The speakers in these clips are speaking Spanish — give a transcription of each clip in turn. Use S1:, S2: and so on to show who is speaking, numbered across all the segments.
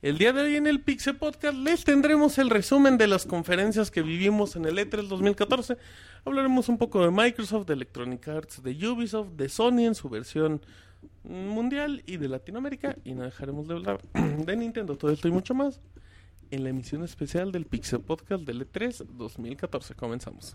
S1: El día de hoy en el Pixel Podcast les tendremos el resumen de las conferencias que vivimos en el E E3 2014. Hablaremos un poco de Microsoft, de Electronic Arts, de Ubisoft, de Sony en su versión mundial y de Latinoamérica. Y no dejaremos de hablar de Nintendo, todo esto y mucho más en la emisión especial del Pixel Podcast del E E3 2014. Comenzamos.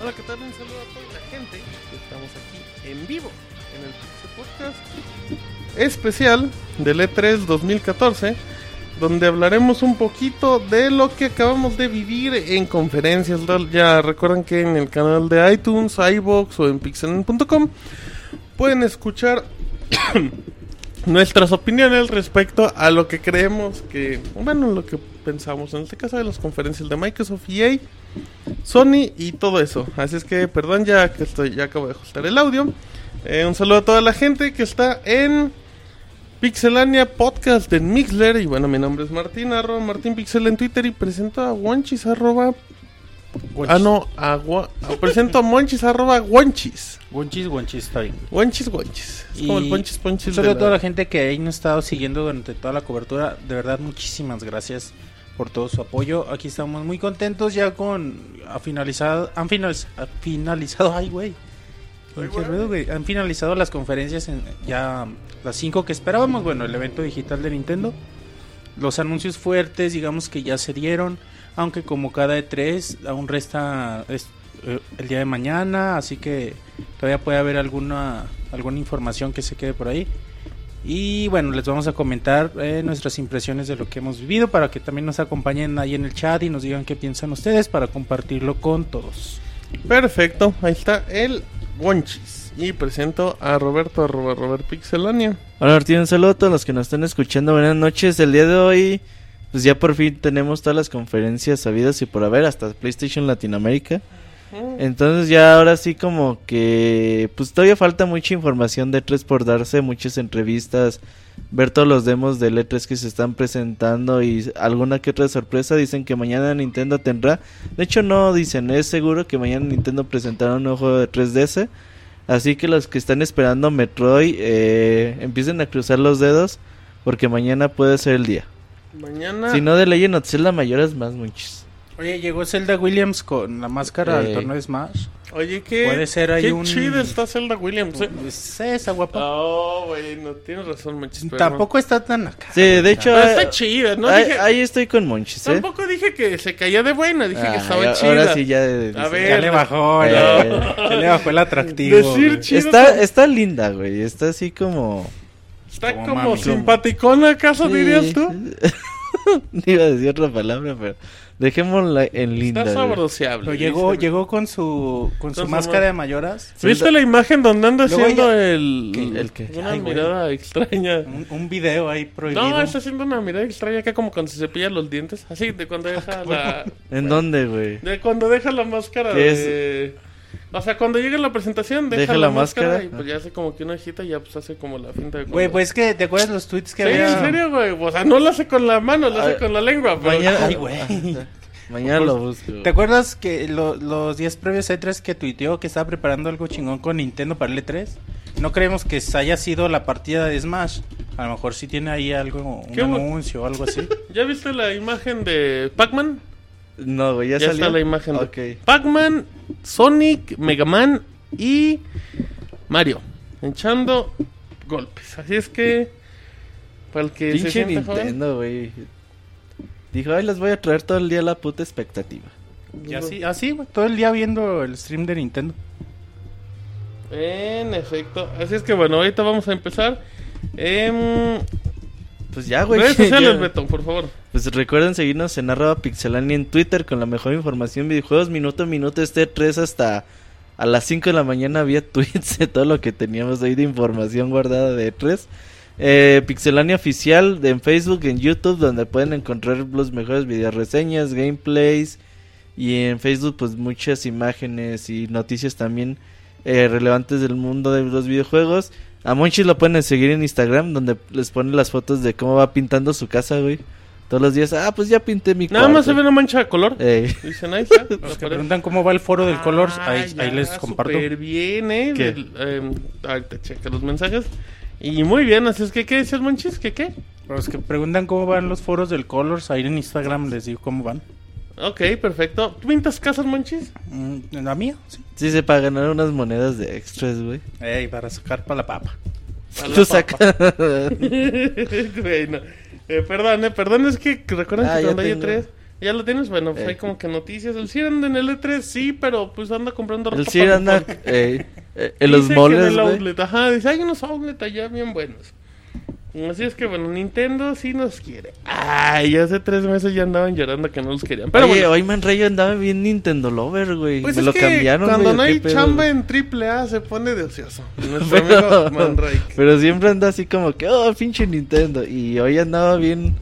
S1: Hola, ¿qué tal? Un saludo a toda la gente. Estamos aquí en vivo en el Pixel Podcast especial E del E3 2014, donde hablaremos un poquito de lo que acabamos de vivir en conferencias. Ya recuerdan que en el canal de iTunes, iBox o en pixel.com pueden escuchar nuestras opiniones respecto a lo que creemos que, bueno, lo que pensamos en este caso de las conferencias de Microsoft, EA, Sony y todo eso. Así es que, perdón, ya que estoy, ya acabo de ajustar el audio. Eh, un saludo a toda la gente que está en Pixelania Podcast en Mixler. Y bueno, mi nombre es Martín, arroba Martín Pixel en Twitter y presento a Wonchis, arroba... Ah, no, a, Gua- a- presento a Monchis, arroba Wonchis.
S2: Guanchis, guanchis, está bien.
S1: Wonchis, Wonchis. Es como el
S2: Y
S1: Ponchis, Ponchis.
S2: Un saludo
S1: de
S2: a toda
S1: la-
S2: la gente que ahí nos ha estado siguiendo durante toda la cobertura. De verdad, muchísimas gracias por todo su apoyo. Aquí estamos muy contentos ya con. Ha finalizado. Han finaliz- ha finalizado. Ay, güey. Pinche ruido, güey. Han finalizado las conferencias en ya las cinco que esperábamos. Bueno, el evento digital de Nintendo. Los anuncios fuertes, digamos que ya se dieron. Aunque como cada E3, aún resta es- eh, el día de mañana. Así que todavía puede haber alguna, alguna información que se quede por ahí. Y bueno, les vamos a comentar eh, nuestras impresiones de lo que hemos vivido para que también nos acompañen ahí en el chat y nos digan qué piensan ustedes para compartirlo con todos.
S1: Perfecto, ahí está el Wonchis. Y presento a Roberto, arroba Robert Pixelania.
S3: Hola Martín, un saludo a todos los que nos están escuchando. Buenas noches. El día de hoy, pues ya por fin tenemos todas las conferencias sabidas y por haber, hasta PlayStation Latinoamérica. Eh. Entonces ya ahora sí como que, pues todavía falta mucha información de E3 por darse, muchas entrevistas, ver todos los demos del E3 que se están presentando y alguna que otra sorpresa. Dicen que mañana Nintendo tendrá, de hecho no dicen, es seguro que mañana Nintendo presentará un nuevo juego de E 3DS. Así que los que están esperando Metroid, eh, empiecen a cruzar los dedos porque mañana puede ser el día.
S1: Mañana.
S3: Si no, de Legend of Zelda mayores más muchos.
S2: Oye, llegó Zelda Williams con la máscara
S3: Eh.
S2: al torneo de Smash.
S1: Oye, qué,
S2: Puede ser ahí
S1: qué
S2: un-
S1: chida está Zelda Williams. ¿eh?
S2: Es esa guapa.
S1: Oh, bueno, tienes razón, Monchis. pero-
S2: Tampoco está tan acá.
S3: Sí, de hecho,
S1: Ah, Pero
S3: eh,
S1: está chida, ¿no?
S3: ahí,
S1: Dije-
S3: ahí estoy con Monchis, ¿eh?
S1: Tampoco dije que se caía de buena, dije
S3: Ah,
S1: que estaba
S3: ahora
S1: chida.
S3: sí ya. eh,
S1: A
S3: dice-
S1: ver,
S2: Ya le bajó,
S3: Eh.
S2: ya, ya le bajó el atractivo.
S1: Decir
S2: güey.
S1: chido
S3: Está,
S1: como-
S3: está linda, güey. Está así como.
S1: Está
S2: Como
S1: como
S2: mami.
S1: simpaticona, ¿acaso
S3: Sí.
S1: dirías tú?
S3: No iba a decir otra palabra, pero dejémosla en linda.
S1: Está
S3: güey.
S1: sabroseable.
S2: Pero llegó,
S1: ¿viste?
S2: llegó con su con su
S1: Con su
S2: máscara
S1: ma-
S2: de mayoras.
S1: ¿Viste la imagen donde anda
S2: Luego
S1: haciendo
S2: ella-
S1: el...
S3: ¿Qué? ¿El qué?
S1: Una
S2: Ay, güey.
S1: mirada extraña.
S2: Un, un video ahí prohibido.
S1: No, está haciendo una mirada extraña acá como cuando se cepilla los dientes. Así, de cuando deja la...
S3: ¿En dónde, güey?
S1: De cuando deja la máscara
S3: ¿Qué es?
S1: de... O sea, cuando llega la presentación, deja, la, máscara, y pues ya hace como que una hijita y ya pues hace como la finta de... cuando-
S2: Güey, pues es que te acuerdas los tweets que
S1: Sí,
S2: había.
S1: en serio, güey. O sea, no lo hace con la mano, lo hace
S3: Ah,
S1: con la lengua. Pero...
S3: Mañana,
S2: Ay, güey.
S3: mañana
S1: Pues,
S3: lo busco.
S2: ¿Te acuerdas que lo- los días previos a E3 que tuiteó que estaba preparando algo chingón con Nintendo para el E3? No creemos que haya sido la partida de Smash. A lo mejor sí tiene ahí algo, un
S1: Qué bu-
S2: anuncio o algo así.
S1: ¿Ya viste la imagen de Pac-Man?
S3: No, güey, ya,
S1: Ya,
S3: salió.
S1: está la imagen de
S3: Ok.
S1: Pac-Man, Sonic, Mega Man y Mario. Echando golpes. Así es que. Para el que se
S3: Pinche
S1: sienta joven,
S3: Nintendo, güey. Dijo, ay, les voy a traer todo el día la puta expectativa.
S2: y así, así, güey, todo el día viendo el stream de Nintendo.
S1: En efecto. Así es que bueno, ahorita vamos a empezar. Em,
S3: Pues
S2: Ah,
S3: ya, güey.
S1: Redes sociales,
S3: ya.
S1: Beto, por favor.
S3: Pues recuerden seguirnos en arroba pixelania en Twitter con la mejor información de videojuegos minuto a minuto este 3 hasta a las 5 de la mañana había tweets de todo lo que teníamos ahí de información guardada de 3. Eh, pixelania oficial de- en Facebook, en YouTube, donde pueden encontrar los mejores videoreseñas, gameplays y en Facebook pues muchas imágenes y noticias también eh, relevantes del mundo de los videojuegos. A Monchis lo pueden seguir en Instagram, donde les ponen las fotos de cómo va pintando su casa, güey. Todos los días, ah, pues ya pinté mi
S1: Nada más se ve
S3: cuarto".
S1: una mancha de color.
S3: Ey.
S1: Dicen, ahí está.
S2: Eh. Los
S1: la
S2: que
S1: pared.
S2: preguntan cómo va el foro del color,
S1: Ah,
S2: ahí, ahí
S1: ya,
S2: les comparto.
S1: Súper bien, ¿eh?
S2: ¿Qué?
S1: Del, eh, ahorita checa los mensajes. Y muy bien, así es que, ¿qué decías, Monchis? ¿Qué qué?
S2: Los que preguntan cómo van los foros del Colors, ahí en Instagram les digo cómo van.
S1: Ok, perfecto. ¿Tú pintas casas, Monchis?
S2: Mm, ¿La mía? Sí.
S3: Sí, se para ganar unas monedas de extras, güey.
S2: Ey, para sacar para la papa.
S1: A la papa.
S3: Tú sacas.
S1: bueno, eh, perdón, eh, perdón, es que recuerdan
S3: Ah,
S1: que
S3: ya
S1: cuando hay
S3: tengo.
S1: E3... E ¿Ya lo tienes? Bueno, pues
S3: Eh.
S1: hay como que noticias. El CIR anda en el E3, sí, pero pues anda comprando
S3: El
S1: ropa
S3: Sir
S1: para
S3: anda
S1: fútbol.
S3: eh, eh, en los
S1: Dice que
S3: moles,
S1: el
S3: güey.
S1: outlet, Ajá, dice, hay unos outlets allá bien buenos. Así es que bueno, Nintendo sí nos quiere. Ay, hace tres meses ya andaban llorando que no los querían. Pero
S3: Oye,
S1: bueno,
S3: hoy Manrayo andaba bien Nintendo Lover, güey.
S1: pues
S3: Me
S1: es
S3: lo
S1: que
S3: cambiaron,
S1: cuando
S3: güey,
S1: no
S3: ¿o qué
S1: hay
S3: pedo,
S1: chamba
S3: güey?
S1: en AAA se pone de ocioso. Nuestro amigo
S3: Pero,
S1: Manrike.
S3: pero siempre anda así como que, oh, pinche Nintendo. Y hoy andaba bien.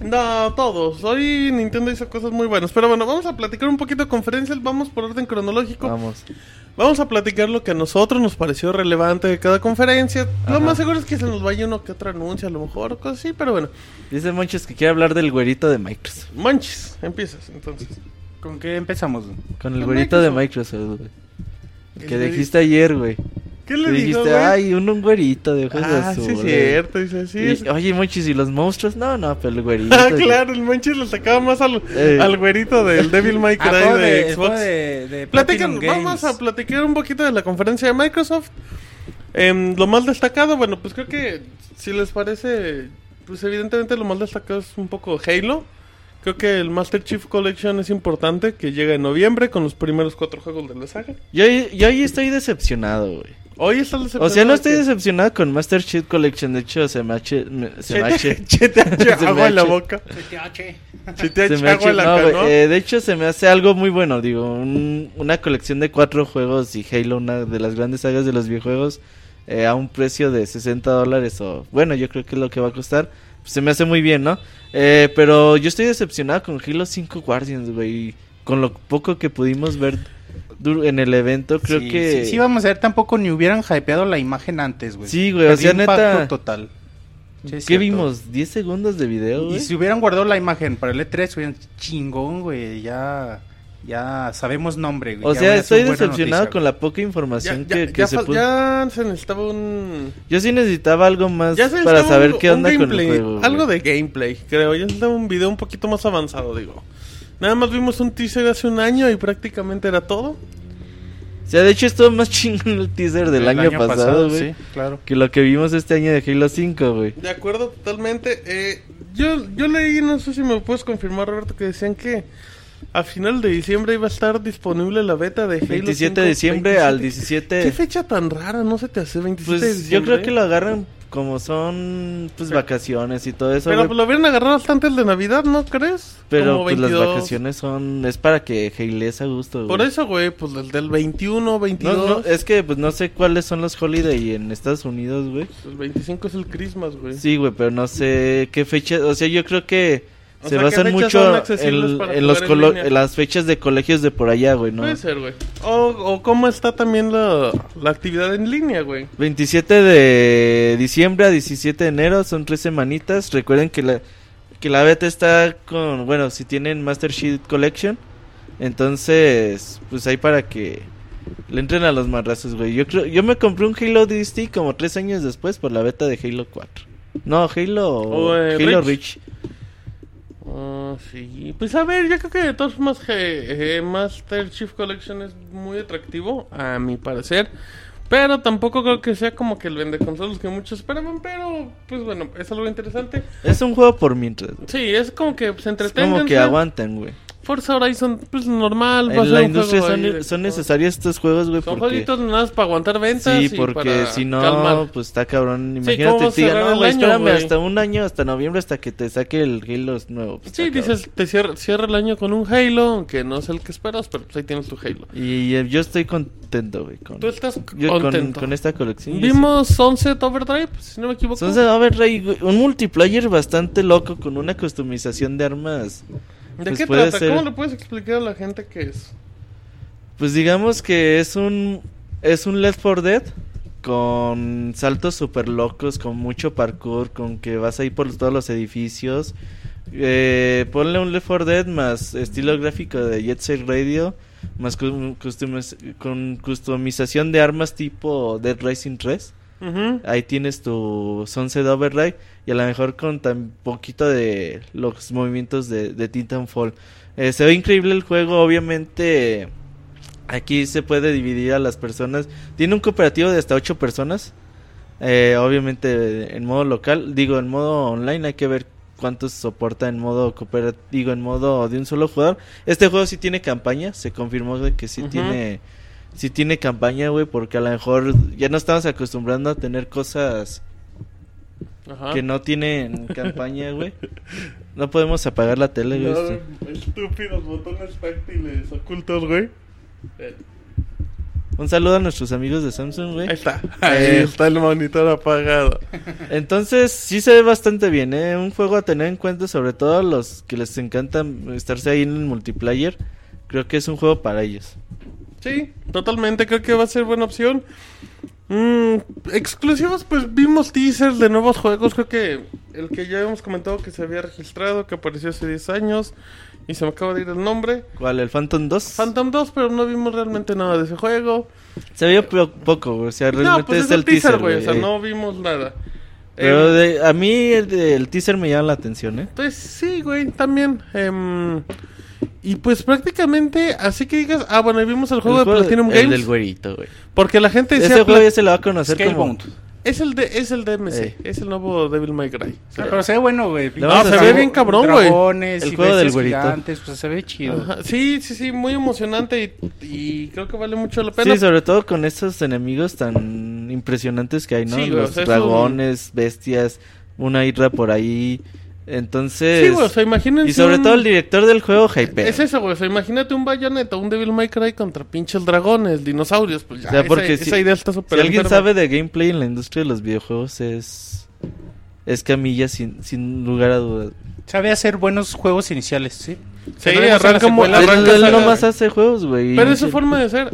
S1: No, todos. Hoy Nintendo hizo cosas muy buenas. Pero bueno, vamos a platicar un poquito de conferencias. Vamos por orden cronológico.
S3: Vamos.
S1: Vamos a platicar lo que a nosotros nos pareció relevante de cada conferencia. Lo
S3: Ajá.
S1: más seguro es que se nos vaya uno que otro anuncio, a lo mejor, cosas así, pero bueno.
S3: Dice Monches que quiere hablar del güerito de Microsoft.
S1: Manches, empiezas entonces.
S2: ¿Con qué empezamos?
S3: Con el
S1: Con
S3: güerito de Microsoft, güey. El Que
S1: le di-
S3: dijiste ayer, güey.
S1: ¿Qué
S3: Le
S1: le
S3: dijiste,
S1: dijo, güey?
S3: ay, un, un güerito de ojos
S1: ah, sí
S3: azules.
S1: es cierto, dice, sí.
S3: Y- oh,
S1: es-
S3: oye, Monches, ¿y los monstruos? No, no, pero el güerito.
S1: Ah,
S3: güey.
S1: claro, el Manches le sacaba más al,
S3: Eh. Ah,
S1: al güerito del Devil May Cry
S2: Ah, juego
S1: de,
S2: el
S1: Xbox.
S2: juego de- de
S1: Platican,
S2: Platinum
S1: vamos
S2: Games.
S1: a platicar un poquito de la conferencia de Microsoft. Em, lo más destacado, bueno, pues creo que si les parece, pues evidentemente lo más destacado es un poco Halo. Creo que el Master Chief Collection es importante, que llega en noviembre con los primeros cuatro juegos de la saga.
S3: Yo, yo hoy estoy decepcionado, güey.
S1: Hoy está el
S3: O sea, no estoy
S1: decepcionado
S3: decepcionado con Master Chief Collection. De hecho, se me hache. me- Se me
S1: que-
S3: hache.
S1: Che, te eche
S3: Se me
S1: agua en la
S3: hache.
S1: boca. Si te
S3: se
S1: eche
S3: me
S1: agua
S3: hache-
S1: en la
S3: no, güey,
S1: canoa.
S3: eh, de hecho, se me hace algo muy bueno. Digo, un- una colección de cuatro juegos y Halo, una de las grandes sagas de los videojuegos, eh, a un precio de 60 dólares. O bueno, yo creo que es lo que va a costar. Se me hace muy bien, ¿no? Eh, pero yo estoy decepcionado con Halo 5 Guardians, güey. Con lo poco que pudimos ver dur- en el evento, creo
S2: Sí,
S3: que.
S2: Sí, sí vamos a ver, tampoco ni hubieran hypeado la imagen antes, güey.
S3: Sí, güey, o
S2: Perdí
S3: sea,
S2: impacto
S3: neta.
S2: total. Sí, es
S3: ¿Qué
S2: cierto.
S3: vimos? ¿10 segundos de video, güey?
S2: Y si hubieran guardado la imagen para el E3, hubieran chingón, güey. Ya, ya sabemos nombre, güey.
S3: O
S2: ya
S3: sea,
S2: hubiera sido
S3: estoy
S2: buena
S3: decepcionado
S2: noticia,
S3: con
S2: güey.
S3: la poca
S1: Ya,
S3: información
S1: ya-
S3: que, que
S1: ya
S3: se
S1: fal-
S3: puso.
S1: ya se necesitaba un...
S3: Yo sí necesitaba algo más
S1: Ya se
S3: para
S1: necesitaba
S3: saber
S1: un-
S3: qué
S1: un
S3: onda con el
S1: gameplay,
S3: juego. güey.
S1: Algo de gameplay, creo. Ya necesitaba un video un poquito más avanzado, digo. Nada más vimos un teaser hace un año y prácticamente era todo.
S3: O sea, de hecho estuvo más chingón el teaser del
S2: El
S3: año, pasado, güey.
S2: Sí, claro.
S3: Que lo que vimos este año de Halo 5, güey.
S1: De acuerdo, totalmente. Eh, yo, yo leí, no sé si me puedes confirmar, Roberto, que decían que a final de diciembre iba a estar disponible la beta de Halo
S3: 27
S1: 5,
S3: de diciembre al
S1: 27.
S3: 17.
S1: ¿Qué fecha tan rara? ¿No se te hace 27 de
S3: Pues yo
S1: diciembre?
S3: creo que lo agarran como son pues vacaciones y todo eso,
S1: Pero pues
S3: güey.
S1: lo habían agarrado hasta antes de Navidad, ¿no crees?
S3: Pero
S1: Como
S3: pues las
S1: 22.
S3: vacaciones son es para que Hales a gusto, güey.
S1: Por eso, güey, pues del, del 21, 22.
S3: No, no, es que pues no sé cuáles son los holiday en Estados Unidos, güey.
S1: El 25 Pues es el Christmas, güey.
S3: Sí, güey, pero no sé qué fecha. O sea, yo creo que
S1: O
S3: se
S1: sea, ¿qué
S3: basan
S1: fechas
S3: mucho
S1: son
S3: en,
S1: accesibles para
S3: en los
S1: jugar en
S3: colo-
S1: línea? Pues,
S3: en las fechas de colegios de por allá, güey, ¿no?
S1: Puede ser, güey. O, o cómo está también la, la actividad en línea, güey.
S3: 27 de diciembre a 17 de enero son tres semanitas. Recuerden que la, que la beta está con, bueno, si tienen Master Sheet Collection, entonces, pues ahí para que le entren a los marrazos, güey. Yo creo, yo me compré un Halo DST como tres años después por la beta de Halo 4. No, Halo,
S1: O, eh,
S3: Halo
S1: Reach.
S3: Reach.
S1: Ah, sí. Pues a ver, yo creo que de todos más que Master Chief Collection es muy atractivo, a mi parecer. Pero tampoco creo que sea como que el vende consolas que muchos esperaban, pero pues bueno, es algo interesante.
S3: Es un juego por mientras. güey.
S1: Sí, es como que se
S3: Es
S1: entretengan.
S3: como que aguantan, güey.
S1: Forza Horizon, pues normal. va a
S3: En
S1: ser
S3: la
S1: un
S3: industria
S1: juego
S3: son,
S1: ahí de-
S3: son necesarios estos juegos, güey,
S1: Son
S3: porque...
S1: jueguitos nada más para aguantar ventas.
S3: Sí,
S1: y
S3: porque
S1: para
S3: si no,
S1: calmar.
S3: pues está cabrón.
S1: ¿cómo
S3: Imagínate,
S1: vas a
S3: te digan,
S1: cerrar
S3: no,
S1: el
S3: güey,
S1: año,
S3: espérame
S1: güey?"
S3: hasta un año, hasta noviembre, hasta que te saque el Halo nuevo. pues,
S1: Sí,
S3: está cabrón.
S1: dices, te cierra, cierra el año con un Halo, aunque no es el que esperas, pero pues ahí tienes tu Halo.
S3: Y eh, yo estoy contento, güey, con,
S1: Tú estás
S3: yo con-
S1: contento.
S3: con esta colección. yo
S1: Vimos Sunset Overdrive, si no me equivoco.
S3: Entonces, a ver, Rey, güey, un multiplayer bastante loco con una customización de armas.
S1: ¿De
S3: pues
S1: qué
S3: puede
S1: trata?
S3: ser-
S1: ¿Cómo le puedes explicar a la gente qué es?
S3: Pues digamos que es un es un Left 4 Dead con saltos super locos, con mucho parkour, con que vas ahí por todos los edificios. Eh, ponle un Left 4 Dead más estilo gráfico de Jet Set Radio, más cu- customiz- con customización de armas tipo Dead Racing 3.
S1: Ujú.
S3: Ahí tienes tu Sunset Override y a lo mejor con tan poquito de los movimientos de, de Titanfall. Eh, se ve increíble el juego, obviamente. Aquí se puede dividir a las personas. Tiene un cooperativo de hasta 8 personas. Eh, obviamente en modo local, digo en modo online, hay que ver cuántos soporta en modo cooperativo, digo en modo de un solo jugador. Este juego sí tiene campaña, se confirmó de que sí
S1: Ujú.
S3: tiene sí tiene campaña, güey, porque a lo mejor ya no estamos acostumbrando a tener cosas
S1: Ajá.
S3: que no tienen campaña, güey. No podemos apagar la tele, güey. esto.
S1: No, estúpidos botones táctiles ocultos, güey. Eh,
S3: Un saludo a nuestros amigos de Samsung, güey.
S1: Ahí está. Ahí
S3: Eh.
S1: está el monitor apagado.
S3: Entonces, sí se ve bastante bien, ¿eh? Un juego a tener en cuenta, sobre todo a los que les encanta estarse ahí en el multiplayer. Creo que es un juego para ellos.
S1: Sí, totalmente, creo que va a ser buena opción. Mm, exclusivos, pues vimos teasers de nuevos juegos. Creo que el que ya habíamos comentado que se había registrado, que apareció hace 10 años y se me acaba de ir el nombre.
S3: ¿Cuál? ¿El Phantom 2?
S1: Phantom 2, pero no vimos realmente nada de ese juego.
S3: Se vio po- poco, güey. O sea, realmente
S1: No, pues
S3: es, el teaser, güey.
S1: O sea,
S3: eh.
S1: no vimos nada.
S3: Pero
S1: Em,
S3: de- a mí el, de- el teaser me llama la atención, ¿eh?
S1: Pues sí, güey, también. em, y pues prácticamente, así que digas, ah, bueno, y vimos el juego
S3: El
S1: de Platinum
S3: el
S1: Games.
S3: del güerito, güey.
S1: Porque la gente decía,
S3: Ese
S1: Pla-
S3: juego ya se le va a conocer como...
S2: Scalebound.
S1: es el de es el DMC,
S3: Ey.
S1: es el nuevo Devil May Cry. O sea,
S2: Ah, pero se ve bueno, güey.
S3: No, se ve
S1: bien cabrón, güey.
S2: Dragones,
S3: El juego del
S2: bestias
S3: güerito.
S2: gigantes, pues se ve
S3: Ah.
S2: chido.
S1: ajá, sí, sí, sí, muy emocionante y, y creo que vale mucho la pena.
S3: Sí, sobre todo con estos enemigos tan impresionantes que hay, ¿no?
S1: Sí, güey, o
S3: Los
S1: sea, es un-
S3: dragones, bestias, una hidra por ahí. Entonces...
S1: Sí, güey, o sea, imagínense
S3: Y sobre
S1: un-
S3: todo el director del juego, hype.
S1: Es eso, güey. O sea, imagínate un bayoneta, un Devil May Cry contra pinches dragones, dinosaurios. Pues ya,
S3: O sea,
S1: esa-
S3: porque
S1: esa,
S3: si-
S1: idea está
S3: Si
S1: súper
S3: alguien
S1: enferma.
S3: sabe de gameplay en la industria de los videojuegos es... Es Camilla sin, sin lugar a dudas.
S2: Sabe hacer buenos juegos iniciales, sí.
S1: Sí,
S2: Tendremos una
S1: arranca muy-
S2: secuela.
S1: arranca
S3: Él, él
S1: saga,
S3: nomás
S1: güey.
S3: hace juegos, güey.
S1: Pero es su forma de ser.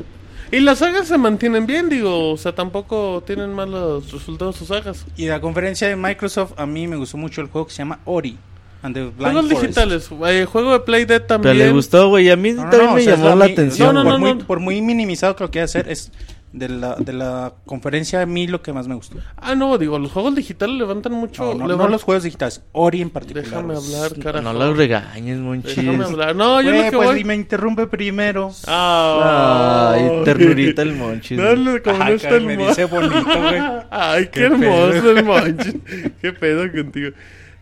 S1: Y las sagas se mantienen bien, digo. O sea, tampoco tienen malos resultados sus sagas.
S2: Y la conferencia de Microsoft, a mí me gustó mucho el juego que se llama Ori. And the Blind
S1: Juegos
S2: Forest.
S1: digitales. eh, juego de Play Dead
S3: Pero
S1: también.
S3: le gustó, güey. A mí
S2: No, no,
S3: también
S2: no,
S3: me
S2: o sea, es
S3: llamó
S2: lo
S3: la
S2: mi-
S3: atención.
S1: No, no,
S3: güey.
S2: por,
S1: no,
S2: muy,
S1: no.
S2: por muy minimizado que lo quiera hacer, es de la, de la conferencia a mí lo que más me gustó.
S1: Ah, no, digo, los juegos digitales levantan mucho.
S2: No, no,
S1: levan-
S2: no los juegos digitales, Ori en particular.
S1: Déjame
S2: güey.
S1: hablar, carajo.
S3: No lo regañes, Monchis.
S1: Déjame hablar. No, yo
S2: Güey,
S1: lo que
S2: pues
S1: voy.
S2: y me interrumpe primero.
S1: Ah,
S3: Ay, ternurita el Monchis. güey.
S1: Dale, como
S2: Ah,
S1: no está
S2: caray,
S1: el
S2: me
S1: Mon-
S2: dice bonito, güey.
S1: Ay, qué,
S2: Qué
S1: hermoso
S2: pedo.
S1: el Monchis. qué pedo contigo.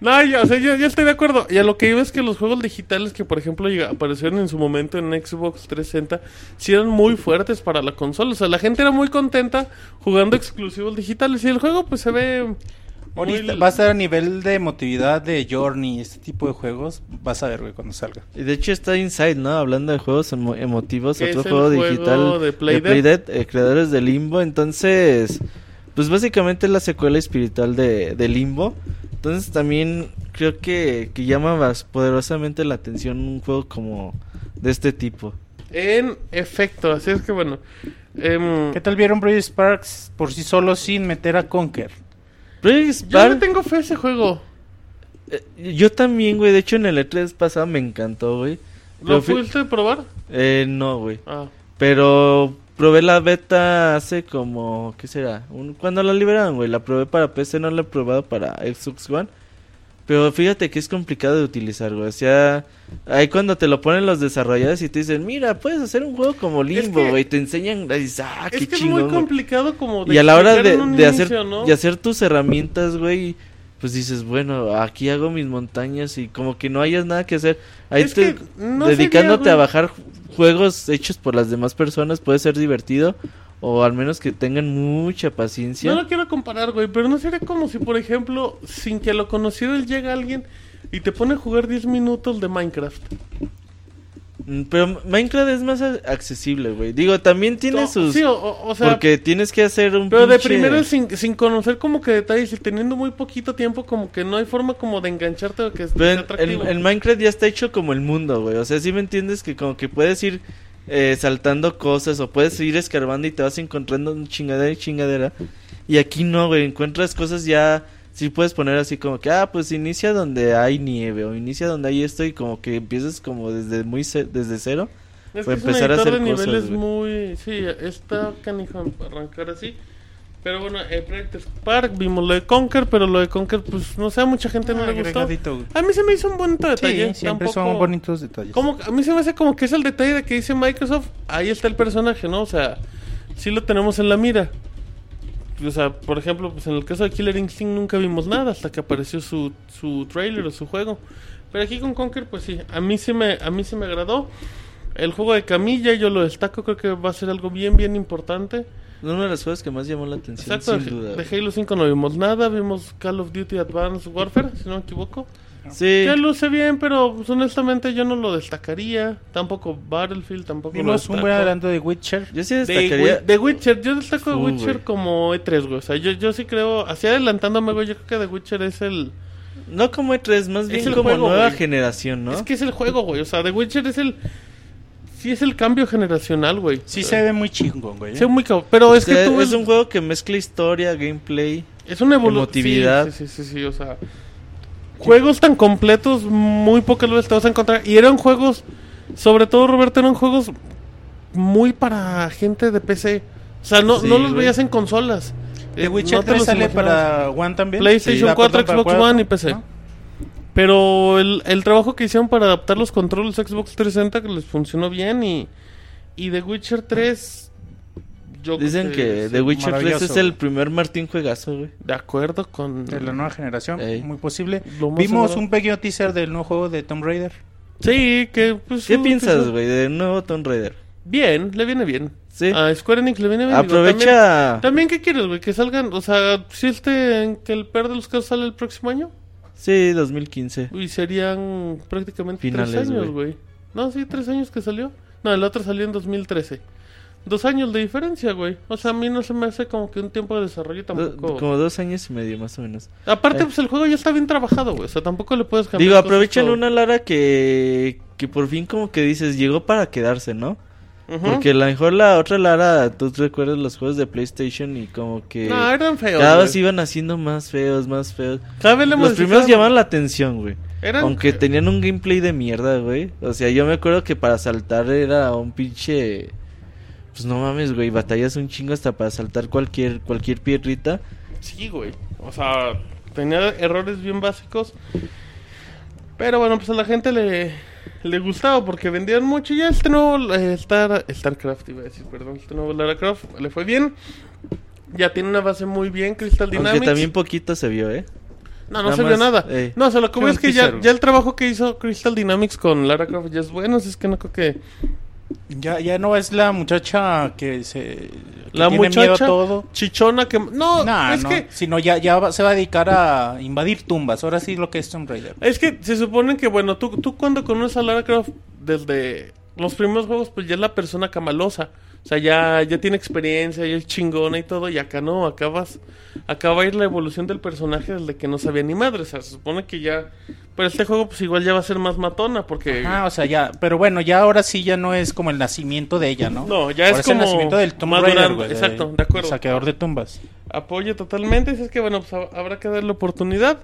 S1: No, yo, o sea, yo, yo estoy de acuerdo. Y a lo que iba es que los juegos digitales que, por ejemplo, llega- aparecieron en su momento en Xbox 360, sí eran muy fuertes para la consola. O sea, la gente era muy contenta jugando exclusivos digitales. Y el juego, pues, se ve... muy-
S2: Ahorita va a estar a nivel de emotividad de Journey, este tipo de juegos. Vas a ver, güey, cuando salga.
S3: Y de hecho está Inside, ¿no? Hablando de juegos emo- emotivos,
S1: Que
S3: otro
S1: es el
S3: juego
S1: juego
S3: digital
S1: de Playdead.
S3: Playdead, eh, creadores de Limbo. Entonces, pues básicamente es la secuela espiritual de, de Limbo. Entonces también creo que, que llama más poderosamente la atención un juego como de este tipo.
S1: En efecto, así es que, bueno... em,
S2: ¿Qué tal vieron Brave Sparks por sí solo sin meter a Conker?
S3: Project
S1: yo le
S3: Spark,
S1: tengo fe a ese juego.
S3: eh, yo también, güey. De hecho, en el E3 pasado me encantó, güey.
S1: ¿Lo
S3: Pero fi-
S1: pudiste probar?
S3: Eh, no, güey.
S1: Ah.
S3: Pero probé la beta hace como, ¿qué será? Un, cuando la liberaron, güey. La probé para PC, no la he probado para Xbox One. Pero fíjate que es complicado de utilizar, güey. O sea, ahí cuando te lo ponen los desarrolladores y te dicen, mira, puedes hacer un juego como
S1: Es
S3: Limbo,
S1: que-
S3: güey. Te enseñan, y dices, ah, qué
S1: es que
S3: chingón,
S1: es muy
S3: güey".
S1: complicado como
S3: Y a la hora
S1: explicar
S3: de,
S1: en un
S3: de hacer,
S1: inicio, ¿no?
S3: de hacer tus herramientas, güey, pues dices, bueno, aquí hago mis montañas y como que no hayas nada que hacer. Ahí
S1: Es
S3: te-
S1: que no
S3: dedicándote
S1: sería,
S3: a
S1: güey.
S3: bajar ju- juegos hechos por las demás personas puede ser divertido o al menos que tengan mucha paciencia.
S1: No lo quiero comparar, güey, pero no sería como si, por ejemplo, sin que lo conocieras llega alguien y te pone a jugar 10 minutos de Minecraft.
S3: Mm, Pero Minecraft es más a- accesible, güey. Digo, también tiene
S1: O-
S3: sus
S1: Sí, o, o- o sea,
S3: porque tienes que hacer un
S1: pero de
S3: pinche-
S1: primero sin, sin conocer como que detalles y teniendo muy poquito tiempo como que no hay forma como de engancharte o que
S3: Pero
S1: sea
S3: en-
S1: atractivo.
S3: en, en Minecraft ya está hecho como el mundo, güey. O sea, si me entiendes que como que puedes ir eh, saltando cosas o puedes ir escarbando y te vas encontrando un chingadera y chingadera. Y aquí no, güey. Encuentras cosas ya. Sí puedes poner así como que, ah, pues inicia donde hay nieve o inicia donde hay esto y como que empiezas como desde muy ce- desde cero.
S1: Es
S3: Para
S1: que es un
S3: empezar a
S1: editor
S3: hacer
S1: de
S3: cosas,
S1: niveles
S3: güey.
S1: muy... Sí, está canijo arrancar así. Pero bueno, eh, Project Spark, vimos lo de Conker, pero lo de Conker, pues no sé, a mucha gente no,
S2: Ah,
S1: le gustó.
S2: agregadito, güey.
S1: A mí se me hizo un bonito detalle.
S2: Sí, siempre
S1: tampoco-
S2: son bonitos detalles.
S1: Como, a mí se me hace como que es el detalle de que dice Microsoft, ahí está el personaje, ¿no? O sea, sí lo tenemos en la mira. O sea, por ejemplo, pues en el caso de Killer Instinct nunca vimos nada hasta que apareció su, su trailer o su juego. Pero aquí con Conker, pues sí, a mí sí me, a mí sí me agradó. El juego de Camilla, yo lo destaco, creo que va a ser algo bien, bien importante.
S3: Uno de los juegos que más llamó la atención,
S1: Exacto,
S3: sin duda.
S1: de
S3: güey.
S1: Halo 5 no vimos nada, vimos Call of Duty Advanced Warfare, si no me equivoco.
S3: Sí.
S1: Ya luce bien, pero pues, honestamente yo no lo destacaría. Tampoco Battlefield, tampoco lo
S2: Vimos un
S1: destaco.
S2: buen adelanto de Witcher.
S3: Yo sí
S1: De,
S3: destacaría.
S1: Wi- de Witcher, yo destaco de
S3: Fu,
S1: Witcher
S3: güey.
S1: como E3, güey. O sea, yo, yo sí creo, así adelantándome, güey, yo creo que The Witcher es el...
S3: No como E3, más
S1: Es
S3: bien
S1: el
S3: como
S1: juego,
S3: nueva
S1: güey.
S3: generación, ¿no?
S1: Es que es el juego, güey. O sea, The Witcher es el... Sí es el cambio generacional, güey.
S2: Sí se ve muy chingón, güey. ¿eh?
S1: Sí, muy cab- Pero es
S3: O sea,
S1: que tú
S3: es
S1: ves...
S3: un juego que mezcla historia, gameplay.
S1: Es una
S3: Emotividad.
S1: evolución. Sí, sí, sí, sí, o sea. Juegos tan completos, muy pocas veces te vas a encontrar. Y eran juegos, sobre todo Roberto, eran juegos muy para gente de PC. O sea, no,
S3: Sí,
S1: no los
S3: güey.
S1: veías en consolas.
S2: ¿De
S1: Eh,
S2: Witcher
S1: no te
S2: 3
S1: los
S2: sale
S1: imaginabas.
S2: para One también?
S1: PlayStation
S2: Ah,
S1: 4,
S2: perdón, para
S1: Xbox One y PC.
S2: Ah.
S1: Pero el, el trabajo que hicieron para adaptar los controles Xbox 360 que les funcionó bien y, y The Witcher 3... Yo
S3: Dicen que
S1: sí,
S3: The Witcher 3 es
S2: maravilloso,
S3: el
S2: güey.
S3: primer Martín Juegazo, güey.
S1: De acuerdo con...
S2: De la nueva generación,
S3: Ey.
S2: muy posible.
S1: Lo más
S2: Vimos
S1: seguro.
S2: un pequeño teaser del nuevo juego de Tomb Raider.
S1: Sí, que... Pues,
S3: ¿Qué
S1: un-
S3: piensas, güey, de nuevo Tomb Raider?
S1: Bien, le viene bien.
S3: Sí.
S1: A Square Enix le viene bien. Ah, digo,
S3: Aprovecha.
S1: también, también, ¿qué quieres, güey? Que salgan, o sea, si este, que el peor de los casos sale el próximo año.
S3: Sí, 2015.
S1: Y serían prácticamente tres
S3: Finales,
S1: años,
S3: güey.
S1: güey. No, sí, tres años que salió. No, el otro salió en 2013. Dos años de diferencia, güey. O sea, a mí no se me hace como que un tiempo de desarrollo
S3: Do-
S1: tampoco.
S3: como dos años y medio, más o menos.
S1: Aparte,
S3: Eh.
S1: pues el juego ya está bien trabajado, güey. O sea, tampoco le puedes cambiar.
S3: Digo,
S1: cosas
S3: aprovechan
S1: todo.
S3: una Lara que, que por fin, como que dices, llegó para quedarse, ¿no?
S1: Ujú.
S3: Porque a lo mejor la otra Lara, tú recuerdas los juegos de PlayStation y como que.
S1: No, eran feos.
S3: cada
S1: güey.
S3: vez iban haciendo más feos, más feos.
S1: Cada vez le
S3: Los primeros
S1: modificaban-
S3: llamaban la atención, güey.
S1: Eran-
S3: Aunque tenían un gameplay de mierda, güey. O sea, yo me acuerdo que para saltar era un pinche. Pues no mames, güey. Batallas un chingo hasta para saltar cualquier, cualquier piedrita.
S1: Sí, güey. O sea, tenía errores bien básicos. Pero bueno, pues a la gente le, le gustaba porque vendían mucho. Y ya este nuevo eh, Star, StarCraft, iba a decir, perdón, este nuevo Lara Croft le fue bien. Ya tiene una base muy bien, Crystal Dynamics.
S3: Aunque también poquito se vio, ¿eh?
S1: No, no
S3: Nada
S1: se vio
S3: más,
S1: nada.
S3: eh,
S1: No, o sea, lo que
S2: era
S1: veo es
S2: un
S1: que ya,
S2: teaser.
S1: ya el trabajo que hizo Crystal Dynamics con Lara Croft ya es bueno. Así es que no creo que.
S2: Ya, ya no es la muchacha que se que
S1: La
S2: tiene miedo a
S1: muchacha
S2: todo.
S1: chichona que. No,
S2: Nah,
S1: es
S2: no,
S1: que.
S2: sino ya, ya va- se va a dedicar a invadir tumbas. Ahora sí lo que es Tomb Raider.
S1: Es que se supone que, bueno, tú, tú cuando conoces a Lara Croft desde los primeros juegos, pues ya es la persona camalosa. O sea, ya, ya tiene experiencia, ya es chingona y todo, y acá no, acá vas, acá va a ir la evolución del personaje desde que no sabía ni madre. O sea, se supone que ya, pero este juego pues igual ya va a ser más matona, porque...
S2: Ah, o sea, ya, pero bueno, ya ahora sí ya no es como el nacimiento de ella, ¿no?
S1: No, ya es
S2: Ahora el
S1: como
S2: nacimiento del Tomb
S1: más
S2: Raider,
S1: grande,
S2: güey,
S1: exacto, de acuerdo.
S2: Saqueador de tumbas.
S1: Apoyo totalmente, así es que bueno, pues ha- habrá que darle oportunidad.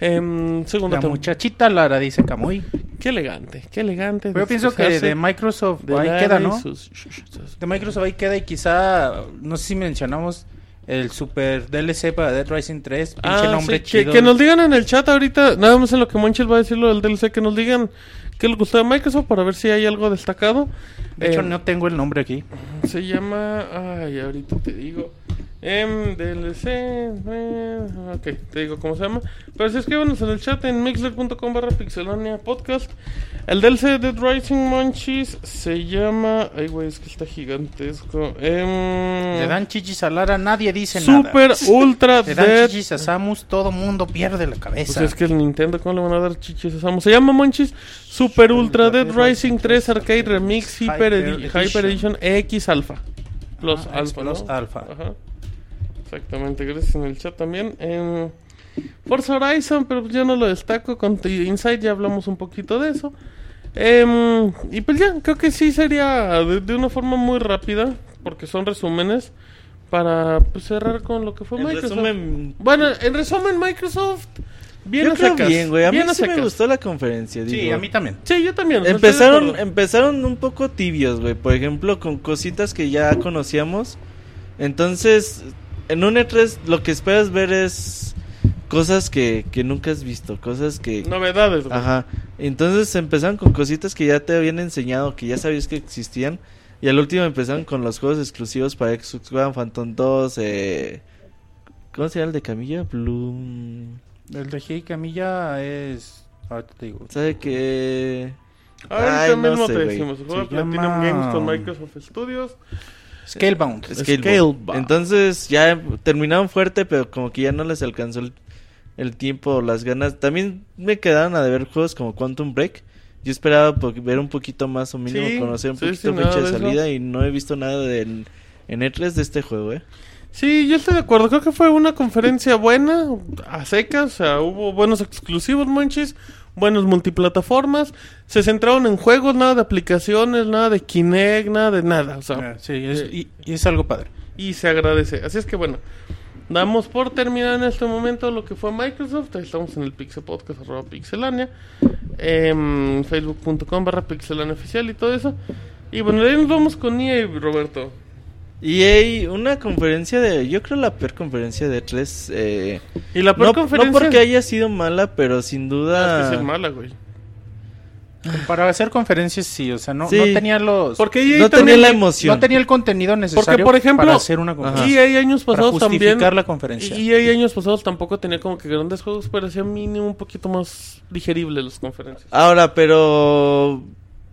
S1: Em, segunda
S2: La
S1: tem-
S2: muchachita Lara dice Camuy.
S1: Qué elegante, qué elegante.
S2: Pero yo pienso que
S1: disfrazarse
S2: de Microsoft
S1: de
S2: ahí
S1: Lara
S2: queda,
S1: y
S2: ¿no?
S1: sus- sus-
S2: De Microsoft ahí queda y quizá, no sé si mencionamos el super DLC para Dead Rising 3, pinche
S1: Ah,
S2: nombre
S1: sí, que-
S2: chido.
S1: Que, nos digan en el chat ahorita, nada más en lo que Monchil va a decir lo del DLC, que nos digan qué les gustó de Microsoft para ver si hay algo destacado.
S2: De hecho,
S1: Eh,
S2: no tengo el nombre aquí.
S1: Se llama. Ay, ahorita te digo. Em, DLC. eh, Ah, ok, te digo cómo se llama. Pero sí escríbanos en el chat en mixler.com barra pixelania podcast. El DLC de Dead Rising Munchies se llama... Ay, güey, es que está gigantesco. Em,
S2: Le dan chichis a Lara, nadie dice
S1: Super
S2: nada.
S1: Ultra
S2: Le dan
S1: Dead...
S2: chichis a Samus, todo mundo pierde la
S1: Pues
S2: cabeza.
S1: es que el Nintendo, ¿cómo le van a dar chichis a Samus? Se llama Monchis Super Ultra Dead Rising 3 Arcade Remix Hyper,
S2: Hyper
S1: Edi- Hyper Edition X Alpha. Plus
S2: Ajá, X
S1: Alpha. ¿no?
S2: Plus Alpha.
S1: Ajá. Exactamente, gracias en el chat también. Em, Forza Horizon, pero ya no lo destaco. Con T- Inside ya hablamos un poquito de eso. Em, y pues ya, creo que sí sería de, de una forma muy rápida, porque son resúmenes, para pues, cerrar con lo que fue
S3: En
S1: Microsoft.
S3: resumen,
S1: Bueno, en resumen, Microsoft. Bien
S3: yo
S1: a
S3: creo
S1: secas,
S3: bien, güey. A mí
S1: bien a
S3: sí me
S1: secas.
S3: gustó la conferencia.
S2: Sí,
S3: digo.
S2: a mí también.
S1: Sí, yo también. estoy de
S3: Empezaron,
S1: acuerdo.
S3: empezaron un poco tibios, güey. Por ejemplo, con cositas que ya conocíamos. Entonces, en un E3 lo que esperas ver es cosas que, que nunca has visto, cosas que...
S1: Novedades, güey.
S3: Ajá. Entonces empezaron con cositas que ya te habían enseñado, que ya sabías que existían. Y al último empezaron con los juegos exclusivos para Xbox One, Phantom 2, eh... ¿Cómo se llama el de Camilla? Bloom...
S2: El de Hey Camilla es. Ahorita te digo.
S3: ¿Sabe qué?
S1: Ahorita
S3: Ay, no
S1: mismo
S3: sé,
S1: te
S3: güey.
S1: decimos. Juega
S2: Se
S1: Platinum
S2: llama-
S1: Games con Microsoft Studios.
S2: Scalebound.
S3: Scalebound. Entonces ya terminaron fuerte, pero como que ya no les alcanzó el, el tiempo o las ganas. También me quedaron a deber juegos como Quantum Break. Yo esperaba po- ver un poquito más o mínimo,
S1: Sí,
S3: conocer un
S1: sí,
S3: poquito
S1: sí,
S3: fecha
S1: nada
S3: de
S1: de eso.
S3: salida y no he visto nada del, en E3 de este juego, ¿eh?
S1: Sí, yo estoy de acuerdo. Creo que fue una conferencia buena, a secas. O sea, hubo buenos exclusivos, manches. Buenos multiplataformas. Se centraron en juegos, nada de aplicaciones, nada de Kinect, nada de nada. O sea,
S2: Ah, Sí, es, y, y es algo padre.
S1: y se agradece. Así es que bueno, damos por terminado en este momento lo que fue Microsoft. Ahí Estamos en el Pixel Podcast, arroba Pixelania, em, facebook.com barra Pixelania oficial y todo eso. Y bueno, ahí nos vamos con EA, Roberto.
S3: Y hay una conferencia de... Yo creo la peor conferencia de E3. eh,
S1: Y la peor
S3: no,
S1: conferencia...
S3: no porque haya sido mala, pero sin
S1: Ah, es que
S3: duda...
S1: sí es mala, güey.
S2: Para hacer conferencias, sí, o sea, no,
S3: Sí.
S2: no tenía los.
S1: Porque EA
S3: no tenía
S1: también...
S3: la emoción.
S2: no tenía el contenido necesario
S1: por ejemplo,
S2: para hacer una conferencia.
S1: EA años
S2: Para
S1: pasados
S2: justificar
S1: también...
S2: la conferencia.
S1: Y EA años pasados tampoco tenía como que grandes juegos, pero hacía mínimo un poquito más digerible las conferencias.
S3: Ahora, pero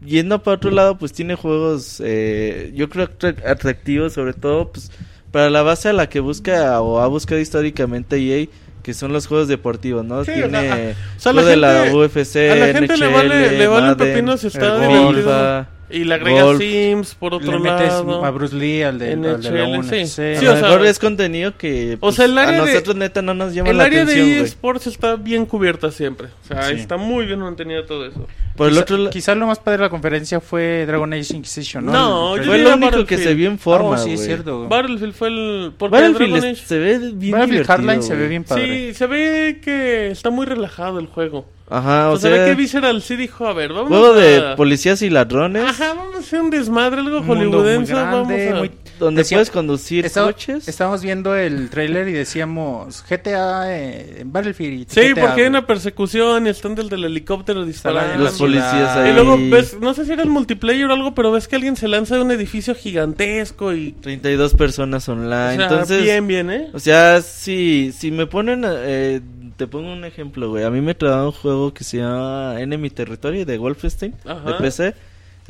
S3: yendo para otro lado, pues tiene juegos, eh, yo creo atrac- atractivos, sobre todo pues para la base a la que busca o ha buscado históricamente EA, que son los juegos deportivos, ¿no?
S1: Sí, o
S3: tiene
S1: sea, o sea,
S3: lo
S1: la
S3: de la
S1: gente-
S3: UFC,
S1: a la gente le
S3: NHL,
S1: vale- le vale un
S3: Madden,
S1: pepino si está
S3: el
S1: divertido.
S3: FIFA.
S1: Y le agrega
S3: Golf.
S1: Sims por otro
S2: Le metes
S1: lado.
S2: a Bruce Lee, al de, al de la
S1: NHL, sí.
S2: UFC.
S1: Sí,
S3: a
S1: o
S3: lo
S1: sea,
S3: mejor es contenido que
S1: o sea, el
S3: pues,
S1: área
S3: a
S1: de-
S3: nosotros neta no nos llama
S1: El
S3: la
S1: área
S3: atención,
S1: de E
S3: güey.
S1: eSports está bien cubierta siempre. O sea,
S2: Sí.
S1: está muy bien mantenida todo eso.
S3: Por el
S2: Quizá-
S3: otro lado,
S2: Quizás lo más padre de la conferencia fue Dragon Age Inquisition, ¿no?
S1: No,
S2: El-
S1: yo
S3: fue
S1: diría
S3: lo único que
S1: Battlefield.
S3: se vio en
S2: Oh,
S3: forma,
S2: sí,
S3: güey.
S2: es cierto.
S1: Battlefield fue el. Porque
S3: Battlefield
S1: Dragon
S3: es-
S1: Age-
S3: se ve bien
S2: Battlefield
S3: divertido,
S2: Hardline se
S3: güey.
S2: ve bien padre.
S1: Sí, se ve que está muy relajado el juego.
S3: Ajá,
S1: O,
S3: o,
S1: sea,
S3: sea,
S1: se ve que Visceral sí dijo: A ver, vamos
S3: Juego
S1: a.
S3: de policías y ladrones.
S1: Ajá, vamos a hacer un desmadre, algo
S2: Un mundo muy
S1: hollywoodense. Vamos
S2: grande,
S1: a...
S2: muy-
S3: Donde
S2: Decía-
S3: puedes conducir
S2: Estaba-
S3: coches.
S2: Estábamos viendo el tráiler y decíamos GTA eh, en Battlefield. y
S1: Sí,
S2: GTA,
S1: porque hay
S2: güey.
S1: una persecución y están del del helicóptero
S2: Está la-
S1: disparando.
S3: Los
S2: la ciudad.
S3: policías
S1: Y
S3: ahí.
S1: luego ves, no sé si era el multiplayer o algo, pero ves que alguien se lanza de un edificio gigantesco y...
S3: 32 personas online.
S1: o sea,
S3: Ah, Entonces,
S1: bien, bien, ¿eh?
S3: o sea, si, si me ponen. eh, te pongo un ejemplo, güey. A mí me traía un juego que se llama Enemy Territory de Wolfenstein,
S1: Ajá.
S3: de PC.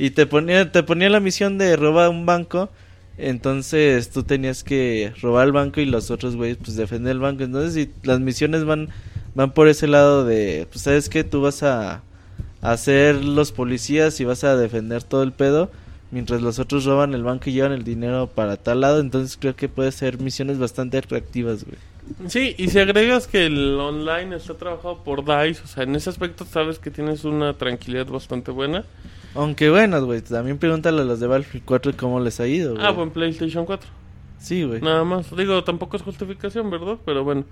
S3: Y te ponía, te ponía la misión de robar un banco. Entonces tú tenías que robar el banco y los otros güeyes pues defender el banco. Entonces si las misiones van van por ese lado de pues sabes que tú vas a hacer los policías y vas a defender todo el pedo mientras los otros roban el banco y llevan el dinero para tal lado. Entonces creo que puede ser misiones bastante atractivas, güey.
S1: Sí, y si agregas que el online está trabajado por DICE, o sea, en ese aspecto sabes que tienes una tranquilidad bastante buena.
S3: Aunque bueno, güey, también pregúntale a los de Battlefield 4 cómo les ha ido, güey.
S1: Ah, buen PlayStation 4.
S3: Sí, güey.
S1: Nada más. Digo, tampoco es justificación, ¿verdad? Pero bueno.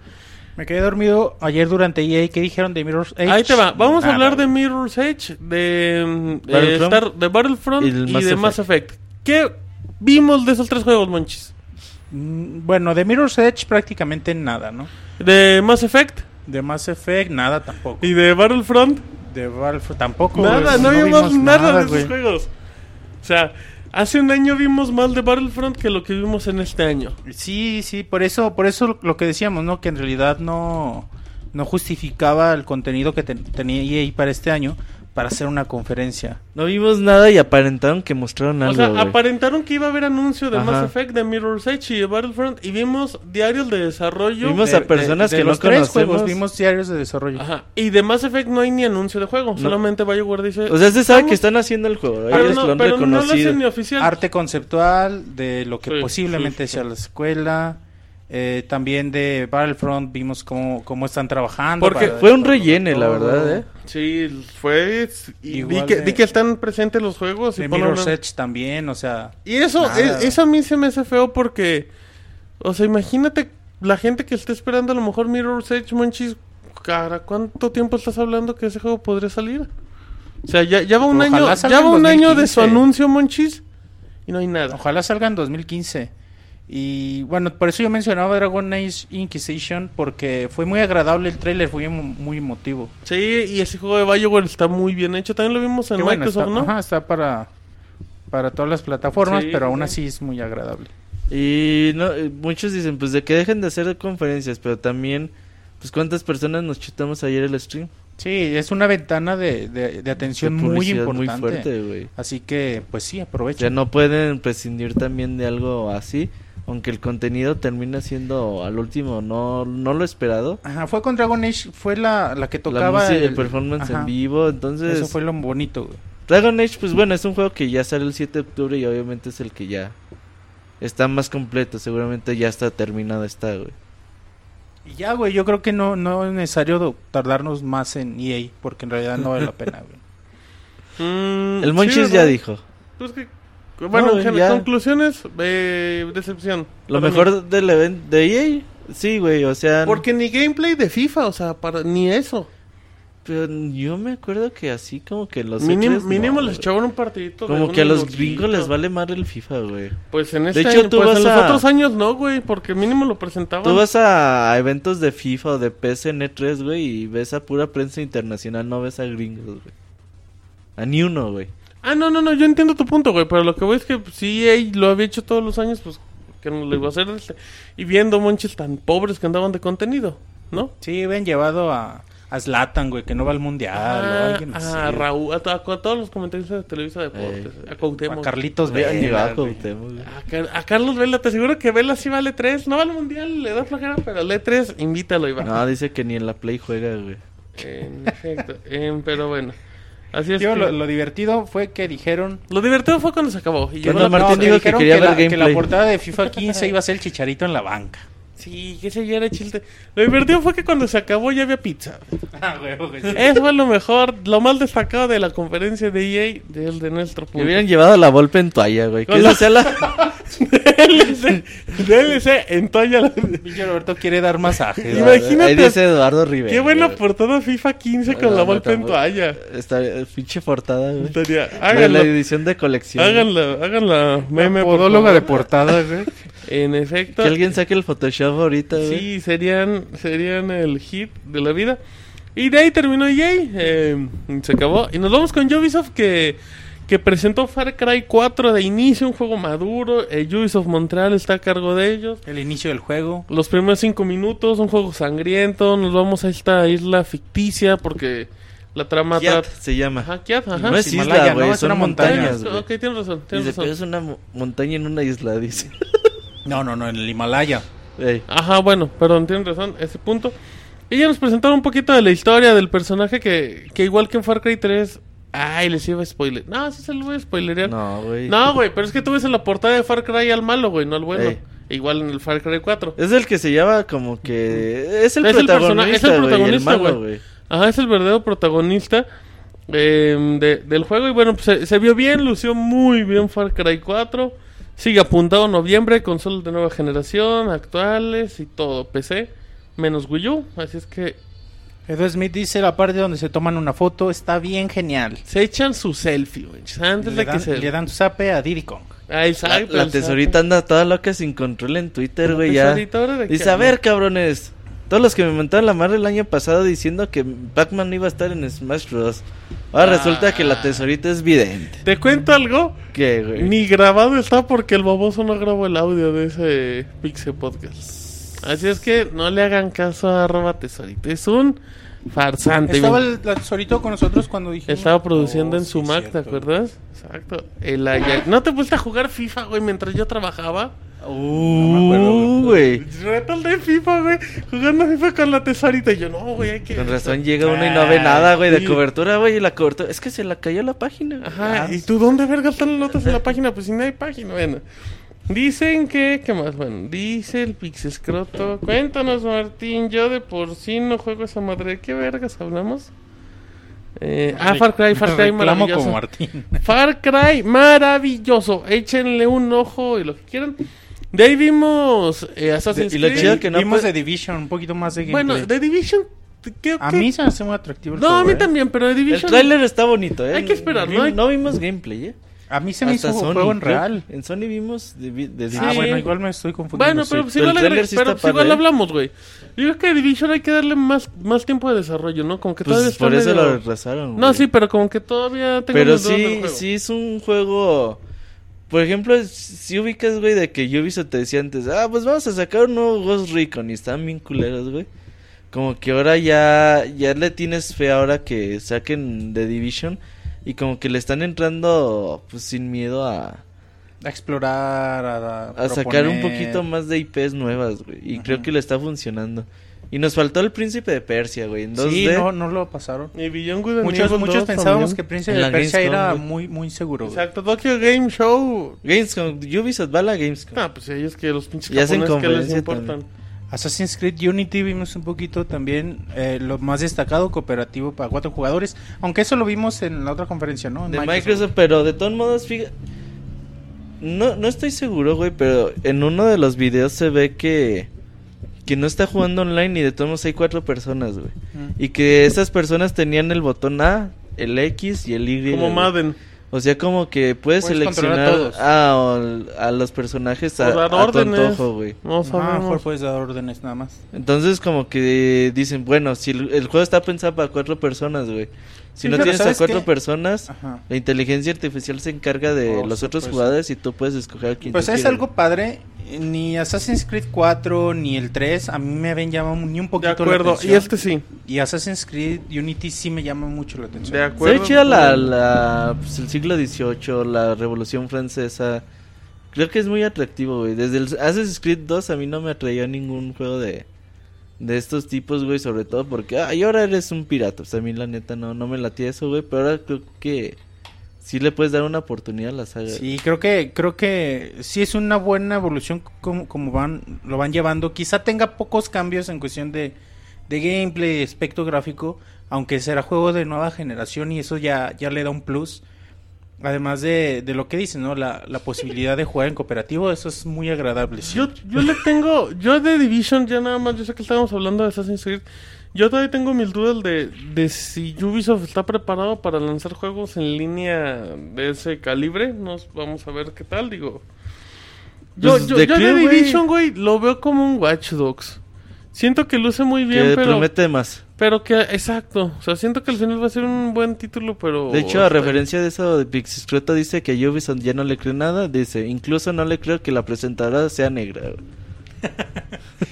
S2: Me quedé dormido ayer durante EA. ¿Qué dijeron de Mirror's Edge?
S1: Ahí te va. Vamos a
S2: Nada,
S1: hablar de
S2: güey.
S1: Mirror's Edge, de, mm, de
S3: Battlefront.
S1: Star- de Battlefront y,
S3: Y el
S1: de
S3: Mass
S1: Mass Effect. ¿Qué vimos de esos tres juegos, monchis?
S2: Mm, Bueno, de Mirror's Edge prácticamente nada, ¿no?
S1: De Mass Effect
S2: De Mass Effect nada tampoco.
S1: y de Battlefront.
S2: De Valve tampoco.
S1: Nada,
S2: güey,
S1: no, vimos
S2: vimos
S1: nada, de esos
S2: güey.
S1: juegos. O sea, Hace un año vimos más de Battlefront que lo que vimos en este año.
S2: Sí, sí, por eso, por eso lo- lo que decíamos, ¿no? Que en realidad no, no justificaba el contenido que ten- tenía EA para este año para hacer una conferencia.
S3: No vimos nada y aparentaron que mostraron
S1: O
S3: algo.
S1: sea,
S3: güey.
S1: aparentaron que iba a haber anuncio de
S3: Ajá.
S1: Mass Effect, de Mirror's Edge y de Battlefront y vimos diarios de desarrollo.
S3: Vimos a personas que no
S2: los tres
S3: conocemos.
S2: juegos, vimos diarios de desarrollo.
S1: Ajá. Y de Mass Effect no hay ni anuncio de juego, solamente Bioware dice...
S3: O sea, se sabe
S1: "Vamos".
S3: que están haciendo el juego.
S1: Pero
S3: ellos lo
S1: no,
S3: han
S1: pero no lo
S3: reconocido.
S1: hacen ni oficial.
S2: Arte conceptual de lo que
S1: Sí,
S2: posiblemente
S1: sí, sí.
S2: sea la escuela. eh, también de Battlefront vimos cómo, cómo están trabajando.
S1: Porque
S2: para-
S3: Fue un
S2: para-
S3: rellene, la
S2: todo.
S3: verdad, ¿eh?
S1: Sí, fue... Y vi
S2: Igual
S1: que,
S2: de-
S1: vi que están presentes los juegos. Y
S2: De
S1: ponen
S2: Mirror's
S1: una-
S2: Edge también, o sea.
S1: Y eso,
S2: Nada.
S1: e- eso a mí se me hace feo porque, o sea, imagínate la gente que está esperando a lo mejor Mirror's Edge, Monchis, cara, ¿cuánto tiempo estás hablando que ese juego podría salir? O sea, ya, ya va un
S2: Ojalá
S1: año,
S2: salga
S1: ya va
S2: en
S1: un año de su
S2: 2015.
S1: anuncio, Monchis, y no hay nada.
S2: Ojalá salga en 2015. Y bueno, por eso yo mencionaba Dragon Age Inquisition, porque fue muy agradable el tráiler, fue mu- muy emotivo.
S1: Sí, y ese juego de Bioware está muy bien hecho. También lo vimos en
S2: Que bueno,
S1: Microsoft,
S2: está,
S1: ¿no?
S2: ajá, está para, para todas las plataformas,
S1: Sí,
S2: pero aún
S1: sí.
S2: así es muy agradable.
S3: Y no, eh, muchos dicen, pues de que dejen de hacer conferencias, pero también, pues cuántas personas nos chutamos ayer el stream.
S2: Sí, es una ventana de, de- de atención
S3: De
S2: muy
S3: publicidad
S2: importante.
S3: Muy fuerte, güey.
S2: Así que, pues sí,
S3: Ya
S2: aprovechen.
S3: no pueden prescindir también de algo así, aunque el contenido termina siendo al último no, no lo esperado.
S2: Ajá, fue con Dragon Age, fue la, la que
S3: La
S2: tocaba
S3: música, el,
S2: el-
S3: performance
S2: ajá,
S3: en vivo, entonces...
S2: Eso fue lo bonito, güey.
S3: Dragon Age, pues bueno, es un juego que ya sale el 7 de octubre y obviamente es el que ya está más completo, seguramente ya está terminado está, güey.
S2: Y ya, güey, yo creo que no, no es necesario do- tardarnos más en EA, porque en realidad no vale la pena, güey.
S1: Mm,
S3: El
S1: sí,
S3: Monchis
S1: ¿verdad?
S3: ya dijo.
S1: Pues que- bueno,
S3: No,
S1: en
S3: ya.
S1: general, conclusiones, eh, decepción.
S3: Lo
S1: Para mí.
S3: mejor del evento de EA, sí, güey, o sea,
S1: Porque ni gameplay de FIFA, o sea, para, ni eso.
S3: pero yo me acuerdo que así como que los
S1: Mínimo,
S3: E3 no,
S1: mínimo les
S3: güey.
S1: echaban un partidito. de
S3: Como
S1: un
S3: que a los
S1: minutito.
S3: gringos les vale más el FIFA, güey.
S1: Pues en este
S3: hecho,
S1: año,
S3: tú
S1: pues
S3: vas
S1: en
S3: a-
S1: los otros años no, güey, porque mínimo lo presentaban.
S3: Tú vas a eventos de FIFA o de PSN3, güey, y ves a pura prensa internacional, no ves a gringos, güey. A ni uno, güey.
S1: Ah, no, no, no, yo entiendo tu punto, güey, pero lo que voy es que si EA lo había hecho todos los años, pues que no lo iba a hacer este. Y viendo monches tan pobres que andaban de contenido, ¿no?
S2: Sí, ven llevado a, a Zlatan, güey, que no va al mundial. o
S1: Ah,
S2: alguien así,
S1: a
S2: güey.
S1: Raúl, a, to- a todos los comentaristas de Televisa Deportes,
S3: Eh,
S1: a Cuauhtémoc.
S2: A Carlitos
S3: Habían llegado
S2: Vela,
S3: a
S2: güey.
S3: Cuauhtémoc, güey.
S1: A, Car- a Carlos Vela, te aseguro que Vela sí vale 3, no va al mundial, le da flojera, pero le 3, invítalo, Iván.
S3: No, dice que ni en la Play juega, güey.
S1: En efecto, em, pero bueno. Así es.
S2: Yo,
S1: que-
S2: lo,
S1: lo,
S2: lo divertido fue que dijeron...
S1: divertido fue cuando se acabó. Y yo-
S3: Cuando Martín dijo que
S2: dijeron
S3: quería ver
S2: la, que la
S3: gameplay.
S2: portada de FIFA 15 iba a ser el chicharito en la banca.
S1: Sí, que se ya era chiste. Lo divertido fue que cuando se acabó ya había pizza.
S2: Ah, güey, güey, sí.
S1: Eso fue lo mejor, lo más destacado de la conferencia de EA del de nuestro
S3: Le
S1: punto.
S3: hubieran llevado la Volpe en toalla, güey. Que
S1: Con la-
S3: esa sea la...
S1: DLC, DLC en toalla. la-
S2: Pinche Roberto quiere dar masajes.
S1: Iba-
S2: güey.
S1: Imagínate-
S3: Ahí dice Eduardo Rivera.
S1: Qué buena
S3: güey.
S1: portada FIFA 15 con
S3: No,
S1: la
S3: no,
S1: Volpe en
S3: tampoco.
S1: toalla.
S3: Está eh, pinche portada, güey.
S1: Estaría-
S3: De La
S1: háganlo,
S3: edición de colección.
S1: háganlo, háganlo, meme.
S2: La
S1: por
S2: podóloga de
S1: favor.
S2: portada, güey.
S1: En efecto.
S3: Que alguien saque el Photoshop ahorita, güey.
S1: Sí, serían, serían el hit de la vida. Y de ahí terminó EA. eh, se acabó. Y nos vamos con Ubisoft que, que presentó Far Cry 4 de inicio, un juego maduro. eh, Ubisoft Montreal está a cargo de ellos.
S2: El inicio del juego.
S1: Los primeros 5 minutos, un juego sangriento. Nos vamos a esta isla ficticia porque la trama
S3: Kiat
S1: trata-
S3: se llama.
S1: Ajá, Kiat, ajá.
S3: No es
S2: Himalaya,
S3: isla, güey,
S2: ¿no? Es
S3: son
S2: una montaña.
S3: montañas,
S1: Ah,
S3: güey.
S1: ok, tienes razón,
S3: Y
S1: tienes
S3: se
S1: razón.
S3: es una mo- montaña en una isla, dice.
S2: No, no, no, en el Himalaya.
S3: Ey.
S1: Ajá, bueno, perdón, tienen razón, ese punto. Y ya nos presentaron un poquito de la historia del personaje que, que igual que en Far Cry 3... Ay, les iba a spoiler. No, sí se lo voy a spoilerear.
S3: No, güey.
S1: No, güey, pero es que tú ves en la portada de Far Cry al malo, güey, no al bueno.
S3: Ey.
S1: Igual en el Far Cry 4.
S3: Es el que se llama como que. Es el
S1: Es el persona- es el
S3: protagonista, güey. El,
S1: protagonista,
S3: malo,
S1: güey.
S3: güey.
S1: Ajá, es el verdadero protagonista eh, de- del juego. Y bueno, pues, se, se vio bien, lució muy bien Far Cry 4. Sigue apuntado a noviembre, consolas de nueva generación, actuales y todo. PC, menos Wii U. Así es que
S2: Edu Smith dice la parte donde se toman una foto está bien genial.
S1: se echan su selfie, güey. Antes
S2: le,
S1: de
S2: dan,
S1: que se.
S2: le dan su zape a Diddy Kong.
S1: Ah,
S3: La,
S1: exacto,
S3: la
S1: el
S3: tesorita
S1: sape.
S3: anda toda loca sin control en Twitter,
S1: La
S3: güey. Ya.
S1: tesorita, ahora de
S3: Dice,
S1: qué
S3: a
S1: habla".
S3: ver, cabrones. Todos los que me mentaron la madre el año pasado diciendo que Pac-Man iba a estar en Smash Bros. Ahora
S2: Ah.
S3: resulta que la tesorita es vidente.
S1: Te cuento algo.
S3: ¿Qué, güey?
S1: Ni grabado está porque el baboso no grabó el audio de ese Pixel Podcast. Así es que no le hagan caso a arroba tesorito. Es un farsante.
S2: Estaba
S1: bien.
S2: el tesorito con nosotros cuando dije.
S1: Estaba produciendo
S4: Oh,
S1: en su
S4: sí,
S1: Mac, ¿te
S4: cierto.
S1: acuerdas? Exacto. El Ajax. ¿No te pusiste a jugar FIFA, güey, mientras yo trabajaba?
S3: Uh, güey.
S1: Reto de FIFA, güey. Jugando FIFA con la tesorita. Y yo, no, güey, hay que...
S3: Con razón llega uno y no ve nada, güey,
S1: Ah, Sí.
S3: de cobertura, güey, y la cobertura. Es que se la cayó la página.
S1: Ajá,
S3: Ah,
S1: ¿y tú dónde verga están las notas en la página? Pues si no hay página, bueno. Dicen que, ¿qué más? Bueno, dice el Pixescroto. Cuéntanos, Martín, yo de por sí no juego esa madre. ¿Qué vergas hablamos? Eh, ah, Far Cry, Far Cry
S2: Reclamo
S1: maravilloso.
S2: como Martín.
S1: Far Cry maravilloso. Échenle un ojo y lo que quieran. De ahí vimos eh, Assassin's
S3: Y lo
S1: Creed.
S3: chido que no
S2: Vimos
S3: puede-
S2: The Division, un poquito más de gameplay.
S1: Bueno, The Division, creo
S2: a
S1: que-
S2: mí se me hace muy atractivo. el
S1: No, a
S2: juego,
S1: mí
S2: ¿eh?
S1: también, pero The
S3: El
S1: Division...
S3: tráiler está bonito, ¿eh?
S1: Hay que esperar,
S3: no,
S1: ¿no?
S3: no vimos gameplay, ¿eh?
S2: A mí se me hizo un juego en
S3: creo.
S2: real.
S3: En Sony vimos de, vi- de
S1: Sí.
S2: Ah,
S3: Division.
S2: bueno, igual me estoy confundiendo.
S1: Bueno,
S2: sí.
S1: pero si
S3: el
S1: igual,
S3: trailer
S1: agre-
S3: sí
S1: pero
S3: está
S1: si igual
S3: padre.
S1: hablamos, güey. Yo creo que a Division hay que darle más, más tiempo de desarrollo, ¿no? Como que todavía
S3: Pues
S1: está
S3: por eso
S1: medio-
S3: lo retrasaron.
S1: No,
S3: güey.
S1: sí, pero como que todavía tengo
S3: Pero
S1: mis dudas del
S3: sí,
S1: juego.
S3: sí es un juego. Por ejemplo, si ubicas, güey, de que Ubisoft te decía antes, ah, pues vamos a sacar un nuevo Ghost Recon y están bien culeros, güey. Como que ahora ya, ya le tienes fe ahora que saquen The Division y como que le están entrando, pues sin miedo a,
S2: A explorar, a,
S3: a sacar un
S2: proponer.
S3: poquito más de IPs nuevas, güey. Y creo
S2: Ajá.
S3: que le está funcionando. Y nos faltó el Príncipe de Persia, güey, en 2D.
S2: Sí, no, no lo pasaron.
S1: Y Beyond Good and
S2: Muchos,
S1: Evil
S2: muchos
S1: 2
S2: pensábamos que
S1: también.
S2: Príncipe
S3: En
S2: de
S3: la
S2: Persia
S3: Gamescom,
S2: era
S3: güey.
S2: muy, muy seguro. güey.
S1: Exacto, Tokyo Game Show.
S3: Gamescom, Ubisoft, va a la Gamescom.
S1: Ah, pues ellos que los pinches
S3: Y hacen
S1: japoneses que les
S3: conferencia
S1: importan.
S2: Assassin's Creed Unity vimos un poquito también eh, lo más destacado cooperativo para cuatro jugadores, aunque eso lo vimos en la otra conferencia, ¿no? En
S3: De Microsoft, pero de todos modos, fíjate. No, no estoy seguro, güey, pero en uno de los videos se ve que. Que no está jugando online y de todos modos hay cuatro personas, güey.
S2: Mm.
S3: Y que esas personas tenían el botón A, el X y el Y.
S1: Como
S3: güey.
S1: Madden.
S3: O sea, como que
S2: Puedes
S3: puedes,
S2: controlar
S3: seleccionar
S2: a todos.
S3: a, al- a los personajes
S1: O
S3: a,
S1: dar
S3: a tu
S1: órdenes.
S3: antojo, güey.
S1: No
S2: Ah, a lo mejor
S1: sabemos.
S2: puedes dar órdenes nada más.
S3: Entonces, como que dicen, bueno, si el, el juego está pensado para cuatro personas, güey. Si
S2: Sí,
S3: no
S2: pero
S3: tienes a
S2: ¿sabes
S3: cuatro
S2: qué?
S3: personas,
S2: Ajá.
S3: La inteligencia artificial se encarga de
S2: Oh,
S3: los
S2: sí,
S3: otros
S2: pues.
S3: jugadores y tú puedes escoger a quién
S2: Pues
S3: tú
S2: es
S3: quieras.
S2: algo padre, ni Assassin's Creed 4 ni el 3 a mí me ven llamado ni un
S1: de
S2: poquito la
S1: acuerdo. Y
S2: atención.
S1: este sí.
S2: Y Assassin's Creed Unity sí me llama mucho la atención.
S1: De
S3: Se ve
S1: acuerdo.
S3: chida la, la- pues, el siglo XVIII, la Revolución Francesa. Creo que es muy atractivo, güey. Desde el Assassin's Creed 2 a mí no me atraía ningún juego de, de estos tipos, güey. Sobre todo porque, ay, ahora eres un pirata. Pues a mí la neta no, no me latía eso, güey. Pero ahora creo que sí le puedes dar una oportunidad a la saga.
S2: Sí, creo que creo que sí es una buena evolución como, como van lo van llevando. Quizá tenga pocos cambios en cuestión de, de gameplay, aspecto gráfico, aunque será juego de nueva generación y eso ya, ya le da un plus. Además de, de lo que dicen, ¿no? La, la posibilidad de jugar en cooperativo, eso es muy agradable. sí.
S1: Yo, yo le tengo, yo de Division ya nada más, yo sé que estábamos hablando de Assassin's Creed, yo todavía tengo mis dudas de, de si Ubisoft está preparado para lanzar juegos en línea de ese calibre, nos vamos a ver qué tal, digo. Yo,
S3: Pues,
S1: yo,
S3: ¿de
S1: yo
S3: qué,
S1: de
S3: güey?
S1: Division, güey, lo veo como un Watch Dogs. Siento que luce muy
S3: que
S1: bien, pero,
S3: promete más.
S1: pero que, exacto, o sea, siento que al final va a ser un buen título, pero...
S3: De hecho, a
S1: hasta-
S3: referencia de eso, de Pixiscroto dice que a Ubisoft ya no le cree nada. Dice, incluso no le creo que la presentadora sea negra. güey.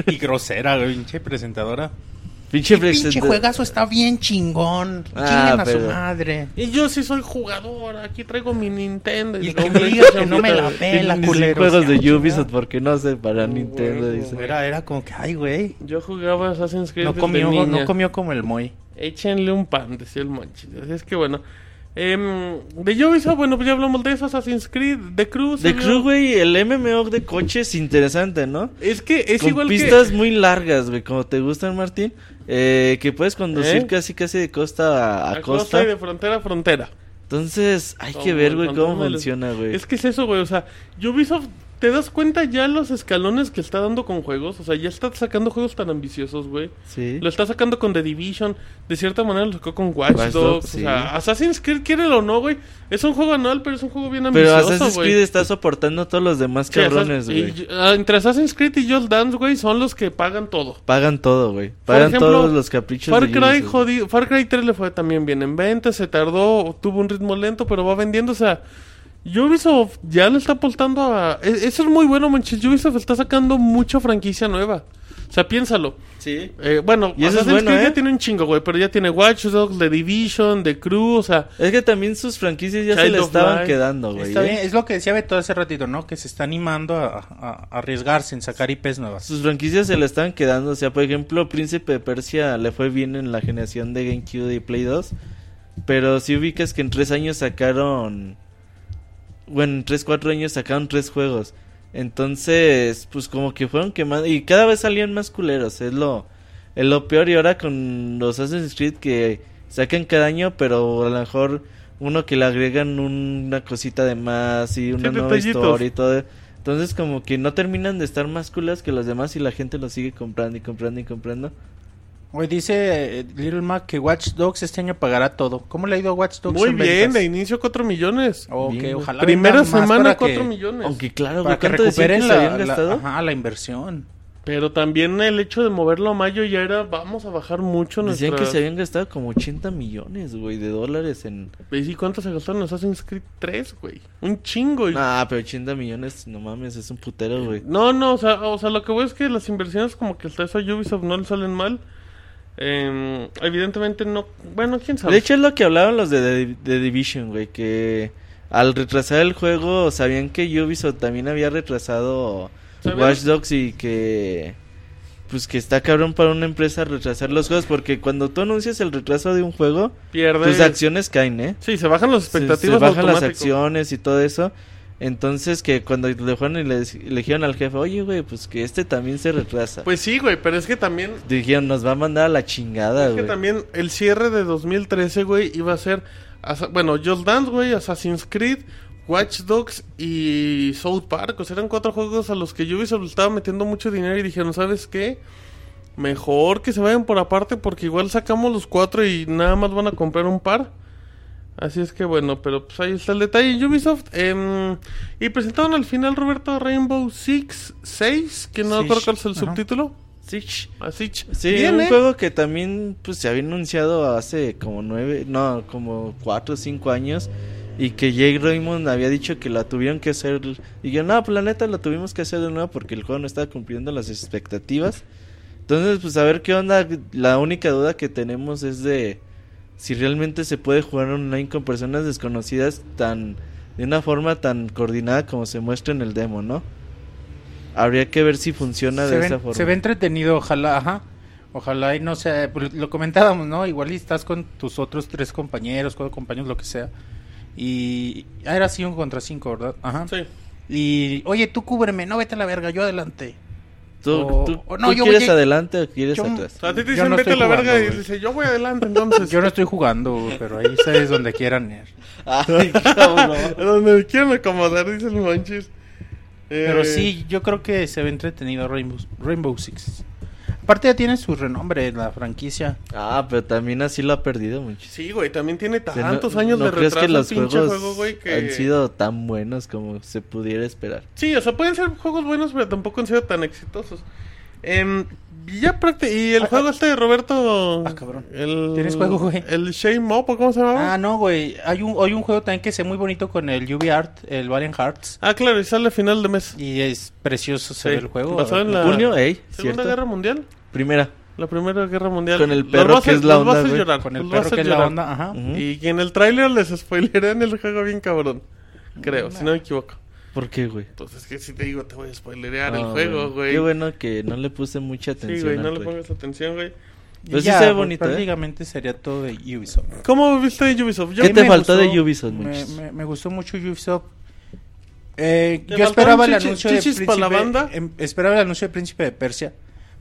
S2: Y grosera, güey, pinche presentadora.
S3: Pinche
S2: Pinche
S3: presentadora.
S2: juegazo está bien chingón.
S3: Ah,
S2: Chingan a su
S3: pero-
S2: madre.
S1: Y yo sí soy jugador, aquí traigo mi Nintendo.
S2: Y el
S1: digo,
S2: que me
S1: hombre,
S2: diga que no me la
S3: Tiene
S2: pela,
S3: 15
S2: culero.
S3: juegos de
S2: chingada.
S3: Ubisoft porque no sé para
S1: Güey,
S3: Nintendo.
S1: güey. Pues
S3: Dice.
S2: Era, era como que, ay, güey.
S1: Yo jugaba Assassin's Creed
S2: No
S1: desde
S2: comió,
S1: niña.
S2: no comió como el Moy.
S1: Échenle un pan, decía el Monchi. Así es que bueno. Em, de Ubisoft, bueno, pues ya hablamos de eso, Assassin's Creed, de Cruz.
S3: The Crew, güey, el MMO de coches interesante, ¿no?
S1: Es que es
S3: Con
S1: igual
S3: pistas muy largas, güey, como te gustan, Martín. Eh, que puedes conducir
S1: ¿Eh?
S3: casi casi de costa
S1: que
S3: a,
S1: a
S3: a
S1: costa
S3: costa.
S1: y de frontera a frontera.
S3: Entonces, hay
S1: Como
S3: que ver,
S1: el
S3: güey,
S1: control
S3: cómo
S1: de los-
S3: funciona, güey.
S1: Es que es eso, güey, o sea, Ubisoft ¿Te das cuenta ya los escalones que está dando con juegos? O sea, ya está sacando juegos tan ambiciosos, güey.
S3: Sí.
S1: Lo está sacando con The Division. De cierta manera lo sacó con Watch, Dogs.
S3: Watch Dogs,
S1: O
S3: sí.
S1: sea, Assassin's Creed, quiérelo o no, güey. Es un juego anual, pero es un juego bien
S3: Pero
S1: ambicioso,
S3: Assassin's
S1: güey.
S3: Creed está soportando a todos los demás
S1: Sí, Assassin-
S3: cabrones,
S1: y-
S3: güey.
S1: ah, entre Assassin's Creed y Just Dance, güey, son los que pagan todo.
S3: Pagan todo, güey. Pagan
S1: ejemplo,
S3: todos los caprichos
S1: Far
S3: de
S1: Cry,
S3: Ubisoft.
S1: jodido- Far Cry 3 le fue también bien en venta, se tardó, tuvo un ritmo lento, pero va vendiendo, o sea, Ubisoft ya le está apostando a... e- Eso es muy bueno, manches, Ubisoft está sacando mucha franquicia nueva. O sea, piénsalo.
S3: Sí.
S1: Eh, bueno,
S3: Y eso es
S1: Assassin's
S3: bueno,
S1: Creed
S3: ¿eh?
S1: ya tiene un chingo, güey, pero ya tiene Watch Dogs, The Division, The Crew, o sea...
S3: Es que también sus franquicias ya se
S1: Child
S3: le
S1: of
S3: estaban
S1: Light.
S3: quedando, güey.
S2: Está
S3: ¿eh?
S2: bien, es lo que decía Beto hace ratito, ¿no? Que se está animando a, a- a arriesgarse en sacar IPs nuevas.
S3: Sus franquicias se le estaban quedando. O sea, por ejemplo, Príncipe de Persia le fue bien en la generación de GameCube y Play 2. Pero si ubicas que en tres años sacaron. Bueno, en tres, cuatro años sacaron tres juegos. Entonces, pues como que fueron quemando. Y cada vez salían más culeros. Es lo, es lo peor. Y ahora con los Assassin's Creed que sacan cada año, pero a lo mejor uno que le agregan una cosita de más y una
S1: Sí,
S3: nueva
S1: detallitos.
S3: historia y todo. Entonces como que no terminan de estar más culas que los demás y la gente los sigue comprando y comprando y comprando.
S2: Hoy dice eh, Little Mac que Watch Dogs este año pagará todo. ¿Cómo le ha ido a Watch Dogs?
S1: Muy
S2: en
S1: bien,
S2: ventas?
S1: de inicio 4 millones.
S2: Ok,
S3: Bien, güey.
S2: ojalá.
S1: Primera
S2: vendan más
S1: semana
S2: para
S1: 4
S2: que-
S1: millones.
S3: Aunque claro, güey,
S2: Para que
S3: ¿cuánto decían que
S2: recuperen
S3: se
S2: la,
S3: habían
S2: la-
S3: gastado?
S2: ajá, la inversión.
S1: Pero también el hecho de moverlo a mayo ya era, vamos a bajar mucho
S3: Decían
S1: nuestra...
S3: que se habían gastado como 80 millones, güey, de dólares en...
S1: ¿Y cuánto se gastaron en Assassin's Creed 3, güey? Un chingo. y-
S3: Nah, pero 80 millones, no mames, es un putero, güey.
S1: No, no, o sea, o sea, lo que voy es que las inversiones como que hasta eso a Ubisoft no le salen mal. Eh, evidentemente no... Bueno, quién sabe.
S3: De hecho es lo que hablaban los de The, The Division, güey, que al retrasar el juego sabían que Ubisoft también había retrasado
S1: ¿Sabían?
S3: Watch Dogs y que pues que está cabrón para una empresa retrasar los juegos porque cuando tú anuncias el retraso de un juego,
S1: pierde...
S3: tus acciones caen, ¿eh?
S1: Sí, se bajan las
S3: Se-
S1: expectativas
S3: se, bajan las
S1: automático.
S3: acciones y todo eso. Entonces que cuando le fueron y le, le dijeron al jefe, oye, güey, pues que este también se retrasa.
S1: Pues sí, güey, pero es que también...
S3: Dijeron, nos va a mandar a la chingada,
S1: Es que
S3: güey.
S1: también el cierre de 2013, güey, iba a ser... asa- Bueno, Just Dance, güey, Assassin's Creed, Watch Dogs y South Park. O sea, eran cuatro juegos a los que Ubisoft le estaba metiendo mucho dinero y dijeron, ¿sabes qué? Mejor que se vayan por aparte porque igual sacamos los cuatro y nada más van a comprar un par. Así es que bueno, pero pues ahí está el detalle. Ubisoft. em, y presentaron al final, Roberto, Rainbow Six 6, que no
S2: Six,
S1: recuerdo cuál es el
S2: ajá.
S1: subtítulo. Ah,
S3: Sí.
S1: Así,
S3: Sí, un
S1: ¿eh?
S3: juego que también pues se había anunciado hace como nueve, no, como cuatro o cinco años y que Jake Raymond había dicho que la tuvieron que hacer y yo no, pues la neta la tuvimos que hacer de nuevo porque el juego no estaba cumpliendo las expectativas. Entonces, pues a ver qué onda, la única duda que tenemos es de si realmente se puede jugar online con personas desconocidas tan de una forma tan coordinada como se muestra en el demo, ¿no? Habría que ver si funciona
S2: se,
S3: de
S2: ve,
S3: esa forma.
S2: se ve entretenido, ojalá, ajá. Ojalá y no sea, pues, lo comentábamos, ¿no? Igual y estás con tus otros tres compañeros, cuatro compañeros, lo que sea. Y ah, era así un contra cinco, ¿verdad? Ajá.
S1: Sí.
S2: Y, oye, tú cúbreme, no vete a la verga, yo adelante.
S3: ¿Tú,
S2: O-
S3: tú-
S2: o no,
S3: tú
S2: yo
S3: quieres
S2: llegué-
S3: adelante o quieres
S2: yo-
S1: O
S3: atrás?
S1: sea, a ti te
S2: Yo
S1: dicen
S2: no
S1: vete a
S2: estoy
S1: la verga
S2: jugando,
S1: y
S2: güey.
S1: dice yo voy adelante entonces.
S2: Yo no estoy jugando, güey, pero ahí ustedes donde quieran ir.
S1: Ah,
S3: Ay, cabrón.
S1: Donde me quieran acomodar, dice el manches. Eh,
S2: Pero sí, yo creo que se ve entretenido Rainbow, Rainbow Six. Aparte ya tiene su renombre la franquicia.
S3: Ah, pero también así lo ha perdido muchísimo.
S1: Sí, güey, también tiene
S3: O sea, no-
S1: tantos años
S3: ¿no
S1: de
S3: crees
S1: retraso
S3: que
S1: el
S3: los
S1: pinche
S3: juegos
S1: juego, güey, que...
S3: han sido tan buenos como se pudiera esperar?
S1: Sí, o sea, pueden ser juegos buenos, pero tampoco han sido tan exitosos. Em, ya prácti- Y el
S2: Ah,
S1: juego este de Roberto...
S2: ah, cabrón.
S1: El,
S2: ¿Tienes juego, güey?
S1: El Shame Up, ¿o ¿cómo se llamaba?
S2: Ah,
S1: Ah,
S2: no, güey. Hay un, hay un juego también que se ve muy bonito con el UV Art, el Valiant Hearts.
S1: Ah, claro, y sale a final de mes.
S2: Y es precioso se
S1: Sí,
S2: ve el juego.
S1: basado en la-
S3: Junio, ey,
S1: Segunda
S3: ¿cierto?
S1: Guerra Mundial.
S3: Primera.
S1: La Primera Guerra Mundial.
S3: Con el
S1: Los
S3: perro
S1: vas
S3: que
S1: a-
S3: es la
S1: los vas
S3: onda,
S1: a
S3: güey.
S1: llorar,
S2: Con
S1: los
S2: el
S1: vas
S2: perro
S1: a
S2: que es la
S1: llorar.
S2: onda, ajá.
S3: Ujú.
S1: Ah, Y que en el tráiler les spoilerean el juego bien cabrón. Creo, si no me equivoco.
S3: ¿Por qué, güey?
S1: Entonces, que si te digo, te voy a spoilerear
S3: Ah,
S1: el juego,
S3: bueno.
S1: güey.
S3: Qué bueno que no le puse mucha atención.
S1: sí, güey,
S3: al
S1: no le
S3: juego.
S1: pongas atención, güey.
S2: Y
S3: Pero sí se ve
S2: pues,
S3: bonito, ¿eh?
S2: Prácticamente sería todo de Ubisoft.
S1: ¿Cómo viste de Ubisoft? Yo
S3: ¿Qué
S2: A mí
S3: te
S2: me
S3: faltó de
S2: gustó-
S3: Ubisoft,
S2: Me,
S3: muchachos?
S2: me- me gustó mucho Ubisoft. Eh,
S1: Te
S2: yo
S1: faltaron
S2: esperaba el
S1: chichis-
S2: anuncio de
S1: chichis
S2: Príncipe,
S1: pa' la banda.
S2: em, esperaba el anuncio de Príncipe de Persia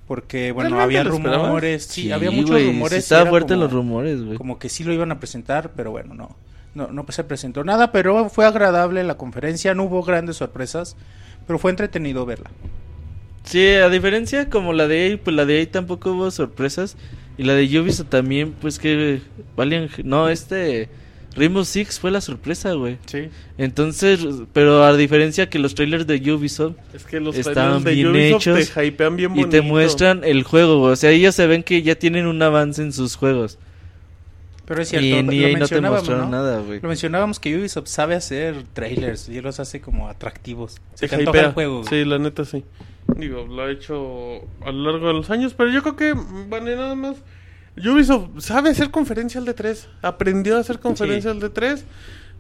S2: porque bueno,
S1: ¿Realmente
S2: había
S1: lo esperabas?
S2: rumores, sí, había muchos
S3: güey, sí
S2: rumores, y
S3: Estaba
S2: era
S3: fuerte
S2: como-
S3: los rumores, güey.
S2: como que sí lo iban a presentar, pero bueno, no, no, no se presentó nada, pero fue agradable la conferencia, no hubo grandes sorpresas, Pero fue entretenido verla.
S3: Sí, a diferencia como la de EA, pues la de EA tampoco hubo sorpresas. Y la de Ubisoft también, pues que... Valiant... No, este... Rainbow Six fue la sorpresa, güey.
S1: Sí.
S3: Entonces, pero a diferencia que los trailers de Ubisoft
S1: Es que los
S3: Están
S1: trailers de
S3: bien
S1: Ubisoft
S3: hechos
S1: te hypean bien
S3: y
S1: bonito.
S3: te muestran el juego, güey. O sea, ellos se ven que ya tienen un avance en sus juegos.
S2: Pero es cierto,
S3: Y en
S2: lo
S3: EA no te
S2: mencionábamos,
S3: mostraron
S2: ¿no?
S3: nada, güey.
S2: Lo mencionábamos que Ubisoft sabe hacer trailers y los hace como atractivos. Se
S1: Te
S2: te antoja
S1: hypea.
S2: el juego. güey.
S1: Sí, la neta sí. Digo, lo ha hecho a lo largo de los años, pero yo creo que, mm, bueno, y nada más. Ubisoft sabe hacer conferencias de tres. Aprendió a hacer conferencias de tres.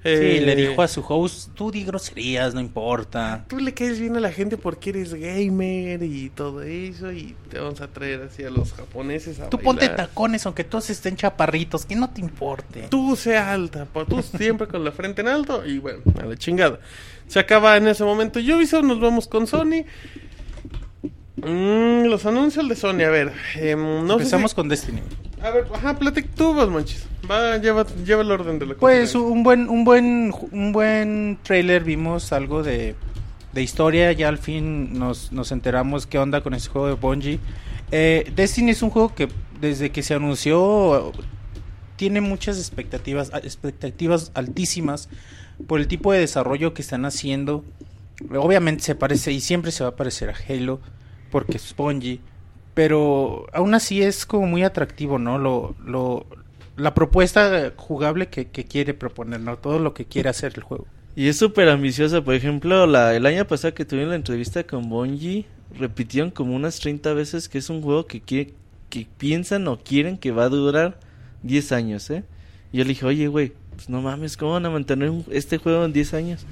S2: Sí,
S1: Eh,
S2: le dijo a su host, tú di groserías, no importa.
S1: Tú le caes bien a la gente porque eres gamer y todo eso. Y te vamos a traer así a los japoneses a
S2: Tú ponte
S1: bailar.
S2: tacones aunque todos estén chaparritos, que no te importe.
S1: Tú sea alta, pues tú siempre con la frente en alto y bueno, a la chingada. Se acaba en ese momento Ubisoft, nos vamos con Sony. Mm, los anuncios de Sony, a ver, em, no sé
S2: Empezamos
S1: si-
S2: con Destiny.
S1: A ver, ajá, platic tú, vas, manches. Va, lleva, lleva el orden de la
S2: Pues
S1: conferencia.
S2: un buen, un buen, ju- un buen trailer, vimos algo de, de historia, ya al fin nos, nos enteramos qué onda con ese juego de Bungie. Eh, Destiny es un juego que desde que se anunció tiene muchas expectativas, a- expectativas altísimas por el tipo de desarrollo que están haciendo. Obviamente se parece y siempre se va a parecer a Halo porque es Bungie, pero aún así es como muy atractivo, ¿no? Lo, lo, la propuesta jugable que, que quiere proponer, ¿no? Todo lo que quiere hacer el juego.
S3: Y es súper ambiciosa. Por ejemplo, la, el año pasado que tuvieron la entrevista con Bungie, repitieron como unas 30 veces que es un juego que, quiere- que piensan o quieren que va a durar 10 años, ¿eh? Y yo le dije, oye, güey, pues no mames, ¿cómo van a mantener un- este juego en 10 años?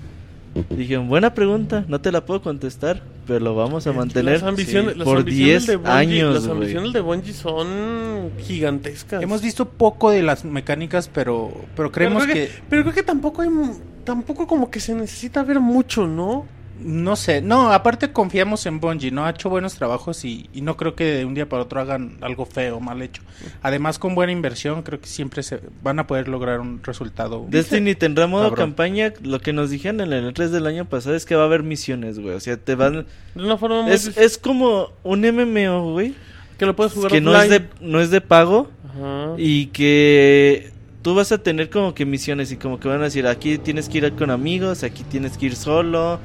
S3: Dijeron, buena pregunta, no te la puedo contestar, pero lo vamos a mantener
S1: Las ambiciones-
S3: sí,
S1: las
S3: por
S1: ambiciones
S3: 10
S1: de Bungie-
S3: años,
S1: Las
S3: güey.
S1: ambiciones de Bungie son gigantescas.
S2: Hemos visto poco de las mecánicas, pero, pero creemos
S1: pero
S2: que,
S1: creo Pero creo que tampoco hay... mu- Tampoco como que se necesita ver mucho, ¿no?
S2: No sé, no, aparte confiamos en Bungie, ¿no? Ha hecho buenos trabajos y, y no creo que de un día para otro hagan algo feo, mal hecho. Además, con buena inversión, creo que siempre se van a poder lograr un resultado.
S3: Destiny tendrá este modo
S2: Cabrón.
S3: campaña. Lo que nos dijeron en el 3 del año pasado es que va a haber misiones, güey. O sea, te van.
S1: De una forma muy...
S3: Es, es como un MMO, güey.
S1: Que lo puedes jugar
S3: Que no es,
S1: offline.
S3: de, no es de pago.
S1: Ajá.
S3: Y que tú vas a tener como que misiones. Y como que van a decir: aquí tienes que ir con amigos, aquí tienes que ir solo.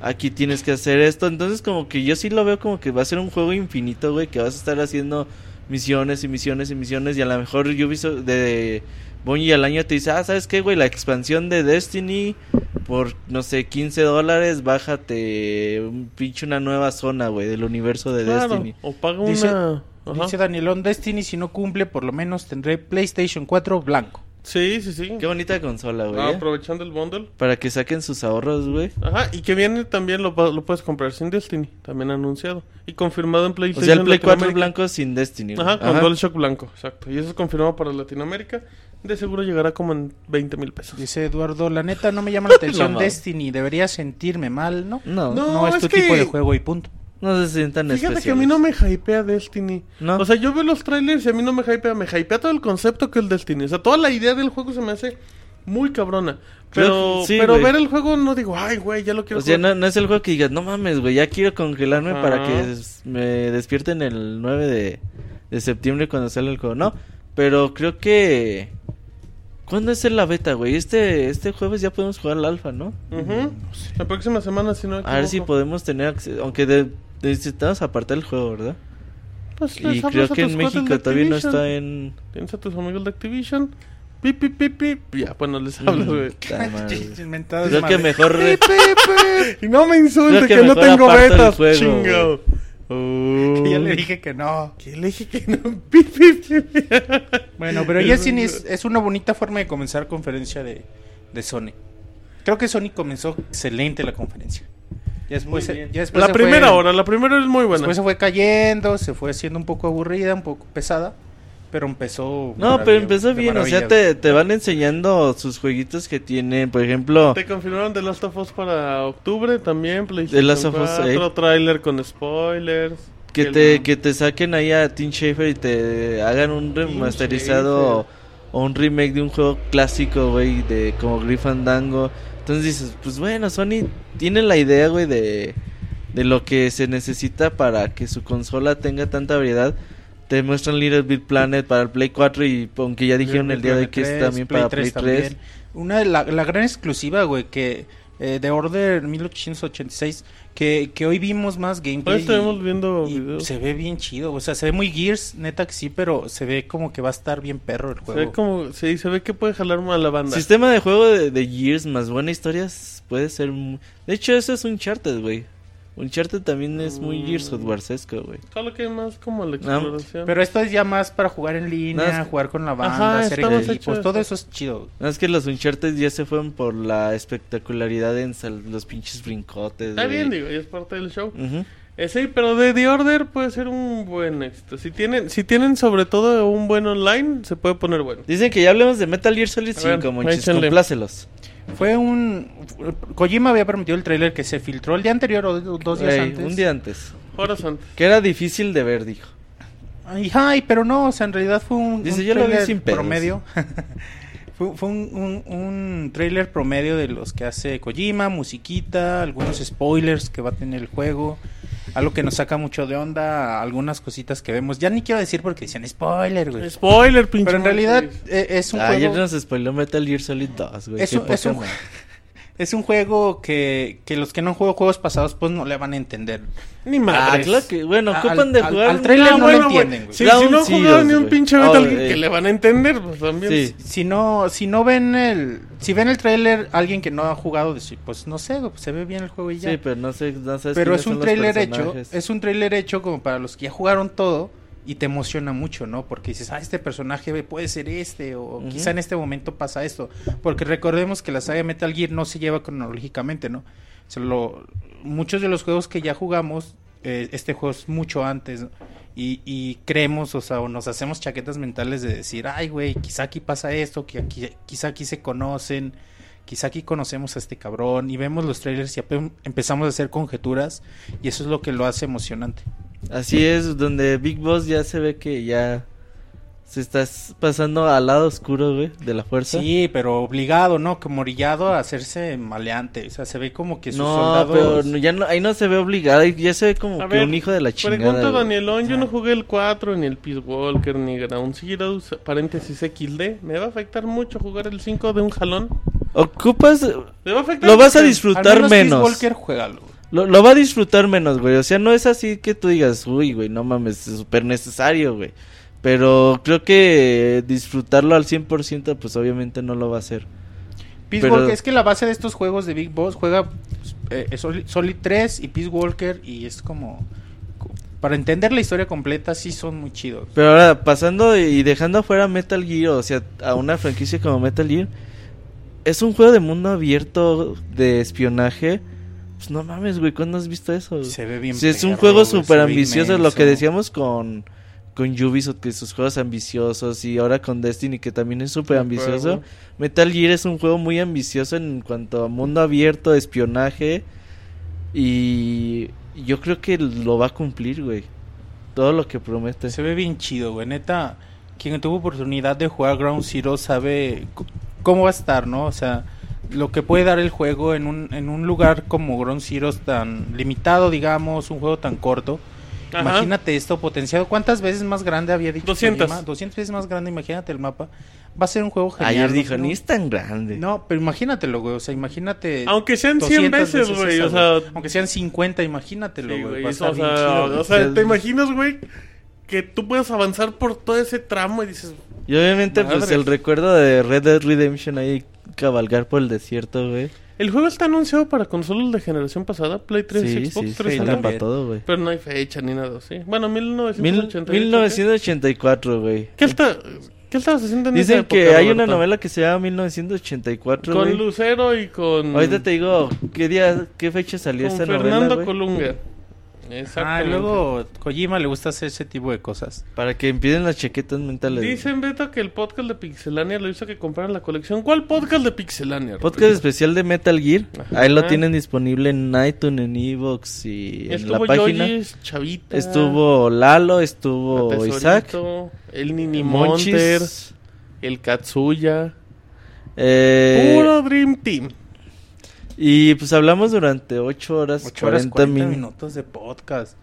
S3: Aquí tienes que hacer esto. Entonces, como que yo sí lo veo como que va a ser un juego infinito, güey. Que vas a estar haciendo misiones y misiones y misiones. Y a lo mejor Ubisoft de Bungie al año te dice: Ah, ¿sabes qué, güey? La expansión de Destiny por no sé, 15 dólares, bájate un pinche una nueva zona, güey, del universo de
S1: Claro,
S3: Destiny.
S1: O paga una.
S2: Dice-
S1: Ajá.
S2: Dice Danielón, Destiny si no cumple, por lo menos tendré PlayStation 4 blanco.
S1: Sí, sí, sí.
S3: Qué bonita consola, güey.
S1: Ah,
S3: ¿eh?
S1: aprovechando el bundle.
S3: Para que saquen sus ahorros, güey.
S1: Ajá, y que viene también lo, pa- lo puedes comprar sin Destiny, también anunciado. Y confirmado en
S3: O
S1: PlayStation.
S3: sea, el Play 4
S1: Latinoamérica.
S3: blanco sin Destiny. güey.
S1: Ajá, con DualShock blanco, exacto. Y eso es confirmado para Latinoamérica. De seguro llegará como en 20 mil pesos.
S2: Dice Eduardo, la neta no me llama la atención
S3: No, no.
S2: Destiny, debería sentirme mal, ¿no?
S3: No, no,
S1: No,
S2: es,
S1: es
S2: tu
S1: que-
S2: tipo de juego y punto.
S3: se sientan
S1: Fíjate
S3: especiales.
S1: que a mí no me hypea Destiny.
S3: No.
S1: O sea, yo veo los trailers y a mí no me hypea. Me hypea todo el concepto que es Destiny. O sea, toda la idea del juego se me hace muy cabrona.
S3: Creo
S1: Pero,
S3: que sí,
S1: pero
S3: güey.
S1: ver el juego no digo, ay, güey, ya lo quiero
S3: O sea,
S1: jugar".
S3: no, no es el juego que digas, no mames, güey, ya quiero congelarme
S1: Ajá.
S3: para que s- me despierten el 9 de, de septiembre cuando sale el juego. No, pero creo que... ¿Cuándo es la beta, güey? Este, este jueves ya podemos jugar al alfa, ¿no?
S1: Ujú. La próxima semana, si no me
S3: A ver si
S1: equivoco.
S3: podemos tener acceso, aunque de- necesitamos apartar el juego, ¿verdad?
S1: Pues, les
S3: Y
S1: hablas
S3: creo
S1: a
S3: que
S1: tus
S3: en
S1: cuates
S3: México
S1: de
S3: todavía no
S1: Activision.
S3: está eh. en...
S1: Tienes a tus amigos de Activision. Pip, pip, pip, pip. Ya, bueno, les hablas, güey.
S3: Puta Mm, madre.
S2: Inventadas
S3: Creo que
S2: madres.
S3: mejor... re-
S1: Y no me
S3: Creo
S1: insultes,
S3: que
S1: que, no
S3: mejor
S1: tengo
S3: aparta el
S1: betas,
S3: juego, Uh.
S1: chingado.
S2: Que ya
S1: Oh.
S2: le dije que no.
S1: Que le dije que no. Pip, pip, pip.
S2: Bueno, pero
S1: Es
S2: ya sí
S1: un-
S2: es, es una bonita forma de comenzar conferencia de, de Sony. Creo que Sony comenzó excelente la conferencia. Ya después,
S3: Muy bien.
S2: ya después
S1: La
S2: se
S1: primera
S2: fue,
S1: hora, la primera es muy buena.
S2: Después se fue cayendo, se fue haciendo un poco aburrida, un poco pesada, pero empezó...
S3: No, pero
S2: maravilla-
S3: empezó
S2: de
S3: bien, o sea,
S2: maravilla.
S3: te, te van enseñando sus jueguitos que tienen, por ejemplo...
S1: Te confirmaron The Last of Us para octubre también. PlayStation
S3: Last of Us
S1: 4,
S3: eight.
S1: trailer con spoilers.
S3: Que
S1: el-
S3: te, que te saquen ahí a Tim Schafer y te hagan un remasterizado o un remake de un juego clásico, güey, de como Griffin Dango. Entonces dices, pues bueno, Sony tiene la idea, güey, de, de lo que se necesita para que su consola tenga tanta variedad. Te muestran Little Big Planet para el Play 4 y aunque ya dijeron el día de hoy que es también para Play 3.
S2: Una de la, la gran exclusiva, güey, que eh, de Order 1886, que, que hoy vimos más
S1: Ahora
S2: gameplay.
S1: estuvimos
S2: y-
S1: viendo
S2: y
S1: videos.
S2: se ve bien chido, o sea, se ve muy Gears, neta que sí, pero se ve como que va a estar bien perro el
S1: Se
S2: juego.
S1: ve como, sí, se ve que puede jalar más la banda.
S3: Sistema de juego de, de Gears más buena historia s- puede ser. mu- De hecho, eso es un charted, güey. Un charted también es muy
S1: Mm.
S3: Gears Hotwarsesco, güey.
S1: Solo que es más como la
S3: No,
S1: exploración.
S2: Pero esto es ya más para jugar en línea,
S3: Nada, es-
S2: jugar con la banda,
S1: Ajá,
S2: hacer
S1: está más hecho
S2: equipos,
S1: eso.
S2: todo eso es chido.
S3: No es que los Uncharted ya se fueron por la espectacularidad en sal- los pinches brincotes.
S1: Está
S3: güey.
S1: bien, digo, y es parte del show.
S3: Ujú.
S1: Eh, sí, pero de The Order puede ser un buen éxito. Si tienen, si tienen sobre todo un buen online, se puede poner bueno.
S3: Dicen que ya hablemos de Metal Gear Solid
S1: A ver,
S3: 5, monchis.
S1: échenle.
S3: Complácelos.
S2: Fue un... Kojima había permitido el tráiler que se filtró el día anterior o dos días
S3: Ey,
S2: antes.
S3: Un día antes.
S1: Horas antes.
S3: Que era difícil de ver, dijo.
S2: Ay, ay, pero no, o sea, en realidad fue un,
S3: Dice,
S2: un
S3: yo lo vi
S2: tráiler
S3: sin pedos.
S2: promedio. fue fue un, un, un trailer promedio de los que hace Kojima, musiquita, algunos spoilers que va a tener el juego, algo que nos saca mucho de onda, algunas cositas que vemos. Ya ni quiero decir porque dicen spoiler, güey.
S1: Spoiler, pinche.
S2: Pues, Pero en realidad
S1: Monchis.
S2: eh, es un
S3: Ayer
S2: juego...
S3: nos spoiló Metal Gear Solid 2, güey.
S2: Es
S3: qué
S2: un- es
S3: poca
S2: un-
S3: madre.
S2: Es un juego que, que los que no han jugado juegos pasados pues no le van a entender.
S1: Ni
S3: Ah,
S1: madres.
S3: claro que, bueno,
S2: Al-
S3: ocupan de
S2: al-
S3: jugar.
S2: al
S3: un-
S2: trailer
S1: Ah,
S2: no lo
S1: bueno,
S2: entienden,
S1: güey.
S2: güey.
S1: Sí,
S3: Ground
S1: si no han jugado
S3: Zeroes,
S1: ni un
S3: güey.
S1: pinche Metal
S3: Oh,
S1: Gear,
S3: eh.
S1: que le van a entender, pues también.
S3: Sí.
S2: Si no, si no ven el, si ven el tráiler, alguien que no ha jugado, dice, pues no sé, güey, pues, se ve bien el juego y ya.
S3: Sí, pero no sé, no sabes
S2: pero
S3: quiénes
S2: es
S3: son
S2: un
S3: los
S2: tráiler hecho,
S3: personajes.
S2: es un tráiler hecho como para los que ya jugaron todo y te emociona mucho, ¿no? Porque dices, ah, este personaje güey, puede ser este, o
S3: Ujú.
S2: quizá en este momento pasa esto. Porque recordemos que la saga de Metal Gear no se lleva cronológicamente, ¿no? O sea, lo- muchos de los juegos que ya jugamos, eh, este juego es mucho antes, ¿no? Y, y creemos, o sea, o nos hacemos chaquetas mentales de decir, ay, güey, quizá aquí pasa esto, que aquí, quizá aquí se conocen, quizá aquí conocemos a este cabrón, y vemos los trailers y ape- empezamos a hacer conjeturas, y eso es lo que lo hace emocionante.
S3: Así es, donde Big Boss ya se ve que ya se está s- pasando al lado oscuro, güey, de la fuerza.
S2: Sí, pero obligado, ¿no? Como orillado a hacerse maleante, o sea, se ve como que sus
S3: no,
S2: soldados...
S3: pero no- ya no, ahí no se ve obligado, ahí ya se ve como
S1: A
S3: que
S1: ver,
S3: un hijo de la chingada.
S1: Pregunta
S3: güey.
S1: Danielón, yo no jugué el 4, ni el Peace Walker, ni Ground Zero, paréntesis XD. ¿Me va a afectar mucho jugar el 5 de un jalón?
S3: Ocupas, lo
S1: ¿Me va a afectar?
S3: Lo vas a
S1: mucho?
S3: disfrutar.
S2: Al menos Peace
S3: menos.
S2: Walker, juégalo.
S3: lo va a disfrutar menos, güey. O sea, no es así que tú digas, uy, güey, no mames, es súper necesario, güey. Pero creo que disfrutarlo al 100%, pues obviamente no lo va a hacer.
S2: Peace
S3: Pero-
S2: Walker, es que la base de estos juegos de Big Boss juega eh, eh, Solid, Solid 3 y Peace Walker y es como co- para entender la historia completa sí son muy chidos.
S3: Pero ahora, pasando y dejando afuera Metal Gear, o sea, a una franquicia como Metal Gear, es un juego de mundo abierto de espionaje. Pues no mames, güey, ¿cuándo has visto eso? güey?
S2: Se ve bien.
S3: Sí, es un
S2: perro,
S3: juego
S2: güey, se
S3: súper
S2: ve
S3: ambicioso, lo
S2: inmenso.
S3: que decíamos con, con Ubisoft, que sus juegos ambiciosos, y ahora con Destiny, que también es súper
S1: De
S3: ambicioso.
S1: acuerdo.
S3: Metal Gear es un juego muy ambicioso en cuanto a mundo abierto, espionaje, y yo creo que lo va a cumplir, güey. Todo lo que promete.
S2: Se ve bien chido, güey. Neta, quien tuvo oportunidad de jugar Ground Zero sabe c- cómo va a estar, ¿no? O sea, lo que puede dar el juego en un, en un lugar como Ground Zero tan limitado, digamos, un juego tan corto.
S1: Ajá.
S2: Imagínate esto potenciado. ¿Cuántas veces más grande había dicho?
S1: 200.
S2: Kojima? 200 veces más grande, imagínate el mapa. Va a ser un juego genial.
S3: Ayer
S2: ¿no?
S3: dijo,
S2: No,
S3: ni este". es tan grande.
S2: No, pero imagínatelo, güey. O sea, imagínate.
S1: Aunque sean 100
S2: 200
S1: veces, güey.
S2: esa,
S1: O sea,
S2: Aunque sean 50,
S1: sí,
S2: imagínatelo, güey.
S1: güey,
S2: Va a
S1: eso,
S2: estar
S1: o
S2: bien
S1: sea,
S2: chido, güey.
S1: o sea, ¿te imaginas, güey? Que tú puedas avanzar por todo ese tramo y dices,
S3: Y obviamente, pues
S1: Madres.
S3: el recuerdo de Red Dead Redemption ahí cabalgar por el desierto, güey.
S1: el juego está anunciado para consolas de generación pasada, Play 3,
S3: Sí,
S1: Xbox
S3: sí, sí,
S1: 360.
S3: andan para
S2: también.
S3: todo, güey.
S1: Pero no hay fecha ni nada, sí. Bueno,
S3: Mil-
S1: 1988.
S3: 1984, güey.
S1: ¿Qué, está, ¿Qué estabas haciendo en esa
S3: Dicen
S1: época,
S3: que hay una
S1: Roberto?
S3: novela que se llama 1984,
S1: Con
S3: güey.
S1: Lucero y con.
S3: Ahorita te digo qué día, qué fecha salió
S1: con
S3: esa novela,
S1: Fernando
S3: güey.
S1: Colunga.
S2: Ah,
S1: Exactamente.
S2: y luego Kojima le gusta hacer ese tipo de cosas.
S3: Para que impiden las chaquetas mentales. güey.
S1: Dicen, Beto, que el podcast de Pixelania lo hizo que compraran la colección. ¿Cuál podcast de Pixelania?
S3: Podcast especial de Metal Gear. Ahí lo
S1: Ajá.
S3: tienen disponible en iTunes, en Evox y en la
S1: Estuvo
S3: página.
S1: Yoyis, Chavita.
S3: Estuvo Lalo,
S1: la
S3: estuvo Isaac.
S1: Tesorito, El Nini Monter.
S3: Monchis.
S1: el Katsuya.
S3: Eh,
S1: Puro Dream Team.
S2: Pues
S3: Y pues hablamos durante 8 horas,
S2: 8 horas 40
S3: 40 min-
S2: minutos de podcast.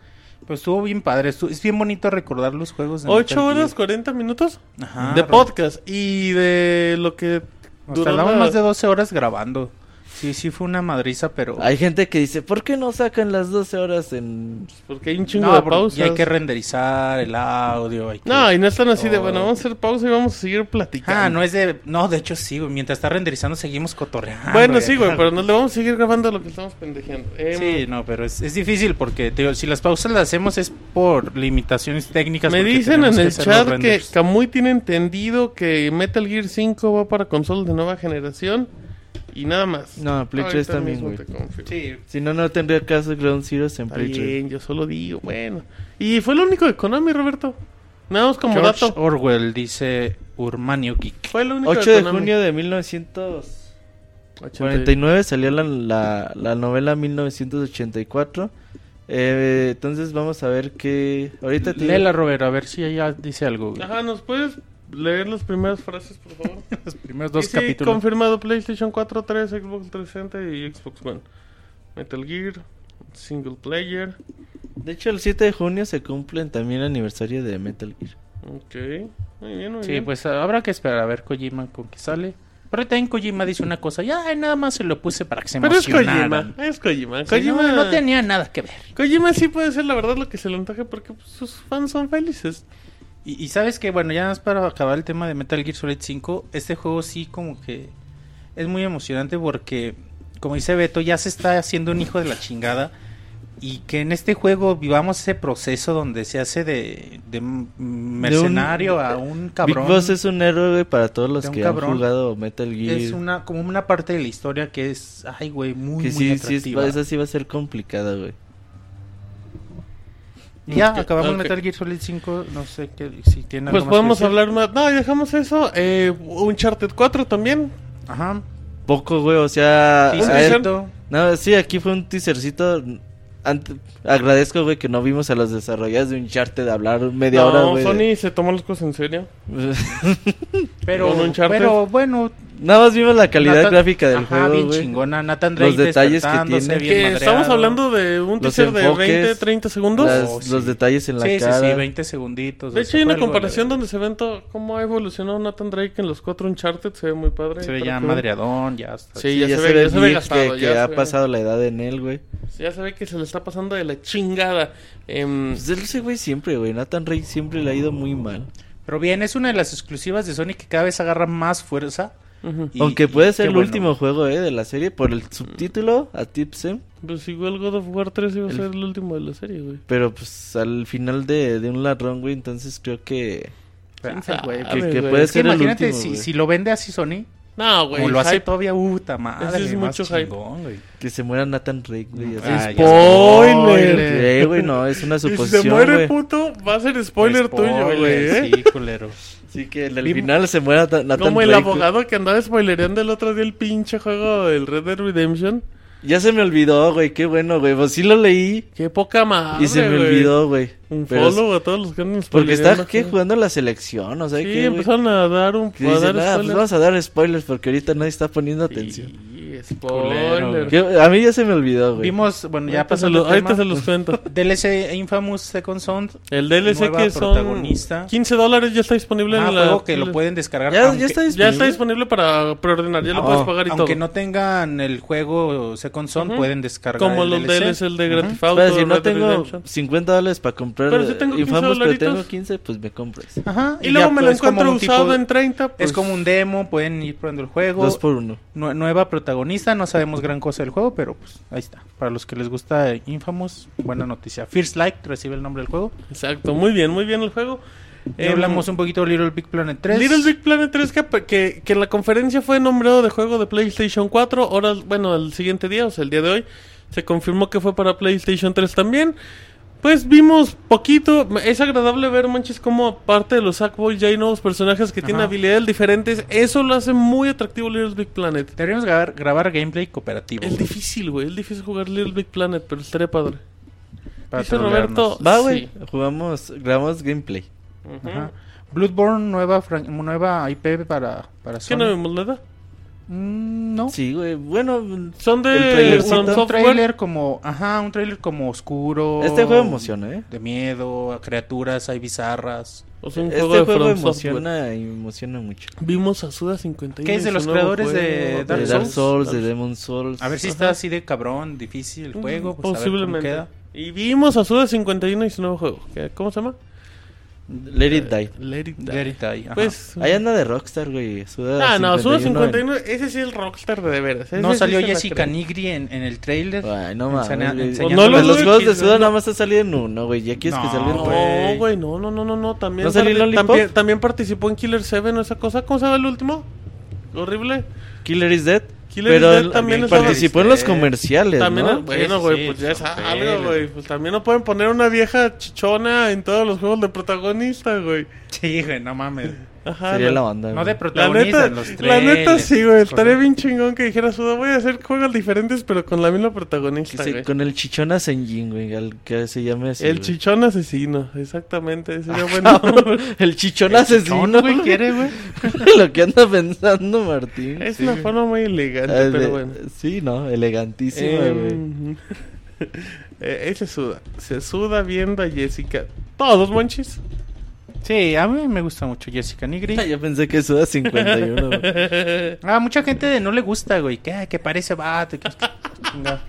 S2: Pues estuvo bien padre. estu- es bien bonito recordar los juegos. de
S1: ¿Ocho
S2: Metal
S1: horas
S2: Gear.
S1: 40 minutos?
S2: Ajá,
S1: de
S2: Ro-
S1: podcast. Y de lo que pues,
S2: Nos
S1: duró
S2: tardamos
S1: la-
S2: más de 12 horas grabando. Sí, sí fue una madriza, pero...
S3: Hay gente que dice, ¿por qué no sacan las 12 horas en...
S1: Porque hay un chingo
S2: no,
S1: de
S2: porque-
S1: pausas.
S2: y hay que renderizar el audio. hay que-
S1: No, y no están así de,
S2: Oh.
S1: bueno, vamos a hacer pausa y vamos a seguir platicando.
S2: Ah, no es ah, de... No, de hecho sí, güey. Mientras está renderizando seguimos cotorreando.
S1: Bueno, sí, güey, pero no le vamos a seguir grabando lo que estamos pendejeando. Em,
S2: Sí, no, pero es, es difícil porque, te digo, si las pausas las hacemos es por limitaciones técnicas.
S1: me
S2: porque
S1: dicen
S2: tenemos
S1: en
S2: que
S1: el
S2: hacer los
S1: chat que
S2: renders.
S1: Kamui tiene entendido que Metal Gear 5 va para consolas de nueva generación y nada más.
S3: No, Play
S1: Ahorita
S3: 3 también,
S1: mismo
S3: güey.
S1: te confirmo.
S2: Sí,
S3: Si no, no tendría caso Ground Zeroes en
S1: Está
S3: Play 3.
S1: bien, yo solo digo, bueno. Y fue lo único de Konami, Roberto. Nada más como
S2: George
S1: dato.
S2: Orwell dice Urmanio Geek.
S1: Fue lo único
S3: 8 de
S1: Konami.
S3: junio de 1949
S1: 80 y-
S3: salió la, la, la novela 1984. Eh, entonces vamos a ver qué... Ahorita te-
S2: Lela Robert, a ver si ella dice algo. güey.
S1: Ajá, ¿nos puedes leer las primeras frases, por favor?
S2: Los primeros
S1: Y
S2: dos
S1: sí,
S2: capítulos.
S1: confirmado PlayStation 4, 3, Xbox 360 y Xbox One. Metal Gear, single player.
S3: De hecho, el 7 de junio se cumplen también el aniversario de Metal Gear.
S1: Ok, muy bien, muy
S2: sí,
S1: bien.
S2: pues ah, habrá que esperar a ver Kojima con qué sale. Pero también Kojima dice una cosa, ya ay, nada más se lo puse para que se
S1: Pero es
S2: emocionaran.
S1: Kojima, es Kojima.
S2: Sí, no,
S1: Kojima,
S2: no tenía nada que ver.
S1: Kojima sí puede ser la verdad lo que se le antoje porque pues, sus fans son felices.
S2: Y, y sabes que, bueno, ya más para acabar el tema de Metal Gear Solid 5, este juego sí como que es muy emocionante porque, como dice Beto, ya se está haciendo un hijo de la chingada y que en este juego vivamos ese proceso donde se hace de, de m- mercenario a un cabrón.
S3: Big Boss es un héroe güey, para todos los
S2: De un
S3: que han
S2: cabrón.
S3: jugado Metal Gear.
S2: Es una, como una parte de la historia que es, ay güey, muy,
S3: que
S2: muy
S3: sí, sí, es-
S2: atractiva.
S3: esa sí va a ser complicada, güey.
S2: Y Ya,
S1: Ok,
S2: acabamos
S1: ok.
S2: Metal Gear Solid 5, no sé qué, si tiene algo
S1: Pues
S2: más que
S1: podemos
S2: decir.
S1: hablar más. No, dejamos eso. Eh, Uncharted 4 también.
S2: Ajá.
S3: Poco, güey, o sea...
S2: Sí,
S1: Ah,
S3: a ver,
S1: sí,
S2: cierto.
S3: No, sí, aquí fue un teasercito. Ante- Agradezco, güey, que no vimos a los desarrolladores de Uncharted hablar media hora,
S1: no,
S3: güey.
S1: Sony se tomó las cosas en serio.
S2: Pero,
S1: Con Uncharted.
S2: pero bueno,
S3: Nada más vimos la calidad
S2: Nathan-
S3: gráfica del
S2: Ajá,
S3: juego,
S2: bien
S3: güey.
S2: chingona. Nathan Drake
S3: Los detalles que
S2: despertándose,
S3: tiene.
S2: bien
S1: Que
S2: madreado.
S1: estamos hablando de un
S3: Los
S1: teaser de
S3: enfoques,
S1: 20, 30 segundos.
S3: Las-
S2: Oh, sí.
S3: Los detalles en la
S2: sí,
S3: cara.
S2: sí, sí, 20 segunditos.
S1: De
S2: o
S1: hecho,
S2: sea,
S1: hay una
S2: fue algo
S1: comparación
S2: de-
S1: donde se ven to- cómo ha evolucionado Nathan Drake en los cuatro Uncharted. Se ve muy padre.
S2: Se ve
S1: Está
S2: ya
S1: cool.
S2: madreadón, ya está.
S1: Sí,
S3: Sí,
S1: ya, se, ve,
S3: ve
S1: ya se
S3: el
S1: ve
S3: glitch
S1: gastado.
S3: que,
S1: ya,
S3: que
S1: se
S3: ha
S1: ve- Mm.
S3: pasado la edad en él, güey.
S1: ya se ve que se le está pasando de la chingada. Em,
S3: Pues él ese güey siempre, güey. Nathan Drake siempre le ha ido muy mal.
S2: Pero bien, es una de las exclusivas de Sony que cada vez agarra más fuerza.
S1: ujú.
S2: y-
S3: Aunque
S2: y
S3: puede ser
S2: qué
S3: el
S2: bueno. Ah,
S3: último juego, eh, de la serie por el subtítulo a Tipsem.
S1: Pues igual God of War 3 iba a
S3: El-
S1: ser el último de la serie, güey.
S3: Pero pues al final de, de un ladrón, güey, entonces creo que...
S2: Pero,
S1: ¿Quién
S2: güey,
S1: sabe,
S3: que- que
S1: güey?
S3: puede
S2: Es que
S3: ser el
S2: imagínate
S3: último,
S2: si,
S3: güey.
S2: si lo vende así Sony,
S1: No, güey.
S2: como lo hace
S1: hype.
S2: todavía, puta madre.
S1: Ese es
S2: más
S1: mucho hype.
S2: chingón, güey.
S3: Que se muera Nathan Drake, güey. así.
S2: Ah, ya.
S1: Spoiler.
S3: Sí, güey, no, es una
S1: Y si
S3: suposición,
S1: se muere,
S3: güey.
S1: puto, va a ser spoiler, tuyo, güey. ¿eh?
S2: Sí, culero.
S3: Sí, que el del
S1: Vimos-
S3: final se muera Ta- Nathan
S1: Como el
S3: Drake, güey.
S1: abogado que andaba spoilereando el otro día el pinche juego del Red Dead Redemption.
S3: Ya se me olvidó, güey, qué bueno, güey. Pues sí lo leí
S1: Qué poca madre,
S3: y se me
S1: güey.
S3: olvidó, güey.
S1: Un
S3: Pero es-
S1: follow a todos los que andan
S3: Porque está
S1: spoilereando,
S3: ¿qué?
S1: ¿no?
S3: jugando la selección, o sea,
S1: Sí,
S3: que, güey,
S1: empezaron a dar un
S3: que
S1: a
S3: dicen,
S1: dar
S3: "Ah, pues
S1: spoilers".
S3: vamos a dar spoilers porque ahorita nadie está poniendo atención.
S1: Sí,
S2: Culero,
S1: spoiler.
S2: güey.
S3: Que- A mí ya se me olvidó, güey.
S2: Vimos, bueno, ya
S1: Ahorita
S2: pasó
S1: se
S2: el
S1: lo- ahorita
S2: tema.
S1: se los cuento.
S2: DLC Infamous Second Sound.
S1: El DLC
S2: Nueva
S1: que son
S2: protagonista.
S1: 15 dólares ya está disponible
S2: Ah,
S1: en la...
S2: juego que lo pueden descargar.
S3: Ya,
S2: aunque-
S3: ya está
S1: Ya
S3: disponible.
S1: está disponible para preordenar, ya lo
S3: Ah,
S1: puedes pagar y todo.
S2: Aunque no tengan el juego Second Son,
S1: Ujú.
S2: pueden descargar
S1: Como
S2: el
S1: los DLC, el de
S2: Ujú.
S1: Grand Theft Auto,
S3: Para decir, no
S1: Red Dead
S3: tengo
S1: Redemption.
S3: 50 dólares para comprar
S1: Pero sí tengo 15
S3: Infamous, pero
S1: dolaritos.
S3: tengo 15, pues me compras.
S2: Ajá,
S1: Y, luego
S2: ya,
S1: me
S2: pues,
S1: lo
S2: es como
S1: encuentro
S2: un tipo-
S1: usado en 30. pues,
S2: Es como un demo, pueden ir probando el juego.
S3: Dos por uno.
S2: Nue- nueva protagonista, no sabemos gran cosa del juego, pero pues ahí está. Para los que les gusta eh, Infamous, buena noticia. First Light recibe el nombre del juego.
S1: Exacto, muy bien, muy bien el juego.
S2: Y
S1: Eh,
S2: hablamos un poquito de Little Big Planet 3.
S1: Little Big Planet 3 que, que, que en la conferencia fue nombrado de juego de PlayStation 4, ahora, bueno, el siguiente día, o sea, el día de hoy, se confirmó que fue para PlayStation 3 también. Pues vimos poquito, me- es agradable ver, manches, como aparte de los Sackboy ya hay nuevos personajes que tienen
S2: Ajá.
S1: habilidades diferentes, eso lo hace muy atractivo Little Big Planet.
S2: Deberíamos grabar, grabar gameplay cooperativo.
S1: Es difícil, güey, es difícil jugar Little Big Planet, pero estaría padre.
S2: para
S1: dice Roberto-
S2: trolearnos.
S3: Va,
S1: Sí.
S3: güey. Jugamos, grabamos gameplay.
S1: Ujú.
S2: Ajá. Bloodborne, nueva, fran- nueva IP para, para
S1: ¿Qué
S2: Sony.
S1: no vemos la edad?
S2: Mm, no.
S3: Sí, güey. Bueno,
S1: Son
S3: El
S1: de
S3: trailercito.
S1: From
S3: Un
S2: un
S1: Software.
S2: trailer como, ajá, un trailer como
S1: Oh.
S2: oscuro.
S3: este juego emociona, ¿eh?
S2: De miedo, a criaturas hay bizarras.
S1: O sea, un
S3: Este
S1: juego de
S3: juego
S1: From Software.
S3: emociona y emociona mucho.
S1: Vimos a Suda 51.
S2: ¿Qué es de los creadores de Dark
S3: de Dark Souls, de Demon Souls.
S2: A ver si
S1: Ajá.
S2: está así de cabrón, difícil el juego, pues
S1: Mm, Posiblemente.
S2: a ver cómo
S1: Y vimos a Suda 51 y su nuevo juego. ¿Qué- ¿Cómo se llama?
S3: Let it die.
S1: Let It
S2: queda.
S1: Die.
S2: Let it die, ajá.
S1: Pues.
S3: Ahí anda de Rockstar, güey. Suda
S1: Ah, no, Suda
S3: 51
S1: 51, ese sí es el rockstar de de veras. ese
S2: no
S1: sí
S2: salió
S1: se la
S2: Jessica
S1: cree.
S2: Nigri en, en el trailer.
S3: Ay, no
S2: Enseña-
S3: mames. güey.
S2: enseñando-
S3: De
S1: No lo
S3: los
S1: dudes,
S3: juegos de
S1: quizás
S3: Suda
S1: no.
S3: nada más ha salido en uno, güey. Ya quieres que
S2: No,
S3: salga en
S2: güey.
S3: todo.
S1: No,
S2: güey.
S1: güey, no, no, no, no, no. También,
S3: ¿No salió
S1: parti-
S3: Lollipop?
S1: también, también participó en Killer 7 o esa cosa. ¿Cómo se llama el último? Horrible.
S3: Killer is Dead.
S1: Killer
S3: pero
S1: is Dead
S3: él
S1: también estaba-
S3: participó en los comerciales,
S1: También,
S3: ¿no?
S1: bueno,
S2: Sí,
S1: güey,
S2: sí,
S1: pues ya es
S2: son
S1: algo,
S2: peles.
S1: güey. Pues también no pueden poner una vieja chichona en todos los juegos de protagonista, güey.
S2: Sí, güey, no mames.
S1: Ajá.
S3: Sería
S1: la-
S3: la banda.
S2: No
S3: güey.
S2: de
S1: La
S2: protagonista
S1: neta,
S2: en los
S1: la
S2: trailers.
S1: neta sí, güey. Estaría
S2: cosas.
S1: bien chingón que dijeras, "Suda, voy a hacer juegos diferentes, pero con la misma
S3: Que
S1: protagonista,
S3: se-
S1: güey.
S3: con el chichón Senjin, güey, al que se llame así.
S1: el
S3: güey. Ah,
S1: chichón asesino, exactamente. Sería bueno.
S3: El chichón
S2: El chichón,
S3: asesino,
S2: güey, quiere, güey.
S3: Lo que anda pensando Martín.
S1: es una forma muy elegante,
S3: Ah, de-
S1: pero bueno.
S3: Sí, no, elegantísima,
S1: Eh,
S3: güey.
S1: eh, él se suda. Se suda viendo a Jessica. Todos, monchis.
S2: Sí, a mí me gusta mucho Jessica Nigri.
S3: Ah, Yo pensé que Suda 51. güey.
S2: A Ah, mucha gente no le gusta, güey. ¿Qué? Que parece vato. que- Chinga.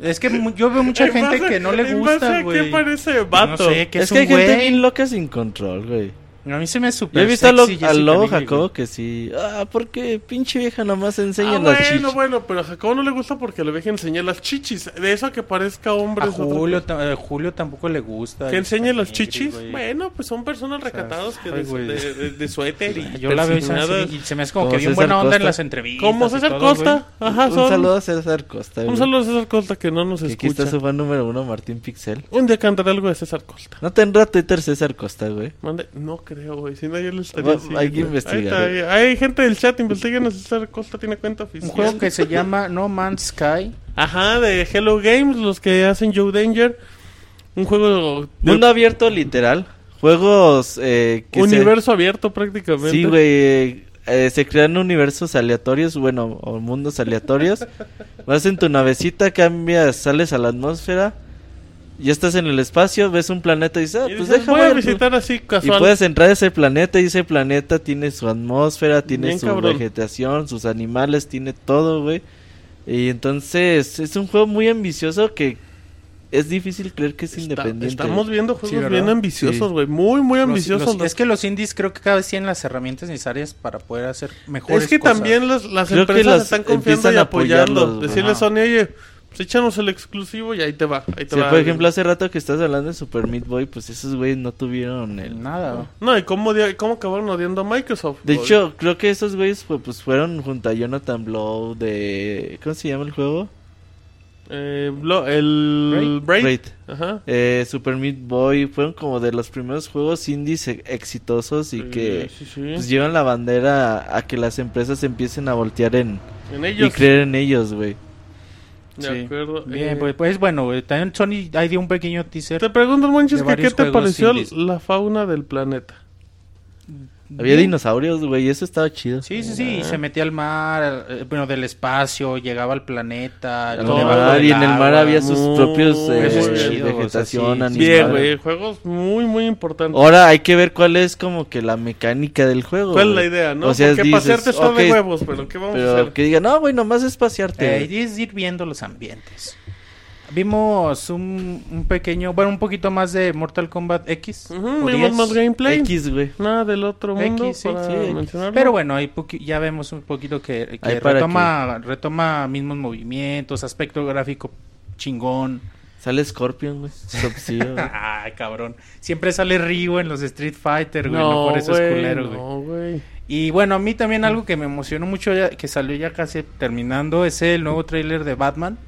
S2: es que mu- yo veo mucha
S1: En
S2: gente
S1: base-
S2: que no le
S1: en base
S2: gusta,
S1: a
S2: güey.
S1: ¿Qué parece vato?
S2: No sé, que
S3: es,
S2: es,
S3: que hay
S2: un güey.
S3: gente bien loca sin control, güey.
S2: A mí se me super
S3: Yo he visto a lo-
S2: sexy Jessica
S3: al lobo
S2: Nigri, güey.
S3: Jacobo que sí. Ah, porque pinche vieja nomás enseña
S1: Ah,
S3: las
S1: bueno,
S3: chichis.
S1: bueno, pero a Jacobo no le gusta porque le dejen enseñar las chichis. De eso a que parezca hombre.
S2: A
S1: es otra
S2: Julio, ta- eh, Julio tampoco le gusta.
S1: cosa. Que enseñe
S2: Jessica
S1: las
S2: Nigri,
S1: chichis.
S2: güey.
S1: Bueno, pues son personas recatadas que
S2: ay,
S1: de,
S2: güey.
S1: de- de- de suéter y
S2: Yo la veo y se, me
S1: persignadas.
S2: hace- y se me hace como
S3: Como
S2: que bien
S3: César
S2: buena onda en
S3: Costa.
S2: las entrevistas.
S1: Como
S2: y
S1: César
S2: todo, güey.
S1: Costa. Ajá,
S3: un
S1: son-
S3: saludo a César Costa.
S1: un
S3: güey,
S1: saludo a César Costa que no nos
S3: que aquí
S1: escucha.
S3: está su fan número uno, Martín Pixel.
S1: Un día cantaré algo de César Costa.
S3: No tendrá Twitter César Costa, güey.
S1: Mande, no creo, güey. Si no, yo le estaría
S3: Va-
S1: siguiendo.
S3: hay que
S1: Ahí
S3: investigar. eh.
S1: está, ahí- hay gente del chat, investiguen si César Costa tiene cuenta
S2: Un
S1: oficial.
S2: juego que se llama No Man's Sky.
S1: Ajá, de Hello Games, los que hacen Joe Danger. Un juego de
S3: Mundo abierto literal. Juegos eh, que se-
S1: universo abierto prácticamente.
S3: Sí, güey. eh, se crean universos aleatorios, bueno, o mundos aleatorios. Vas en tu navecita, cambias, sales a la atmósfera. Ya estás en el espacio, ves un planeta y dices, ah,
S1: Y
S3: pues
S1: dices,
S3: deja
S1: voy a
S3: ver".
S1: visitar así
S3: Y
S1: casual.
S3: puedes entrar a ese planeta y ese planeta tiene su atmósfera, tiene
S1: Bien
S3: su
S1: cabrón.
S3: vegetación, sus animales, tiene todo, güey. Y entonces es un juego muy ambicioso que es difícil creer que es
S1: Está-
S3: independiente.
S1: estamos viendo
S2: Sí,
S1: juegos
S2: ¿verdad?
S1: bien ambiciosos,
S3: Sí.
S1: güey. Muy, muy
S2: Los-
S1: ambiciosos.
S2: los-
S1: los-
S2: es que los indies creo que cada vez tienen las herramientas necesarias para poder hacer mejores
S1: Es que
S2: cosas.
S1: también las, las
S3: Creo que
S1: empresas
S3: las
S1: están confiando
S3: empiezan
S1: y
S3: a
S1: apoyarlo.
S3: apoyarlos, güey.
S1: Decirle a
S2: Ajá.
S1: Sony, oye, pues échanos el exclusivo y ahí te va. Ahí te
S3: Sí,
S1: va
S3: por ejemplo, hace rato que estás hablando de Super Meat Boy, pues esos güeyes no tuvieron el...
S2: Nada. güey.
S1: No, y cómo, odia- cómo acabaron odiando a Microsoft.
S3: De
S1: güey?
S3: hecho, creo que esos güeyes fue- pues fueron junto a Jonathan Blow de... ¿Cómo se llama el juego?
S1: Eh, lo- el Braid.
S3: Braid.
S1: Ajá.
S3: Eh, Super Meat Boy fueron como de los primeros juegos indies e- exitosos y
S1: Sí,
S3: que
S1: sí, sí.
S3: pues, llevan la bandera a, a que las empresas empiecen a voltear en...
S1: en ellos.
S3: Y creer en ellos, güey.
S1: De
S2: Sí.
S1: acuerdo.
S2: Bien,
S1: eh,
S2: pues, pues, bueno, güey, también Sony ahí dio un pequeño teaser.
S1: Te pregunto, Monchis,
S2: De
S1: que ¿qué
S2: varios
S1: te
S2: juegos
S1: pareció
S2: indies.
S1: la fauna del planeta?
S3: Había dinosaurios, güey, y eso estaba chido.
S2: Sí, sí, sí, y
S1: Ah.
S2: se metía al mar, eh, bueno, del espacio, llegaba al planeta.
S3: Al
S1: Todo
S2: elevaba
S3: mar,
S2: del
S3: y en el mar
S2: agua.
S3: había sus
S1: Muy
S3: propios eh,
S1: Eso es
S2: chido,
S3: vegetación,
S2: o sea, sí.
S3: animales.
S1: Bien, güey. Juegos muy, muy importantes.
S3: Ahora hay que ver cuál es como que la mecánica del juego.
S1: ¿Cuál es la
S3: güey.
S1: idea, no?
S3: O sea,
S1: Porque
S3: dices,
S1: pasearte está
S3: ok,
S1: de huevos, pero ¿qué vamos a
S3: Pero
S1: hacer?
S3: que diga, no, güey, nomás es pasearte.
S2: Eh, y es ir viendo los ambientes. Vimos un, un pequeño, bueno, un poquito más de Mortal Kombat X.
S1: Ujú,
S2: o
S1: vimos
S2: 10.
S1: más gameplay.
S3: X, güey.
S1: Nada del otro mundo
S2: X, sí,
S1: para
S3: sí, X.
S1: mencionarlo.
S2: Pero bueno, ahí poqui- ya vemos un poquito que, que
S3: Ahí para
S2: retoma, retoma mismos movimientos, aspecto gráfico chingón.
S3: Sale Scorpion, güey. Sub-Zero, güey.
S2: Ay, cabrón. Siempre sale Ryu en los Street Fighter, güey. No,
S1: no,
S2: por eso es
S1: güey,
S2: culero, güey.
S1: no, güey.
S2: Y bueno, a mí también algo que me emocionó mucho, ya- que salió ya casi terminando, es el nuevo tráiler de Batman.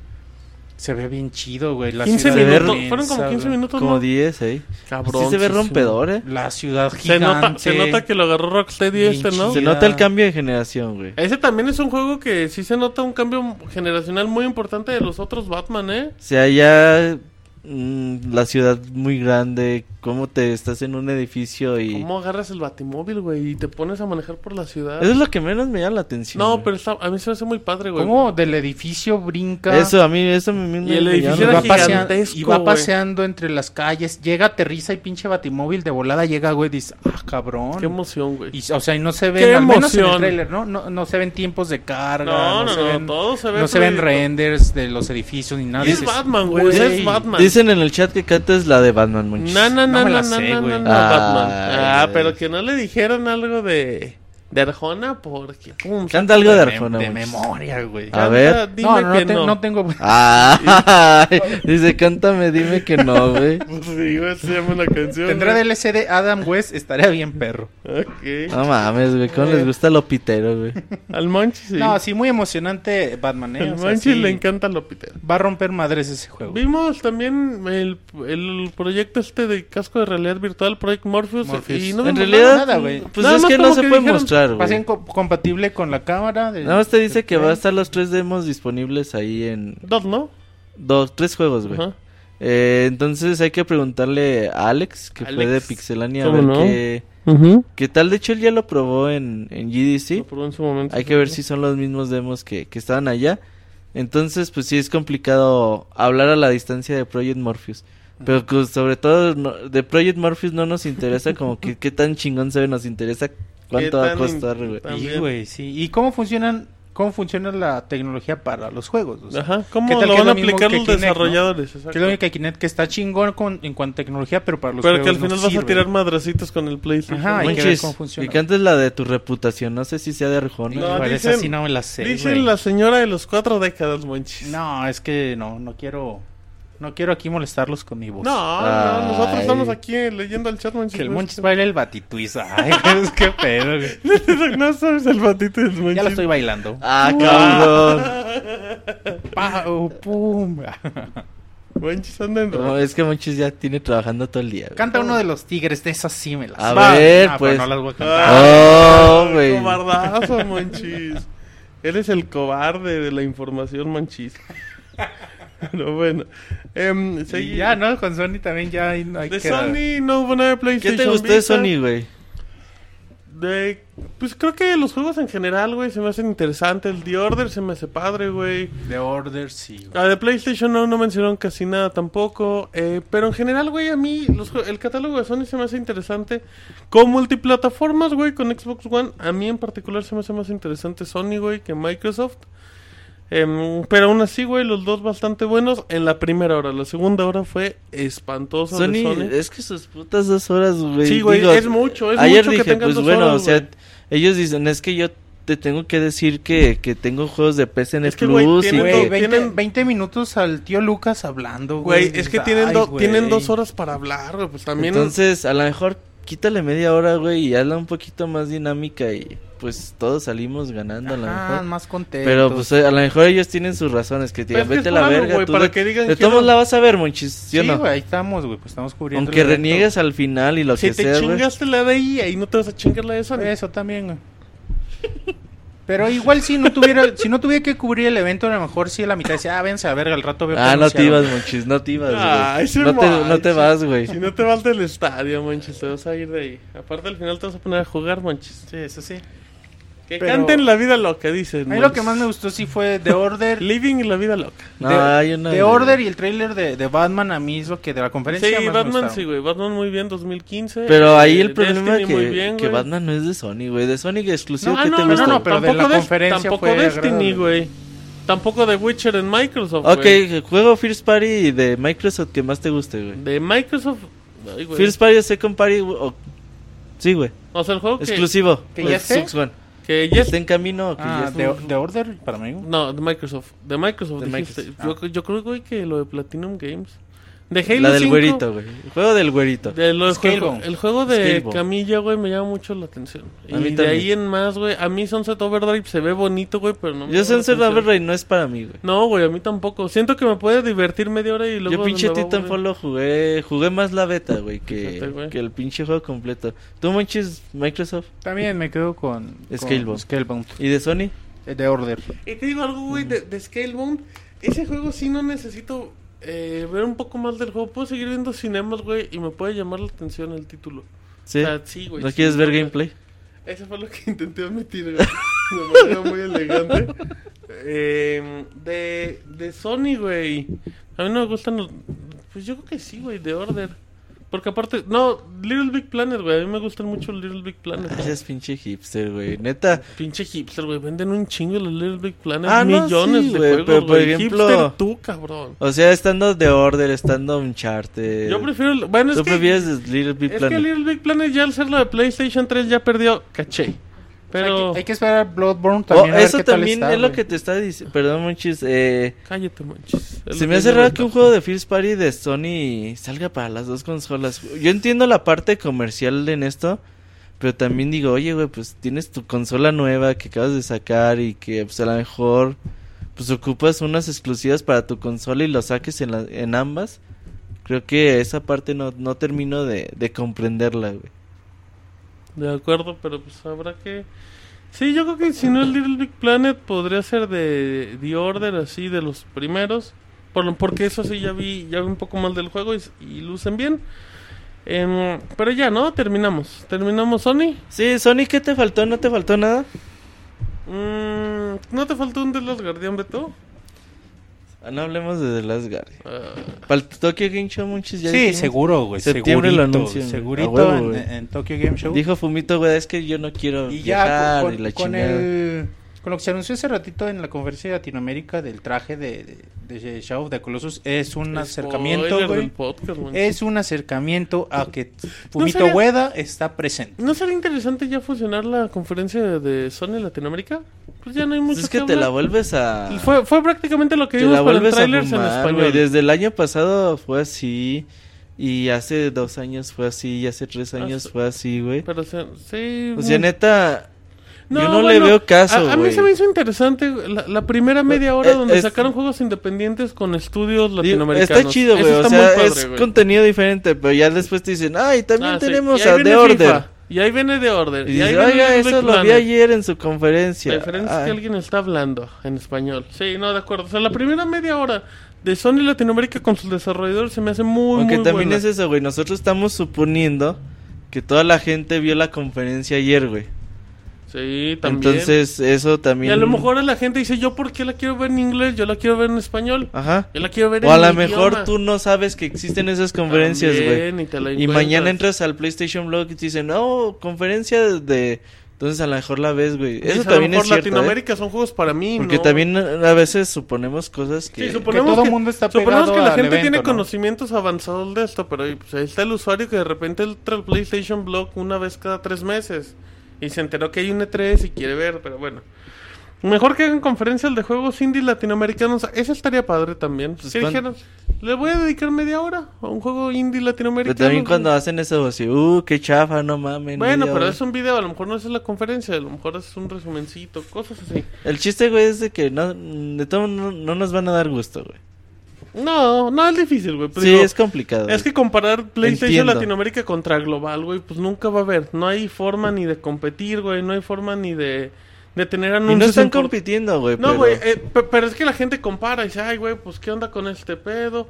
S2: Se ve bien chido, güey. La
S1: 15
S2: ciudad
S1: minutos.
S2: inmensa,
S1: Fueron como 15
S2: güey.
S1: minutos,
S3: Como
S1: ¿no?
S3: 10, ahí.
S1: Cabrón,
S3: sí se ve
S1: sí, sí.
S3: rompedor, eh.
S2: La ciudad
S1: Se
S2: gigante.
S1: nota, se nota que lo agarró Rocksteady
S2: Bien
S1: este, ¿no?
S3: Se
S2: chido.
S3: nota el cambio de generación, güey.
S1: Ese también es un juego que sí se nota un cambio generacional muy importante de los otros Batman, ¿eh?
S3: O sea, ya mm, la ciudad muy grande, cómo te estás en un edificio y...
S1: ¿Cómo agarras el batimóvil, güey? Y te pones a manejar por la ciudad.
S3: Eso es lo que menos me llama la atención.
S1: No,
S3: güey.
S1: pero está- a mí se me hace muy padre, güey.
S2: ¿Cómo del edificio brinca?
S3: Eso, a mí, eso a mí me,
S1: Y el
S3: me
S1: edificio era
S3: llama la
S2: va
S1: gigante.
S3: atención.
S2: paseando,
S1: gigantesco,
S2: y va
S1: güey.
S2: paseando entre las calles, llega, aterriza y pinche batimóvil de volada llega, güey, dice, ah, cabrón.
S1: Qué emoción, güey.
S2: Y, o sea, y no se
S1: ¡Qué
S2: ven, al menos en el
S1: emoción!
S2: tráiler, ¿no? ¿no? No se ven tiempos de carga,
S1: No,
S2: Ah, no,
S1: no,
S2: se
S1: no,
S2: ven,
S1: todo se ve
S2: no se ven
S1: fluido.
S2: renders de los edificios ni nada.
S1: Y es
S2: dices,
S1: Batman, güey. Es Batman.
S3: Dicen en el chat que Cata es la de Batman, muchachos.
S1: No, no,
S2: No
S1: no,
S2: me
S1: no,
S2: la
S1: no,
S2: sé,
S1: no,
S2: güey.
S1: no, no, Batman.
S3: Ay,
S1: Ah,
S3: ay.
S1: pero que no le dijeron algo de, de Arjona porque... pum,
S3: Canta algo de
S2: de, mem-
S3: Arjona,
S2: de
S3: muchachos.
S2: memoria, güey.
S3: Ah, a ver.
S1: dime
S2: No, no, no,
S1: que
S2: te-
S1: no.
S2: no tengo...
S3: Ay, dice, cántame, dime que no, güey.
S1: Sí, güey, se llama la canción.
S2: Tendrá
S1: güey.
S2: DLC de Adam West, estaría bien perro.
S1: Ok.
S3: No mames, güey, cómo les gusta lo pitero, güey. Pues
S1: Al Monchi sí.
S2: No, sí, muy emocionante Batman, ¿eh?
S1: Al
S2: O sea,
S1: Monchi
S2: sí,
S1: le encanta Lopiter.
S2: Va a romper madres ese juego.
S1: Vimos también el, el proyecto este de casco de realidad virtual, Project Morpheus.
S2: Morpheus.
S1: Y no me
S3: en
S1: mandaron
S3: realidad,
S1: nada,
S2: güey.
S3: pues
S1: Nada
S3: es
S1: más
S3: que no
S1: como
S3: se
S1: que
S3: puede
S1: dijeron,
S3: mostrar,
S2: Va a ser
S3: güey.
S2: inco- compatible con la cámara. de-
S3: Nada más te dice que
S2: del
S3: va a
S2: tren.
S3: estar los tres demos disponibles ahí en
S1: Dos, ¿no?
S3: dos, tres juegos, güey.
S1: Ajá.
S3: Eh, entonces hay que preguntarle a Alex, que fue
S1: Alex.
S3: de Pixelania, a
S1: ¿Cómo
S3: ver
S1: no?
S3: qué, qué tal. De hecho, él ya lo probó en, en
S1: Lo
S3: GDC.
S1: probé en su momento.
S3: Hay que ver si son los mismos demos que, que estaban allá. Entonces, pues sí es complicado hablar a la distancia de Project Morpheus. Pero pues, sobre todo no- de Project Morpheus no nos interesa como que qué tan chingón se ve, nos interesa cuánto va a
S1: tan
S3: costar, güey.
S1: importante?
S2: Sí,
S1: También.
S2: güey, sí. ¿Y cómo funcionan, cómo funciona la tecnología para los juegos? O sea,
S1: Ajá. ¿Cómo
S2: Pues, ¿Qué tal
S1: lo van
S2: que es
S1: a
S2: lo mismo
S1: aplicar
S2: que
S1: los
S2: Kinect, no?
S1: desarrolladores? Exacto.
S2: Que es la única Kinect que está chingón con- en cuanto a tecnología, pero para los
S1: Pero que al
S2: juegos no
S1: final vas a
S2: sirve.
S1: tirar madracitos con el PlayStation.
S2: Ajá, hay Ah, que ver
S3: Monchis,
S2: cómo funciona.
S3: y que antes la de tu reputación, no sé si sea de Arjona.
S1: No,
S2: Híjole, esa
S1: dicen-
S2: sí no me la sé,
S1: Dice
S2: güey.
S1: la señora de los cuatro décadas, Monchis.
S2: No, es que no, no quiero, no quiero aquí molestarlos con mi voz.
S1: No, no, nosotros
S3: Ay.
S1: estamos aquí eh, leyendo el chat, Monchis. Pues,
S2: pues, Que el
S1: no
S2: Monchis
S1: es-
S2: baile el batituiza. Ay, es que pedo, güey.
S1: no sabes el batito del Monchis.
S2: Ya lo estoy bailando.
S3: Ah, cabrón.
S2: Pa, oh, pum.
S1: Monchis anda en
S3: No, es que Monchis ya tiene trabajando todo el día. güey.
S2: Canta uno de los tigres, de esas sí me las
S3: A
S2: Va.
S3: ver,
S2: Ah,
S3: pues.
S2: No las voy a cantar.
S1: Ah,
S3: Oh, güey.
S1: Cobardazo, Monchis. Eres el cobarde de la información, Monchis. Pero bueno. em,
S2: Y
S1: segui-
S2: ya, ¿no? Con Sony también ya hay, hay
S1: De
S2: que-
S1: Sony no hubo nada de
S3: ¿Qué
S1: PlayStation
S3: te gustó
S1: Vita.
S3: de Sony, güey?
S1: De- pues creo que los juegos en general, güey, se me hacen interesantes. El The Order se me hace padre, güey.
S2: The Order, sí. güey.
S1: Ah, de PlayStation no, no mencionaron casi nada tampoco. eh, pero en general, güey, a mí los jue- el catálogo de Sony se me hace interesante. Con multiplataformas, güey, con Xbox One, a mí en particular se me hace más interesante Sony, güey, que Microsoft. Em, pero aún así, güey, los dos bastante buenos en la primera hora. La segunda hora fue espantosa. de
S3: Sony, eh,
S1: Sony.
S3: es que sus putas dos horas, güey.
S1: Sí, güey,
S3: Digo,
S1: es mucho, es
S3: ayer
S1: mucho que
S3: dije,
S1: tengan
S3: pues
S1: dos
S3: bueno,
S1: horas,
S3: o sea,
S1: güey.
S3: ellos dicen, es que yo te tengo que decir que, que tengo juegos de PSN
S1: Es que, güey,
S3: Plus y
S1: tienen
S2: Güey,
S1: dos-
S3: que...
S2: 20,
S1: tienen-
S2: 20 minutos al tío Lucas hablando,
S1: Güey, es que tienen,
S2: Ay,
S1: do-
S2: güey.
S1: tienen dos horas para hablar, güey. Pues también.
S3: Entonces, a lo mejor quítale media hora, güey, y hazla un poquito más dinámica y pues todos salimos ganando a
S2: Ajá,
S3: lo mejor.
S2: más contentos.
S3: Pero pues a lo mejor ellos tienen sus razones, que
S1: Pero
S3: digan,
S1: es que es
S3: vete a la
S1: por algo,
S3: verga,
S1: güey,
S3: tú
S1: para
S3: de-
S1: que digan
S3: de
S1: que no.
S3: todos la vas a ver, monchis, ¿sí,
S2: sí,
S3: o no?
S2: güey, ahí estamos, güey, pues estamos cubriendo.
S3: Aunque
S2: el evento.
S3: reniegues al final y lo
S1: si
S3: que
S1: te
S3: sea, güey.
S1: chingaste la de EA y no te vas a chingar la de Sony.
S2: Eso también, güey. Pero igual si no tuviera si no tuviera que cubrir el evento, a lo mejor sí a la mitad decía, ah, vénse a verga, al rato veo
S3: Ah,
S2: que
S3: no te ibas,
S2: anunciaron".
S3: monchis, no te ibas, güey.
S1: Ay, ese
S3: no, te, no te
S1: Monchis.
S3: vas, güey.
S1: Si no te vas del estadio, Monchis, te vas a ir de ahí. Aparte, al final te vas a poner a jugar, Monchis.
S2: Sí, eso sí.
S1: Que
S2: Pero-
S1: canten la vida loca, dicen.
S2: A mí lo que más me gustó sí fue The Order.
S1: Living la vida loca.
S3: No,
S2: de,
S3: hay una
S2: de
S3: de-
S2: Order y el trailer de, de Batman a mí es lo que de la conferencia
S1: Sí,
S2: más me
S1: Batman
S2: gustaron.
S1: sí, güey. Batman muy bien 2015.
S3: Pero ahí
S1: Eh,
S3: el problema es
S1: Destiny muy
S3: que,
S1: bien,
S3: que
S1: güey.
S3: Batman no es de Sony, güey. De Sony que exclusivo
S1: No, ah,
S3: que
S1: no,
S3: te
S1: no,
S3: gusta.
S1: no,
S2: no, pero de
S1: tampoco
S2: la
S1: Des-
S2: conferencia
S1: Tampoco
S2: fue
S1: Destiny,
S2: agradable.
S1: güey. Tampoco The Witcher en Microsoft,
S3: ok,
S1: güey.
S3: juego First Party de Microsoft que más te guste, güey.
S1: De Microsoft... Ay, güey.
S3: First Party o Second Party. güey, o- Sí, güey.
S1: O sea, el juego que...
S3: Exclusivo.
S2: ¿Que ya
S3: Pues,
S2: esté?
S3: Xbox One.
S1: Que
S3: Que
S1: ya
S3: Está en camino. o que ya
S2: Ah,
S3: está-
S2: The, The Order para mí. güey.
S1: No, de Microsoft. De Microsoft, ah.
S2: De
S1: dijiste.
S2: Microsoft,
S1: Yo, yo creo, güey, que lo de Platinum Games. De Halo
S3: La del
S1: 5,
S3: güerito, güey. El juego del güerito.
S1: de los juego-
S2: Scalebound.
S1: el juego de
S3: Scalebound.
S1: Camilla, güey, me llama mucho la atención. Y
S3: A mí
S1: de
S3: también.
S1: ahí en más, güey. A mí Sunset Overdrive se ve bonito, güey, pero no me
S3: Yo
S1: llama la
S3: Sunset
S1: atención.
S3: Overdrive no es para mí, güey.
S1: No, güey, a mí tampoco. Siento que me puede divertir media hora y luego.
S3: Yo pinche
S1: me va a
S3: Titanfall
S1: aburrir.
S3: lo jugué. Jugué más la beta, güey,
S1: Fíjate,
S3: que,
S1: güey.
S3: que el pinche juego completo. ¿Tú manches Microsoft?
S2: También me quedo con con
S3: Scalebound.
S2: Scalebound.
S3: ¿Y de Sony?
S2: Eh, The Order.
S1: Y te digo algo, güey, de, de Scalebound. Ese juego sí no necesito eh, ver un poco más del juego. Puedo seguir viendo cinemas, güey, y me puede llamar la atención el título.
S3: Sí.
S1: O sea, sí, güey.
S3: ¿No
S1: sí,
S3: quieres ver
S1: güey.
S3: gameplay?
S1: Eso fue lo que intenté omitir, güey. De manera muy elegante. Eh, de, de Sony, güey. A mí no me gustan los... Pues yo creo que sí, güey, de Order. Porque aparte... No, Little Big Planet, güey. A mí me gustan mucho Little Big Planet.
S3: Ay, es pinche hipster, güey. Neta.
S1: Pinche hipster, güey. Venden un chingo los Little Big Planet.
S3: Ah, no,
S1: millones
S3: sí,
S1: de
S3: güey,
S1: juegos,
S3: pero, por
S1: güey.
S3: ejemplo-
S1: Hipster tú, cabrón.
S3: O sea, estando The Order, estando Uncharted.
S1: Yo prefiero... Bueno, es
S3: eh, ¿Tú
S1: que...
S3: prefieres Little Big
S1: es
S3: Planet?
S1: que Little Big Planet ya al ser lo de PlayStation 3 ya perdió caché. Pero...
S2: Hay, que, hay que esperar Bloodborne
S3: Oh,
S2: también. a ver
S3: eso
S2: qué tal
S3: también
S2: está,
S3: es lo
S2: güey.
S3: que te está diciendo. Perdón, Monchis. Eh,
S1: Cállate, manches. Es
S3: se
S1: lo
S3: me hace
S1: yo
S3: raro
S1: veo.
S3: que un juego de First Party de Sony salga para las dos consolas. Yo entiendo la parte comercial en esto. Pero también digo, oye, güey, pues tienes tu consola nueva que acabas de sacar y que pues a lo mejor pues ocupas unas exclusivas para tu consola y lo saques en, la- en ambas. Creo que esa parte no, no termino de, de comprenderla, güey.
S1: De acuerdo, pero pues habrá que... Sí, yo creo que si no el Little Big Planet podría ser de The Order, así, de los primeros. Por, lo- porque eso sí, ya vi, ya vi un poco más del juego y, s- y lucen bien. Em, pero ya, ¿no? Terminamos. Terminamos, Sony.
S3: Sí, Sony, ¿qué te faltó? ¿No te faltó nada?
S1: Mm, ¿No te faltó un The Last Guardian, Beto?
S3: Ah, No hablemos de The Last Guardian.
S1: Ah,
S3: Para el Tokyo Game Show, muchos ya
S2: Sí,
S3: dijimos.
S2: seguro, güey.
S3: Septiembre lo
S2: segurito,
S3: anuncian, güey.
S2: Segurito
S3: A huevo,
S2: en-
S3: güey.
S2: en, Tokyo Game Show.
S3: Dijo Fumito, güey, es que yo no quiero
S2: y ya
S3: viajar
S2: con,
S3: y la
S2: con
S3: chingada.
S2: el, con lo que se anunció hace ratito en la conferencia de Latinoamérica del traje de, de, de Shadow of the Colossus es un acercamiento,
S1: spoiler
S2: güey.
S1: del podcast, man.
S2: Es un acercamiento a que Fumito
S1: sería-
S2: Ueda está presente.
S1: ¿No sería interesante ya fusionar la conferencia de Sony Latinoamérica? Pues ya no hay
S3: Pues
S1: mucho
S3: es que
S1: que
S3: te la
S1: hablar.
S3: vuelves a...
S1: Fue, fue prácticamente lo que
S3: te
S1: vimos
S3: la
S1: para el
S3: vuelves a
S1: trailers en
S3: fumar,
S1: español.
S3: güey. Desde el año pasado fue así. Y hace dos años fue así. Y hace tres años
S1: Ah, sí.
S3: fue así, güey.
S1: Pero, o sea, sí.
S3: O sea,
S1: mm.
S3: neta... yo no le
S1: bueno,
S3: veo caso,
S1: A, a mí
S3: güey.
S1: se me hizo interesante la, la primera media hora
S3: Eh,
S1: donde
S3: es-
S1: sacaron juegos independientes con estudios
S3: Digo,
S1: latinoamericanos.
S3: Está chido,
S1: Eso
S3: güey. O
S1: está
S3: sea,
S1: muy padre,
S3: es
S1: güey.
S3: contenido diferente. Pero ya después te dicen, ay, también
S1: Ah, sí.
S3: tenemos
S1: Y ahí
S3: a
S1: viene
S3: The Order.
S1: FIFA, Y ahí viene The Order.
S3: Y
S1: Y,
S3: dices,
S1: ahí viene
S3: oiga,
S1: Little
S3: eso
S1: Big
S3: lo vi
S1: Planet".
S3: ayer en su conferencia.
S1: La diferencia es
S3: Ay.
S1: que alguien está hablando en español. Sí, no, de acuerdo. O sea, la primera media hora de Sony Latinoamérica con sus desarrolladores se me hace muy,
S3: Aunque
S1: muy
S3: también
S1: buena.
S3: es eso, güey. Nosotros estamos suponiendo que toda la gente vio la conferencia ayer, güey.
S1: Sí, también.
S3: Entonces, eso
S1: y
S3: también.
S1: a lo mejor a la gente dice, ¿yo por qué la quiero ver en inglés? Yo la quiero ver en español.
S3: Ajá.
S1: Yo la quiero ver
S3: O a
S1: en
S3: lo
S1: mi
S3: mejor
S1: idioma.
S3: tú no sabes que existen esas conferencias, güey.
S1: También, Y, te la
S3: Y mañana
S1: encuentras.
S3: entras al PlayStation Blog y te dicen, no, conferencia de. Entonces, a lo mejor la ves, güey. Eso
S1: Dices, a lo
S3: también es
S1: mejor
S3: cierto. ¿eh?
S1: Latinoamérica son juegos para mí.
S3: Porque
S1: ¿no?
S3: también a veces suponemos cosas que.
S1: Sí,
S2: Que
S1: suponemos
S2: todo
S1: que-
S2: el mundo está
S1: Suponemos
S2: pegado
S1: que la
S2: al
S1: gente
S2: evento,
S1: tiene
S2: ¿no?
S1: conocimientos avanzados de esto, pero ahí, pues, ahí está el usuario que de repente entra al PlayStation Blog una vez cada tres meses y se enteró que hay un E3 y quiere ver, pero bueno. Mejor que hagan conferencias de juegos indies latinoamericanos. Eso estaría padre también.
S3: Pues,
S1: Si
S3: cuan-
S1: dijeran, le voy a dedicar media hora a un juego indie latinoamericano. Pues,
S3: Pero también cuando hacen eso, así, uh, qué chafa, no mames.
S1: Bueno,
S3: media
S1: pero
S3: hora".
S1: es un video, a lo mejor no es la conferencia, a lo mejor es un resumencito, cosas así.
S3: El chiste, güey, es de que no, de todo no, no nos van a dar gusto, güey.
S1: No, no es difícil, güey. pero
S3: Sí,
S1: digo,
S3: es complicado.
S1: Es que comparar PlayStation
S3: Entiendo.
S1: Latinoamérica contra Global, güey, pues nunca va a haber. No hay forma ni de competir, güey. No hay forma ni de, de tener
S3: güey.
S1: anuncios.
S3: Y no están
S1: import-
S3: compitiendo, güey.
S1: No,
S3: pero-
S1: güey, eh, pe- pero es que la gente compara y dice, ay, güey, pues qué onda con este pedo.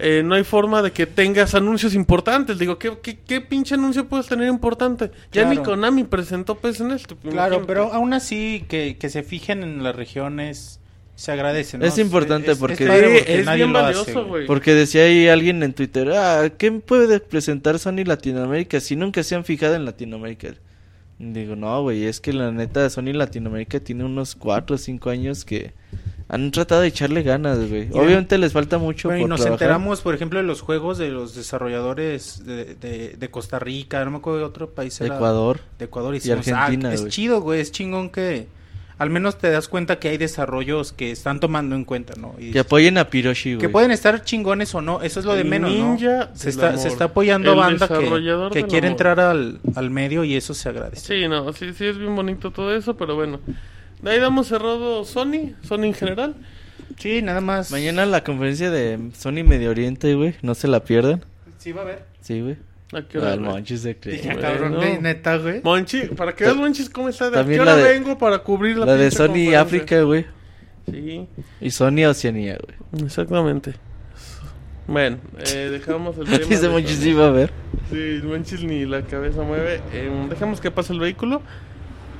S1: Eh, no hay forma de que tengas anuncios importantes. Digo, ¿qué, qué, qué pinche anuncio puedes tener importante? Ya
S2: Claro.
S1: ni Konami presentó pez en esto. pues,
S2: Claro,
S1: imagínate.
S2: pero aún así que, que se fijen en las regiones se agradece. ¿no?
S3: Es importante porque-
S2: padre
S1: Sí,
S2: porque
S1: es
S2: nadie
S1: bien
S2: lo hace,
S1: valioso, güey.
S3: Porque decía ahí alguien en Twitter, ah, ¿qué puede presentar Sony Latinoamérica si nunca se han fijado en Latinoamérica? Digo, no, güey, es que la neta Sony Latinoamérica tiene unos 4 o 5 años que han tratado de echarle ganas, güey.
S2: Mira.
S3: Obviamente les falta mucho
S2: Bueno, y
S3: por
S2: nos
S3: trabajar.
S2: enteramos, por ejemplo, de los juegos de los desarrolladores de, de- de Costa Rica, no me acuerdo de otro país. era-
S3: Ecuador.
S2: De Ecuador. Y, "Ah,
S3: Argentina,
S2: es
S3: güey".
S2: chido, güey, es chingón que al menos te das cuenta que hay desarrollos que están tomando en cuenta, ¿no? Y
S3: Que
S2: dices,
S3: apoyen a Piroshi,
S2: que
S3: güey.
S2: pueden estar chingones o no, eso es lo de
S1: El
S2: menos, ¿no?
S1: ninja
S2: Se
S1: del
S2: está,
S1: amor.
S2: se está apoyando
S1: El
S2: a banda que,
S1: desarrollador
S2: que
S1: del
S2: quiere
S1: amor.
S2: entrar al, al medio y eso se agradece.
S1: Sí, no, sí, sí es bien bonito todo eso, pero bueno. De ahí damos cerrado Sony, Sony en general.
S2: Sí, nada más.
S3: Mañana la conferencia de Sony Medio Oriente, güey, no se la pierdan.
S2: Sí, va a haber.
S3: Sí, güey.
S1: ¿A qué hora,
S3: Al
S1: güey?
S3: Monchis se cree,
S1: Ya,
S3: güey.
S1: cabrón, ne-
S2: neta, güey.
S1: Monchi, para que veas Monchis cómo está de
S3: También
S1: ¿A qué hora
S3: la de-
S1: vengo para cubrir la
S3: La de
S1: pinche
S3: Sony
S1: conferencia?
S3: África, güey.
S1: Sí,
S3: Y Sony Oceanía, güey.
S1: exactamente. Bueno, eh, dejamos el tema.
S3: Dice
S1: de-
S3: Monchis, sí va a ver.
S1: Sí, Monchis ni la cabeza mueve. Eh, dejamos que pase el vehículo.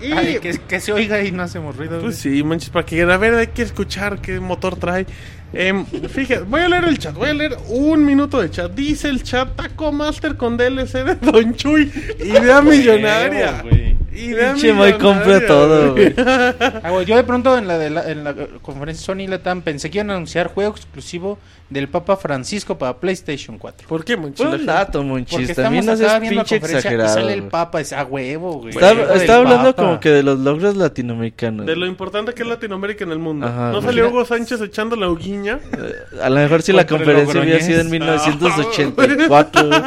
S1: Y
S2: Ay, que, que se oiga y no hacemos ruido.
S1: Pues
S2: güey.
S1: sí, manches, para que a ver, hay que escuchar qué motor trae. Em, fíjate, voy a leer el chat, voy a leer un minuto de chat. Dice el chat Taco Master con DLC de Don Chuy. Idea millonaria.
S2: güey.
S1: Idea
S3: Pinche Moy compra todo, güey.
S2: Ah, güey, yo de pronto en la, de la- en la conferencia Sony Latam pensé que iban a anunciar juego exclusivo del Papa Francisco para PlayStation 4.
S1: ¿Por qué, manches?
S3: Fue un dato,
S2: Porque
S3: Monchis.
S2: estamos
S3: También no
S2: acá
S3: seas
S2: viendo la
S3: pinche
S2: conferencia
S3: exagerado.
S2: y sale el
S3: güey.
S2: Papa, es a huevo, güey.
S3: Está,
S2: Hijo del
S3: está hablando
S2: Papa.
S3: como que de los logros latinoamericanos.
S1: De lo importante que es Latinoamérica en el mundo.
S3: Ajá,
S1: ¿No
S3: güey.
S1: salió Hugo Sánchez echando la uguiña?
S3: Eh, A lo mejor si la
S2: Contra
S3: conferencia hubiera
S2: logroñés.
S3: sido en 1984. güey.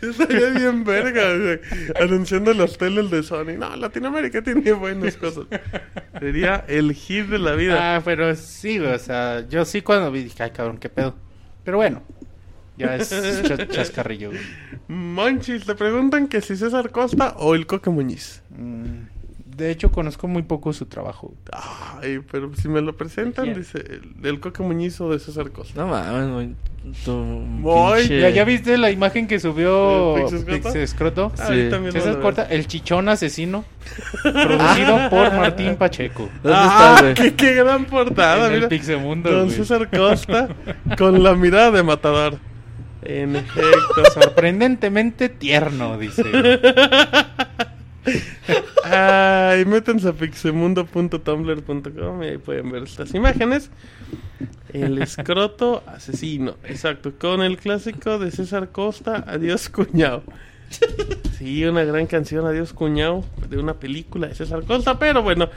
S1: Estaría bien verga, güey. Anunciando las teles de Sony. No, Latinoamérica tiene buenas cosas. Sería el hit de la vida.
S2: Ah, pero sí, güey, o sea, yo sí cuando vi dije, ay, cabrón, qué pedo. Pero bueno, ya es ch- chascarrillo, güey.
S1: Monchis, te preguntan que si César Costa o el Coque Muñiz.
S2: Mm, De hecho, conozco muy poco su trabajo.
S1: Ay, pero si me lo presentan,
S2: ¿Quién?
S1: dice el, el Coque Muñiz o de César Costa.
S3: No mames, Moy. Tu
S1: Moy,
S3: pinche-
S2: ¿Ya, ya viste la imagen que subió
S1: ¿El Pixescroto?
S2: Pixescroto?
S1: Ah,
S3: Sí.
S1: ahí también lo van
S2: César
S1: a ver.
S2: Corta, el chichón asesino, producido por Martín Pacheco.
S3: ¿Dónde
S1: Ah,
S3: estás, güey?
S1: qué, qué gran portada,
S2: en el
S1: mira.
S2: Pixemundo,
S1: Don
S2: güey.
S1: César Costa con la mirada de matador. En efecto.
S2: Sorprendentemente tierno, dice.
S1: Ay, métanse a pixemundo.tumblr.com y ahí pueden ver estas imágenes. El escroto asesino, exacto, con el clásico de César Costa, Adiós cuñado. Sí, una gran canción, Adiós cuñado, de una película de César Costa, pero bueno.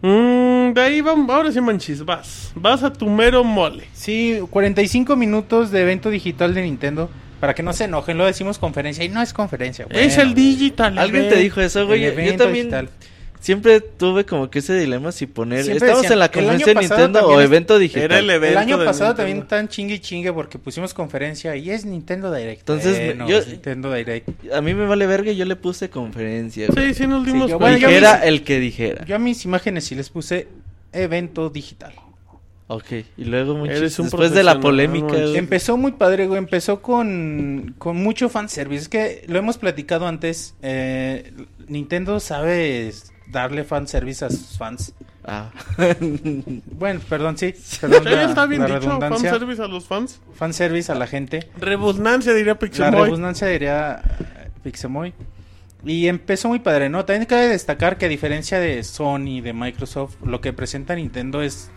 S1: Mm, de ahí vamos, ahora sí manchis, vas, vas a tu mero mole.
S2: Sí, 45 minutos de evento digital de Nintendo. Para que no se enojen, lo decimos conferencia. Y no es conferencia.
S1: es
S2: bueno,
S1: el digital.
S3: Alguien te
S1: event.
S3: dijo eso, güey.
S2: El
S3: Yo- Yo
S2: evento
S3: también
S2: digital.
S3: siempre tuve como que ese dilema si poner.
S2: Siempre
S3: ¿Estamos
S2: decían,
S3: en la
S2: el año
S3: conferencia de
S2: pasado
S3: Nintendo o
S2: también es-
S3: evento digital?
S1: Era el
S2: El
S1: evento.
S2: año
S1: de
S2: pasado
S1: Nintendo.
S2: también tan chingue y chingue porque pusimos conferencia y es Nintendo Direct.
S3: Entonces,
S2: Eh, no,
S3: yo-
S2: es Nintendo Direct.
S3: A mí me vale verga y yo le puse conferencia. güey.
S1: Sí, sí, nos dimos
S2: yo-
S1: cuenta.
S2: bueno, yo-
S3: dijera el que dijera.
S2: Yo a mis imágenes sí les puse evento digital.
S3: Ok, y luego muchachos,
S1: Eres un
S3: después de la
S1: profesional,
S3: polémica,
S1: Monchis.
S3: güey.
S2: Empezó muy padre, güey. Empezó con, con mucho fanservice. Es que lo hemos platicado antes. eh, Nintendo sabe darle fanservice a sus fans.
S3: Ah.
S2: Bueno, perdón, sí. Perdón,
S1: Sí,
S2: la-
S1: está bien
S2: la
S1: dicho,
S2: redundancia.
S1: fanservice a los fans.
S2: Fanservice a la gente.
S1: Rebusnancia, diría
S2: La
S1: Pixelboy.
S2: redundancia diría eh, Pixemoy. Y empezó muy padre, ¿no? También cabe destacar que a diferencia de Sony, de Microsoft, lo que presenta Nintendo es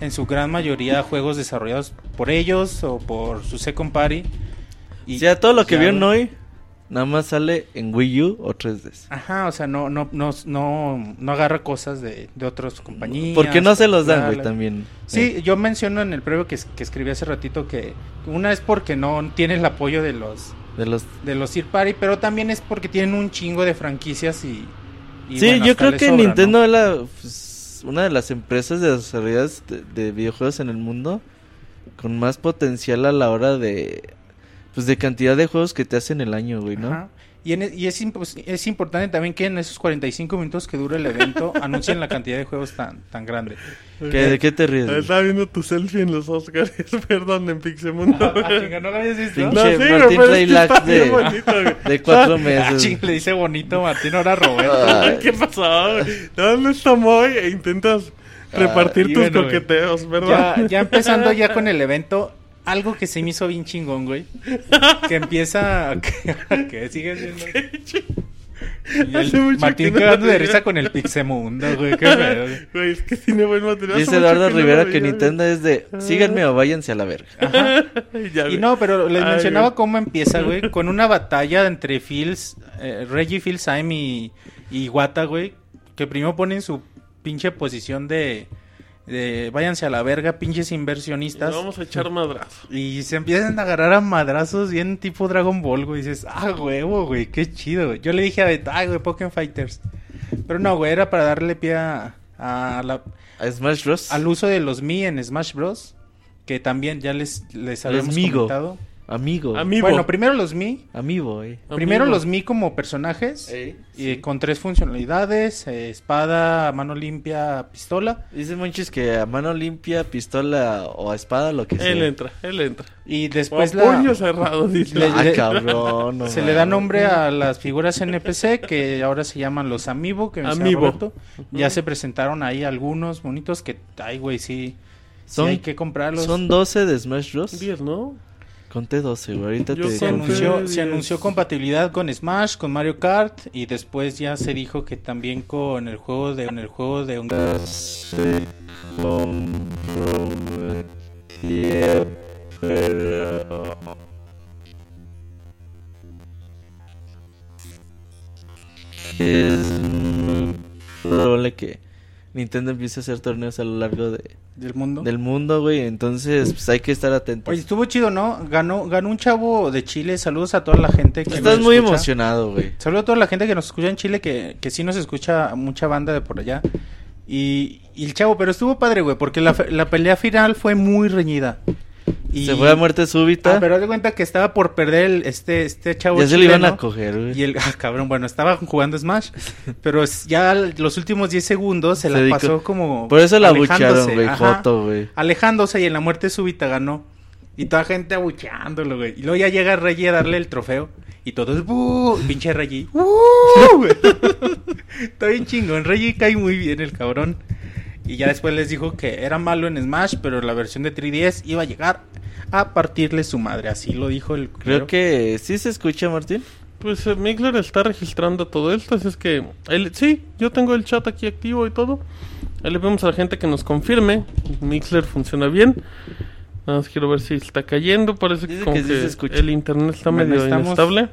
S2: en su gran mayoría juegos desarrollados por ellos o por su second party.
S3: O sea, todo lo que
S2: ya,
S3: vieron
S2: güey.
S3: hoy, nada más sale en Wii U o 3DS.
S2: Ajá, o sea, no, no, no, no, no agarra cosas de, de otras compañías.
S3: ¿Por qué no se los dan, güey,
S2: Dale.
S3: también? Eh,
S2: Sí, yo menciono en el previo que, es- que escribí hace ratito que una es porque no tiene el apoyo de los
S3: Eh, de los...
S2: de los Sir Party, pero también es porque tienen un chingo de franquicias y. y
S3: sí,
S2: bueno,
S3: yo
S2: hasta
S3: creo
S2: les
S3: que
S2: sobra, ¿no?
S3: Nintendo es la, pues, una de las empresas de desarrolladas de, de videojuegos en el mundo con más potencial a la hora de... Pues de cantidad de juegos que te hacen el año, güey, ¿no?
S2: Ajá. Y, en- e, y es, impo- es importante también que en esos 45 minutos que dura el evento anuncien la cantidad de juegos tan, tan grande.
S3: ¿Qué- ¿De qué te ríes? güey?
S1: Estaba viendo tu selfie en los Oscars, perdón, en
S2: Ah,
S1: Pixemundo.
S2: no lo habías visto.
S3: Pinche
S1: No, sí, güey,
S3: Martín
S1: pero es que
S3: Playlax
S1: está bien
S3: de-
S1: bonito, güey.
S3: De cuatro
S2: Ah,
S3: meses.
S2: ching, le dice bonito Martín, ahora Roberto.
S1: Ay, ¿Qué pasó? güey? ¿Dónde está Moy? E intentas repartir
S2: Ah, y
S1: tus
S2: bueno, güey.
S1: coqueteos, ¿verdad?
S2: Ya, ya empezando ya con el evento, algo que se me hizo bien chingón, güey. Que empieza. Que, que sigue siendo. Y el
S1: Hace mucho que
S2: Martín
S1: no
S2: cagando
S1: lo
S2: de
S1: veía.
S2: risa con el Pixemundo, güey. Qué pedo, güey.
S1: Güey, es que tiene buen material.
S3: Dice Eduardo Rivera que Nintendo es de
S2: Ah.
S3: síganme o váyanse a la verga.
S2: Y no, pero les
S1: Ay,
S2: mencionaba
S1: güey.
S2: cómo empieza, güey. Con una batalla entre Fields, eh, Reggie Fields, Saim y, y Iwata, güey. Que primero ponen su pinche posición de. de váyanse a la verga, pinches inversionistas.
S1: Vamos a echar madrazo.
S2: Y se empiezan a agarrar a madrazos bien tipo Dragon Ball, güey. Y dices, ah, huevo, güey, qué chido, güey. Yo le dije a Beto, ay, güey, Pokémon Fighters. Pero no, güey, era para darle pie a, a la-
S3: A Smash Bros.
S2: al uso de los Mi en Smash Bros. Que también ya les, les
S3: Los
S2: habíamos
S3: Migo.
S2: comentado.
S3: Amigo.
S1: Amiibo.
S2: Bueno, primero los Mi.
S3: Amigo, eh.
S1: Amigo.
S2: Primero los Mi como personajes. y con tres funcionalidades: eh, espada, mano limpia, pistola.
S3: Dice Monchis que a mano limpia, pistola o a espada, lo que sea.
S1: Él entra, él entra.
S2: Y
S1: O a
S2: después la-
S1: puño cerrado, dice.
S2: Le-
S3: Ah,
S2: le-
S3: cabrón. no
S2: se le da
S3: mames.
S2: nombre a las figuras NPC que ahora se llaman los Amiibo. Que me decía
S1: Amiibo.
S2: Roberto. Ya se presentaron ahí algunos bonitos que, ay, güey, sí, sí
S3: Son-
S2: hay que comprarlos.
S3: Son 12 de Smash Bros.
S1: 10, ¿no?
S3: Conté 12, güey. Ahorita
S1: Yo
S3: te
S2: Se
S1: conté-
S3: digo.
S2: anunció,
S1: Dios.
S2: se anunció compatibilidad con Smash, con Mario Kart y después ya se dijo que también con el juego de en el juego de un-
S3: Es muy probable que Nintendo empiece a hacer torneos a lo largo de-
S2: del mundo.
S3: del mundo, güey. Entonces, pues hay que estar atentos.
S2: Oye, estuvo chido, ¿no? Ganó ganó un chavo de Chile. Saludos a toda la gente que
S3: Estás
S2: nos
S3: muy
S2: escucha.
S3: emocionado, güey.
S2: Saludos a toda la gente que nos escucha en Chile que que sí nos escucha mucha banda de por allá. Y, y el chavo, pero estuvo padre, güey, porque la, fe- la pelea final fue muy reñida. Y,
S3: Se fue a muerte súbita.
S2: Ah, pero haz de cuenta que estaba por perder el- este, este chavo
S3: ya se le iban a
S2: chileno.
S3: coger, güey.
S2: Y el ah, cabrón, bueno, estaba jugando Smash, pero es- ya los últimos 10 segundos se,
S3: Se
S2: la
S3: dedicó-
S2: pasó como.
S3: Por eso la
S2: alejándose,
S3: abuchearon, güey.
S2: ajá,
S3: Joto, güey.
S2: Alejándose y en la muerte súbita ganó. Y toda gente abucheándolo, güey. Y luego ya llega Reggie a darle el trofeo. Y todos, ¡buh! Pinche Reggie. ¡uh! güey. Está bien chingón. Reggie cae muy bien el cabrón. Y ya después les dijo que era malo en Smash, pero la versión de 3DS iba a llegar a partirle su madre. Así lo dijo el.
S3: Creo que sí se escucha, Martín.
S1: Pues eh, Mixler está registrando todo esto, así es que... él- sí, yo tengo el chat aquí activo y todo. Ahí le pedimos a la gente que nos confirme. Mixler funciona bien. Nada más quiero ver si está cayendo. Parece que,
S3: Dice
S1: como
S3: que sí se
S1: que
S3: escucha.
S1: el internet está
S2: Bueno,
S1: medio
S2: estamos-
S1: inestable.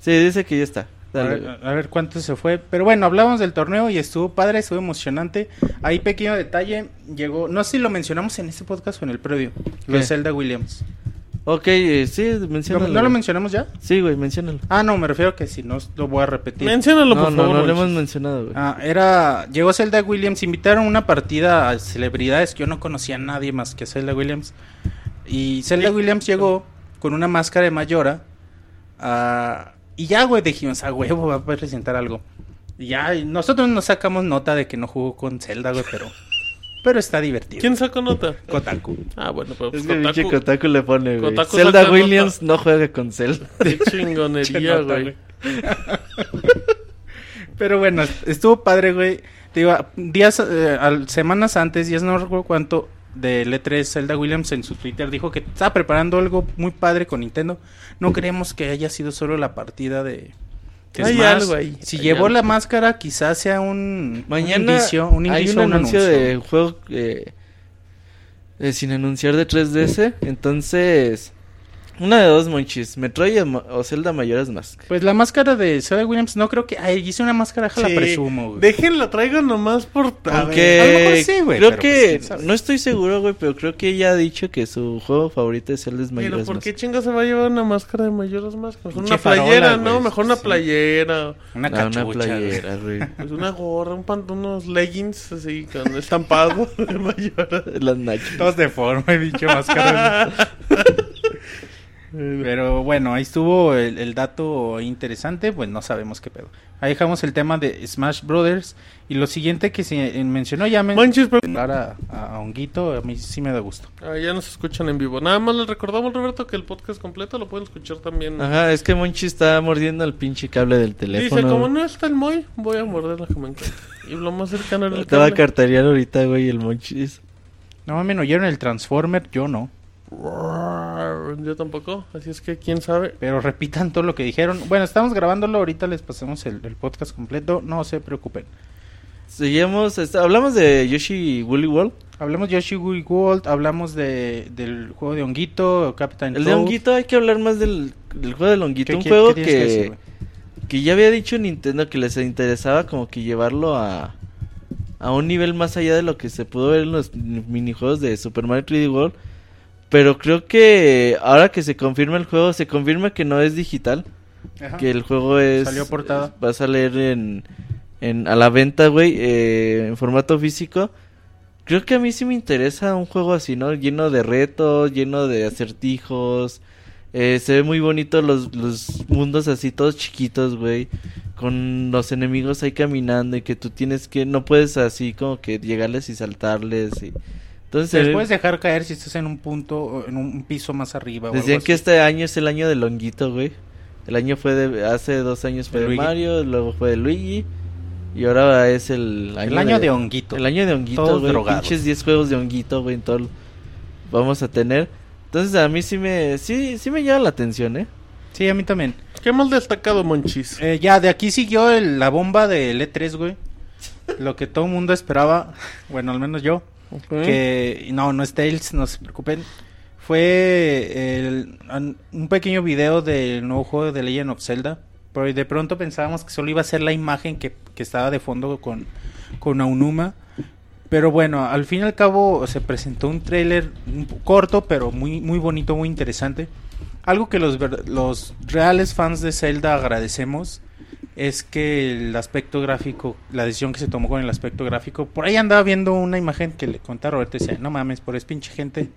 S3: Sí, dice que ya está.
S2: A
S3: Dale, güey.
S2: ver, a ver cuánto se fue. Pero bueno, hablábamos del torneo y estuvo padre, estuvo emocionante. Ahí pequeño detalle, llegó, no sé si lo mencionamos en este podcast o en el previo, lo de
S3: ¿Qué?
S2: Zelda Williams.
S3: Ok, eh, sí,
S2: ¿Lo-
S3: menciónalo.
S2: ¿No lo
S3: güey.
S2: mencionamos ya?
S3: Sí, güey, menciónalo.
S2: Ah, no, me refiero a que si no lo voy a repetir.
S1: Menciónalo,
S3: no,
S1: por
S3: no,
S1: favor.
S3: no lo hemos
S1: Monchis.
S3: mencionado, güey.
S2: Ah, era, llegó Zelda Williams, invitaron una partida a celebridades que yo no conocía a nadie más que a Zelda Williams. Y Zelda Williams llegó con una máscara de Mayora. ah, y ya, güey, dijimos, a huevo, va a presentar algo. Y ya, y nosotros nos sacamos nota de que no jugó con Zelda, güey, pero, pero está divertido.
S1: ¿Quién sacó nota?
S2: Kotaku.
S1: Ah, bueno, pero pues
S3: es que pinche
S1: Kotaku,
S3: Kotaku le pone, güey.
S1: Kotaku
S3: Zelda
S1: saca
S3: Williams no juega con Zelda.
S1: Qué
S2: Che
S1: chingonería,
S2: nota,
S1: güey.
S2: güey. Pero bueno, estuvo padre, güey. Te digo, días, eh, al- semanas antes, días no recuerdo cuánto, de E3, Zelda Williams en su Twitter dijo que estaba preparando algo muy padre con Nintendo. No creemos que haya sido solo la partida de. de
S1: Hay
S2: Smash.
S1: algo ahí,
S2: Si
S1: hay
S2: llevó
S1: algo.
S2: la máscara, quizás sea un, un
S3: Mañana
S2: indicio, un
S3: hay
S2: indicio,
S3: un, anuncio, de juego eh, eh, sin anunciar de 3DS. Entonces, una de dos, monchis. Metroid o Ma- o Zelda Mayoras Mask.
S2: Pues la máscara de Zelda Williams, no creo que. Ay, hice una máscara, la
S1: Sí,
S2: presumo, güey.
S1: Déjenlo, traigo nomás por... a
S3: Aunque
S1: ver.
S2: a lo mejor sí, güey,
S3: creo
S2: pero pues,
S3: que
S2: quién sabe.
S3: no estoy seguro, güey, pero creo que ella ha dicho que su juego favorito es Zelda
S1: Pero
S3: Mayoras
S1: ¿por qué
S3: Mask.
S1: chinga se va a llevar una máscara de mayoras más? Mejor
S2: Pinche
S1: una playera,
S2: farola,
S1: ¿no?
S2: güey,
S1: Mejor una
S2: sí.
S1: playera.
S2: Una
S3: Ah,
S2: cachucha.
S3: una
S2: güey.
S3: playera, güey.
S1: Pues una gorra, un pantalón, unos leggings así con estampado de mayoras.
S3: Las nachas.
S2: Todos de forma, pinche máscara. Pero bueno, ahí estuvo el, el dato interesante, pues no sabemos qué pedo. Ahí dejamos el tema de Smash Brothers y lo siguiente que se eh, mencionó ya me
S1: Manches, pero...
S2: a, a Honguito, a mí sí me da gusto.
S1: Ah, ya nos escuchan en vivo. Nada más les recordamos, Roberto, que el podcast completo lo pueden escuchar también.
S3: Ajá, es que Monchi está mordiendo el pinche cable del teléfono.
S1: Dice, como
S3: güey.
S1: no está el Moy, voy a morder la que me encuentre. Y lo más cercano era el
S3: Te va a
S1: cable.
S3: cartarear ahorita, güey, el Monchis.
S2: No mames, ¿no oyeron el Transformer? Yo no.
S1: Yo tampoco, así es que quién sabe.
S2: Pero repitan todo lo que dijeron. Bueno, estamos grabándolo, ahorita les pasamos el, el podcast completo, no se preocupen.
S3: Seguimos, este, hablamos de Yoshi Woolly World.
S2: Hablamos de Yoshi Woolly World, hablamos de, del juego de Honguito, Captain
S3: El de
S2: Toad.
S3: Honguito, hay que hablar más del, del juego del Honguito.
S2: ¿Qué-
S3: Un
S2: qué- qué
S3: juego que,
S2: tienes que decir, güey?
S3: que ya había dicho Nintendo que les interesaba como que llevarlo a, a un nivel más allá de lo que se pudo ver en los mini- minijuegos de Super Mario 3D World. Pero creo que ahora que se confirma el juego, se confirma que no es digital.
S2: Ajá.
S3: Que el juego es.
S2: Salió portada.
S3: es- va a salir en, en- a la venta, güey, eh, en formato físico. Creo que a mí sí me interesa un juego así, ¿no? Lleno de retos, lleno de acertijos, Eh, se ve muy bonito los, los mundos así todos chiquitos, güey. Con los enemigos ahí caminando y que tú tienes que... No puedes así como que llegarles y saltarles y... Entonces, se
S2: Te
S3: ve-
S2: puedes dejar caer si estás en un punto, o en un piso más arriba. o
S3: decían
S2: algo
S3: que
S2: así.
S3: este año es el año del honguito, güey. El año fue de... Hace dos años fue
S2: De
S3: de,
S2: Luigi.
S3: Mario, luego fue de Luigi. Y ahora es el año,
S2: El año de honguito.
S3: El año de honguito,
S2: Todos
S3: güey.
S2: drogados.
S3: Pinches 10 juegos de honguito, güey, en todo. el- Vamos a tener. Entonces a mí sí me... Sí, sí me llama la atención, ¿eh?
S2: Sí, a mí también.
S1: ¿Qué más destacado, Monchis?
S2: Eh, ya, de aquí siguió el- la bomba del E3, güey. Lo que todo el mundo esperaba, bueno, al menos yo,
S1: Ok.
S2: que no, no es Tails, no se preocupen. Fue el- an- un pequeño video del nuevo juego de Legend of Zelda. Pero de pronto pensábamos que solo iba a ser la imagen que, que estaba de fondo con, con Aonuma. Pero bueno, al fin y al cabo se presentó un tráiler un po- corto, pero muy, muy bonito, muy interesante. Algo que los, ver- los reales fans de Zelda agradecemos es que el aspecto gráfico, la decisión que se tomó con el aspecto gráfico, por ahí andaba viendo una imagen que le contaba Roberto y decía, no mames, por es pinche gente,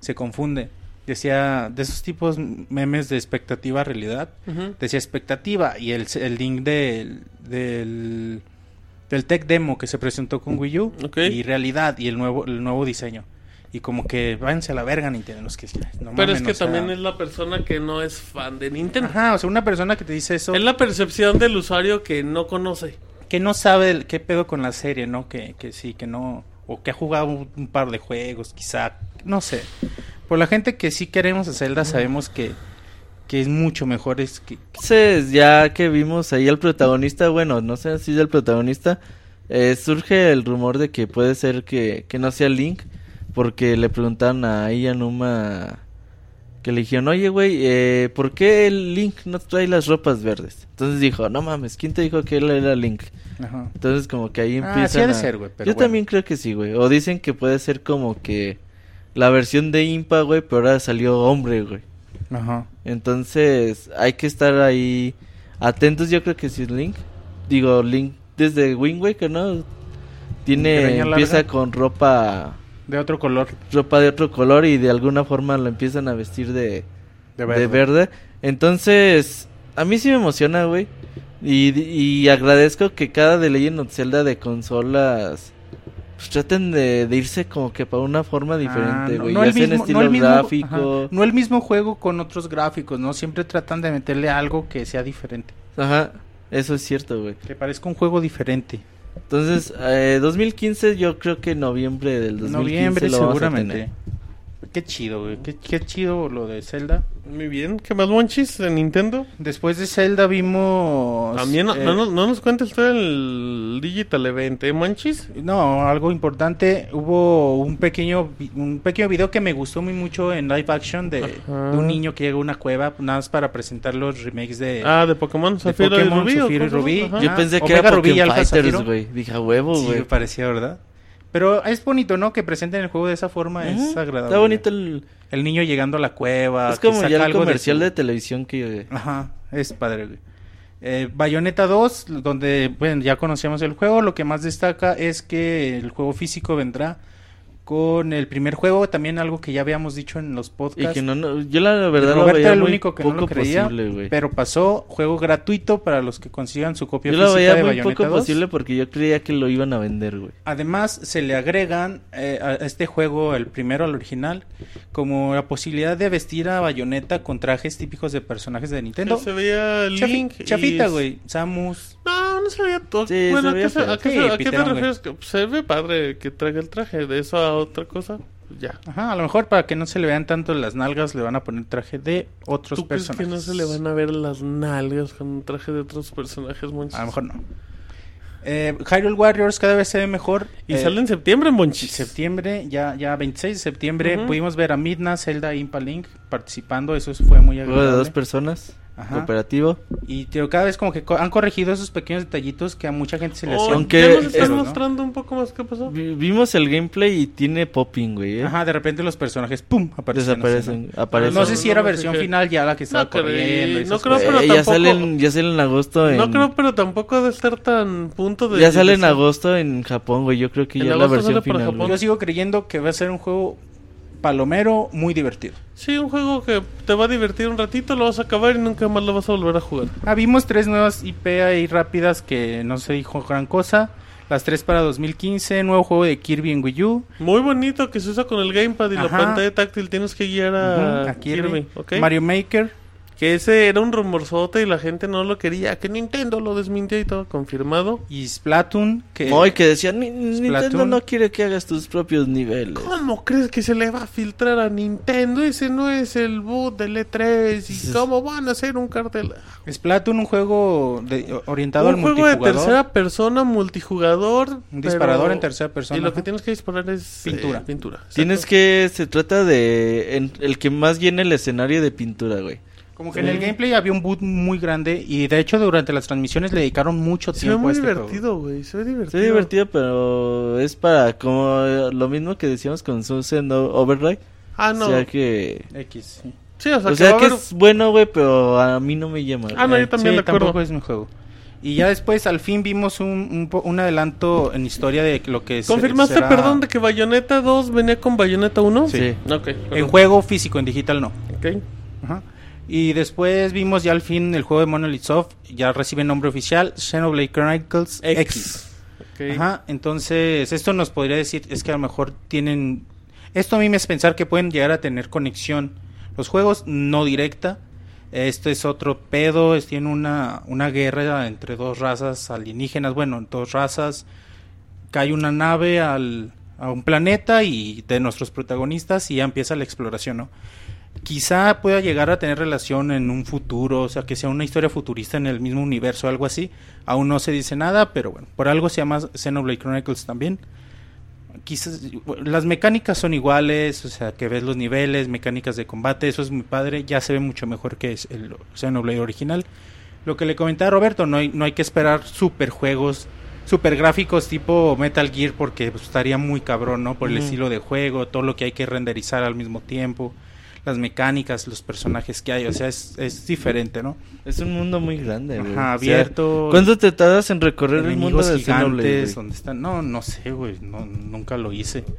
S2: se confunde. Decía, de esos tipos memes de expectativa realidad,
S1: Ujú.
S2: decía expectativa y el, el link del, del, del tech demo que se presentó con Wii U
S1: Ok.
S2: y realidad y el nuevo, el nuevo diseño. Y como que váyanse a la verga Nintendo, los que no
S1: Pero
S2: mamen,
S1: es que
S2: o sea,
S1: también es la persona que no es fan de Nintendo.
S2: Ajá, o sea, una persona que te dice eso,
S1: Es la percepción del usuario que no conoce.
S2: que no sabe el- qué pedo con la serie, ¿no? Que, que sí, que no, o que ha jugado un, un par de juegos, quizá, no sé. Por la gente que sí queremos a Zelda sabemos que, que es mucho mejor, es que...
S3: Entonces, ya que vimos ahí al protagonista, bueno, no sé si es el protagonista, eh, surge el rumor de que puede ser que, que no sea Link, porque le preguntaron a Ianuma que le dijeron, oye, güey, eh, ¿por qué el Link no trae las ropas verdes? Entonces dijo, no mames, ¿quién te dijo que él era Link?
S2: Ajá.
S3: Entonces como que ahí
S2: Ah,
S3: empiezan
S2: sí ha de
S3: a-
S2: ser, güey, pero
S3: Yo
S2: bueno.
S3: también creo que sí, güey. O dicen que puede ser como que la versión de Impa, güey, pero ahora salió hombre, güey.
S2: Ajá.
S3: Entonces, hay que estar ahí atentos. Yo creo que si es Link, digo, Link desde Wind Waker, ¿no?
S2: ¿De
S3: Tiene,
S2: greña larga?
S3: empieza con ropa,
S2: De otro color.
S3: ropa de otro color y de alguna forma lo empiezan a vestir de,
S2: De
S3: de verde. Entonces, a mí sí me emociona, güey. Y, y agradezco que cada de Legend of Zelda de consolas pues, traten de, de irse como que para una forma
S2: Ah,
S3: diferente,
S2: no-
S3: güey.
S2: no
S3: ya
S2: el
S3: sea en
S2: mismo- no
S3: estilo
S2: el mismo-
S3: gráfico.
S2: ajá, no el mismo juego con otros gráficos, ¿no? Siempre tratan de meterle algo que sea diferente.
S3: Ajá, eso es cierto, güey.
S2: Que parezca un juego diferente.
S3: Entonces, eh, 2015, yo creo que noviembre del 2015
S2: Noviembre
S3: lo vamos a tener.
S2: seguramente. Qué chido, güey. Qué, qué chido lo de Zelda.
S1: Muy bien. ¿Qué más, Monchis, de Nintendo?
S2: Después de Zelda vimos...
S1: También no,
S2: eh,
S1: no, no nos cuentes todo el Digital Event, ¿eh, Monchis?
S2: No, algo importante, hubo un pequeño vi- un pequeño video que me gustó muy mucho en live action de,
S1: Ajá.
S2: de un niño que llega a una cueva, nada más para presentar los remakes eh, de...
S1: Ah, de Pokémon, Zafiro y
S2: Pokémon,
S1: Rubí. ¿o
S2: Zafiro y
S1: cómo
S2: Rubí.
S1: se llama? Ajá.
S3: Yo
S2: Ah,
S3: pensé que
S2: Omega
S3: era
S2: Rubí y
S3: Pokémon
S2: Alfa
S3: Fighters,
S2: Zafiro.
S3: güey. Dije, a huevo,
S2: sí,
S3: oh, güey.
S2: me parecía, ¿verdad? Pero es bonito, ¿no? Que presenten el juego de esa forma,
S3: Ajá,
S2: es agradable.
S3: Está bonito el...
S2: El niño llegando a la cueva.
S3: es
S2: que
S3: como
S2: saca
S3: ya el
S2: algo
S3: comercial de,
S2: su-
S3: televisión que...
S2: Ajá, es padre, güey. Eh, Bayonetta 2, donde, bueno, ya conocíamos el juego, lo que más destaca es que el juego físico vendrá con el primer juego, también algo que ya habíamos dicho en los
S3: Y
S2: podcasts.
S3: que no, no- yo la verdad lo
S2: Roberto
S3: veía
S2: era el
S3: muy
S2: único que no
S3: poco
S2: lo creía,
S3: posible, güey.
S2: pero pasó, juego gratuito para los que consigan su copia
S3: Yo
S2: física
S3: lo veía
S2: de
S3: muy
S2: Bayonetta
S3: poco
S2: 2.
S3: posible porque yo creía que lo iban a vender, güey.
S2: Además, se le agregan eh, a este juego, el primero al original, como la posibilidad de vestir a Bayonetta con trajes típicos de personajes de Nintendo.
S1: Que se veía
S2: Chafi-
S1: Link. y-
S2: chafita, güey. Samus.
S1: No, no se veía todo.
S3: Sí,
S1: bueno,
S3: se
S1: ¿a qué,
S3: veía
S1: se- a
S3: feo.
S1: qué se-
S2: Sí,
S1: a qué te
S2: pitearon, güey.
S1: refieres? Que Se ve padre que traiga el traje. De eso a otra cosa, pues ya.
S2: Ajá, a lo mejor para que no se le vean tanto las nalgas, le van a poner traje de otros
S1: ¿Tú crees
S2: personajes.
S1: que no se le van a ver las nalgas con un traje de otros personajes, Monchis?
S2: A lo mejor no. Eh, Hyrule Warriors cada vez se ve mejor.
S1: Y
S2: Eh,
S1: sale en septiembre, Monchis.
S2: septiembre, ya, ya 26 de septiembre,
S1: Ujú.
S2: pudimos ver a Midna, Zelda y Impalink participando. Eso fue muy
S3: Juego
S2: agradable.
S3: de dos personas,
S2: Ajá.
S3: cooperativo.
S2: Y tío, cada vez como que co- han corregido esos pequeños detallitos que a mucha gente se le
S1: Oh,
S2: hacían.
S3: Aunque-
S1: ya nos
S2: pero,
S1: están
S2: ¿no?
S1: mostrando un poco más qué pasó.
S3: Vi- vimos el gameplay y tiene popping, güey. ¿eh?
S2: Ajá, de repente los personajes, ¡pum! aparecen. en la escena.
S3: Desaparecen, aparecen.
S2: No sé si
S1: No,
S2: era
S1: no me
S2: versión
S1: fijé.
S2: final ya la que estaba
S1: No creo,
S2: corriendo. y
S1: no
S2: esas
S1: creo,
S2: cosas.
S1: pero
S3: Eh, ya
S1: tampoco-
S3: salen, ya salen en agosto en...
S1: No creo, pero tampoco debe estar tan punto de.
S3: Ya sale en
S1: división.
S3: agosto en Japón, güey. Yo creo que
S1: En
S3: ya es la
S1: agosto sale
S3: versión
S1: para
S3: final.
S1: Japón.
S3: güey.
S2: Yo sigo creyendo que va a ser un juego palomero, muy divertido.
S1: Sí, un juego que te va a divertir un ratito, lo vas a acabar y nunca más lo vas a volver a jugar.
S2: Ah, vimos tres nuevas IP ahí rápidas que no se dijo gran cosa. Las tres para 2015, nuevo juego de Kirby en Wii U.
S1: Muy bonito que se usa con el gamepad y la
S2: Ajá.
S1: pantalla táctil. Tienes que guiar a,
S2: Ujú, a Kirby.
S1: Ah, ¿ok?
S2: Mario Maker.
S1: Que ese era un rumorzote y la gente no lo quería. Que Nintendo lo desmintió y todo confirmado.
S2: Y Splatoon. Que...
S3: Hoy que decían, "Ni- Nintendo
S2: Splatoon.
S3: no quiere que hagas tus propios niveles.
S1: ¿Cómo crees que se le va a filtrar a Nintendo? Ese no es el boot del E3. ¿Y cómo van a hacer un cartel?
S2: Splatoon, un juego de- orientado al
S1: Un juego de
S2: multijugador.
S1: tercera persona, multijugador.
S2: Un
S1: pero-
S2: disparador en tercera persona.
S1: Y lo que
S2: Ajá.
S1: tienes que disparar es eh,
S2: Pintura.
S1: pintura.
S3: Tienes que, se trata de en- el que más llene el escenario de pintura, güey.
S2: Como que en el gameplay había un boot muy grande y de hecho durante las transmisiones le dedicaron mucho
S1: Se ve
S2: tiempo
S1: muy
S2: a este juego.
S1: divertido, güey. Se ve
S3: Está
S1: divertido.
S3: divertido, pero es para como lo mismo que decíamos con Sunset No- Overdrive.
S1: Ah, no.
S3: O sea que...
S2: X. sí.
S1: Sí, o sea,
S3: O
S1: que
S3: sea
S1: va a
S3: que
S1: haber-
S3: es bueno, güey, pero a mí no me llama.
S1: Ah, no,
S3: güey.
S1: yo también
S2: Eh, Sí,
S1: de acuerdo.
S2: tampoco es mi juego. Y ya después al fin vimos un, un, po- un adelanto en historia de lo que se-
S1: ¿Confirmaste,
S2: será-
S1: perdón, de que Bayonetta 2 venía con Bayonetta 1?
S3: Sí.
S1: Ok.
S2: En
S1: perdón.
S2: juego físico, en digital no.
S1: Ok.
S2: Ajá. Y después vimos ya al fin el juego de Monolith Soft, ya recibe nombre oficial, Xenoblade Chronicles X.
S1: Ok.
S2: Ajá, entonces esto nos podría decir, es que a lo mejor tienen... Esto a mí me es pensar que pueden llegar a tener conexión. Los juegos no directa. Esto es otro pedo, es, tiene una, una guerra entre dos razas alienígenas, bueno, dos razas. Cae una nave al, a un planeta y de nuestros protagonistas y ya empieza la exploración, ¿no? Quizá pueda llegar a tener relación en un futuro, o sea, que sea una historia futurista en el mismo universo, algo así. Aún no se dice nada, pero bueno, por algo se llama Xenoblade Chronicles también. Quizás las mecánicas son iguales, o sea, que ves los niveles, mecánicas de combate, eso es muy padre, ya se ve mucho mejor que es el Xenoblade original. Lo que le comentaba Roberto, no hay, no hay que esperar super juegos, super gráficos tipo Metal Gear porque pues, estaría muy cabrón, ¿no? Por el
S1: Ujú.
S2: estilo de juego, todo lo que hay que renderizar al mismo tiempo, las mecánicas, los personajes que hay, o sea, es, es diferente, ¿no?
S3: Es un mundo muy grande, güey.
S2: Ajá,
S3: O sea,
S2: abierto.
S3: ¿Cuánto te tardas en recorrer el mundo
S2: enemigos
S3: de Xenoblade?
S2: gigantes,
S3: güey?
S2: donde están. No, no sé, güey, no, nunca lo hice. O sea,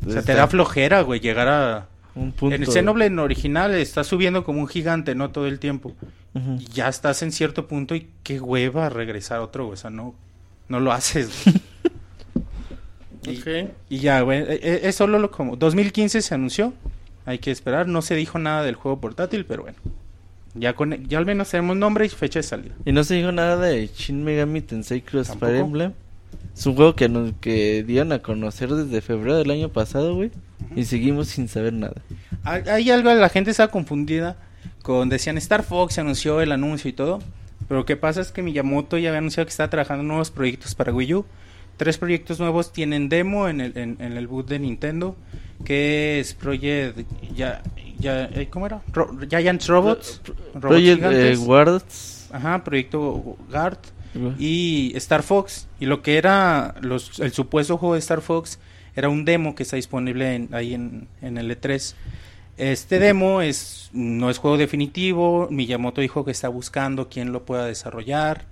S3: Entonces
S2: te da
S3: está
S2: flojera, güey, llegar a...
S3: un punto.
S2: En el Xenoblade en original está subiendo como un gigante, ¿no? Todo el tiempo.
S3: Ujú.
S2: Y ya estás en cierto punto y qué hueva regresar a otro, güey. O sea, no, no lo haces. güey. Y-
S1: Ok.
S2: Y ya, güey, eh, eh, es solo lo como... 2015 se anunció, hay que esperar, no se dijo nada del juego portátil, pero bueno. Ya, con, ya al menos tenemos nombre y fecha de salida.
S3: Y no se dijo nada de Shin Megami Tensei Cross
S2: Tampoco.
S3: Fire Emblem. Es un juego que, nos, que dieron a conocer desde febrero del año pasado, güey. Y seguimos sin saber nada.
S2: Hay, hay algo, la gente estaba confundida con, decían Star Fox, se anunció el anuncio y todo, pero lo que pasa es que Miyamoto ya había anunciado que estaba trabajando en nuevos proyectos para Wii U. Tres proyectos nuevos tienen demo en el, en, en el boot de Nintendo, que es Project, ya, ya, eh, ¿cómo era? Ro- Giant Robots, robots
S3: Project eh,
S2: gigantes.
S3: Guards.
S2: Ajá, Proyecto Guard y Star Fox. Y lo que era los, el supuesto juego de Star Fox era un demo que está disponible en- ahí en, en el E3. Este demo es no es juego definitivo. Miyamoto dijo que está buscando quién lo pueda desarrollar,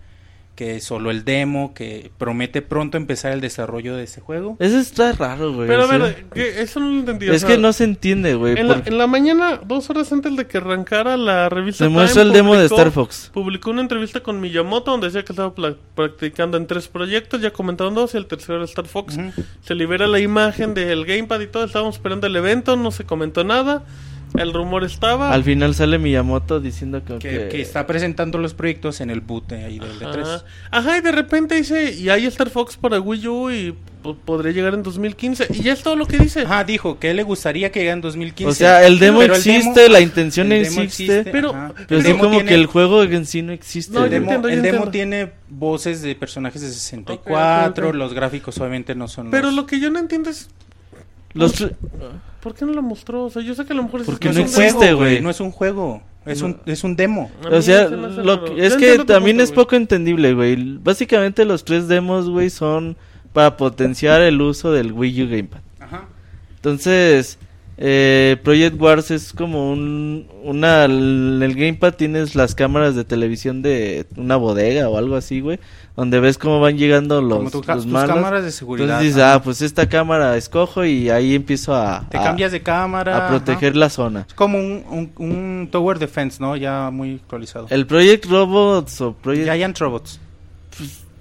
S2: que es solo el demo, que promete pronto empezar el desarrollo de ese juego.
S3: Eso está raro, güey.
S1: Pero a
S3: o sea,
S1: ver, ¿qué? eso no lo entendí. o
S3: pues es
S1: sea,
S3: que no se entiende, güey.
S1: en, la,
S3: porque
S1: en la mañana, dos horas antes de que arrancara la revista.
S3: Se
S1: Time,
S3: muestra el demo de
S1: publicó-
S3: Star Fox.
S1: Publicó una entrevista con Miyamoto donde decía que estaba pla- practicando en tres proyectos, ya comentaron dos y el tercero era Star Fox.
S2: Ujú.
S1: Se libera la imagen del gamepad y todo, estábamos esperando el evento, no se comentó nada, el rumor estaba.
S3: Al final sale Miyamoto diciendo que...
S2: Ah. Que, que está presentando los proyectos en el boot de ahí del E
S1: Ajá.
S2: E3.
S1: Ajá, y de repente dice, y hay Star Fox para Wii U y po- podría llegar en 2015. Y ya es todo lo que dice.
S2: Ajá, dijo que le gustaría que llegara en 2015.
S3: O sea, el demo
S2: pero
S3: existe, la intención
S2: el demo
S3: existe,
S1: pero-
S2: ajá.
S3: Pero
S2: El
S3: sí
S2: demo
S3: como
S2: tiene-
S3: que el juego en sí no existe.
S1: No,
S2: el
S3: güey.
S1: yo
S2: demo,
S1: entiendo, yo
S2: el demo
S1: entiendo.
S2: tiene voces de personajes de
S1: Ok,
S2: 64,
S1: ok, ok.
S2: los gráficos obviamente no son
S1: Pero
S2: los...
S1: lo que yo no entiendo es,
S3: Los-
S1: ¿por qué no lo mostró? O sea, yo sé que a lo mejor es-
S3: Porque
S1: es
S3: no
S1: un
S2: es un
S1: demo.
S3: existe,
S2: juego,
S3: güey.
S2: No es un juego, es, un, es un demo.
S1: A mí
S3: o sea,
S1: se me hace
S3: lo
S1: raro.
S3: que- es
S1: Yo
S3: que
S1: entiendo tu
S3: también
S1: punto,
S3: es
S1: güey.
S3: poco entendible, güey. Básicamente los tres demos, güey, son para potenciar el uso del Wii U Gamepad.
S2: Ajá.
S3: Entonces, eh, Project Wars es como un... Una, en el Gamepad tienes las cámaras de televisión de una bodega o algo así, güey. donde ves cómo van llegando
S2: Como
S3: los,
S2: tu ca-
S3: los
S2: tus
S3: malos.
S2: cámaras de seguridad.
S3: Entonces dices,
S2: ajá.
S3: ah, pues esta cámara escojo y ahí empiezo a,
S2: Te
S3: a-
S2: cambias de cámara.
S3: Ah, a
S2: ajá.
S3: proteger la zona.
S2: Es como un, un, un Tower Defense, ¿no? Ya muy actualizado.
S3: El Project Robots o Project...
S2: Giant Robots.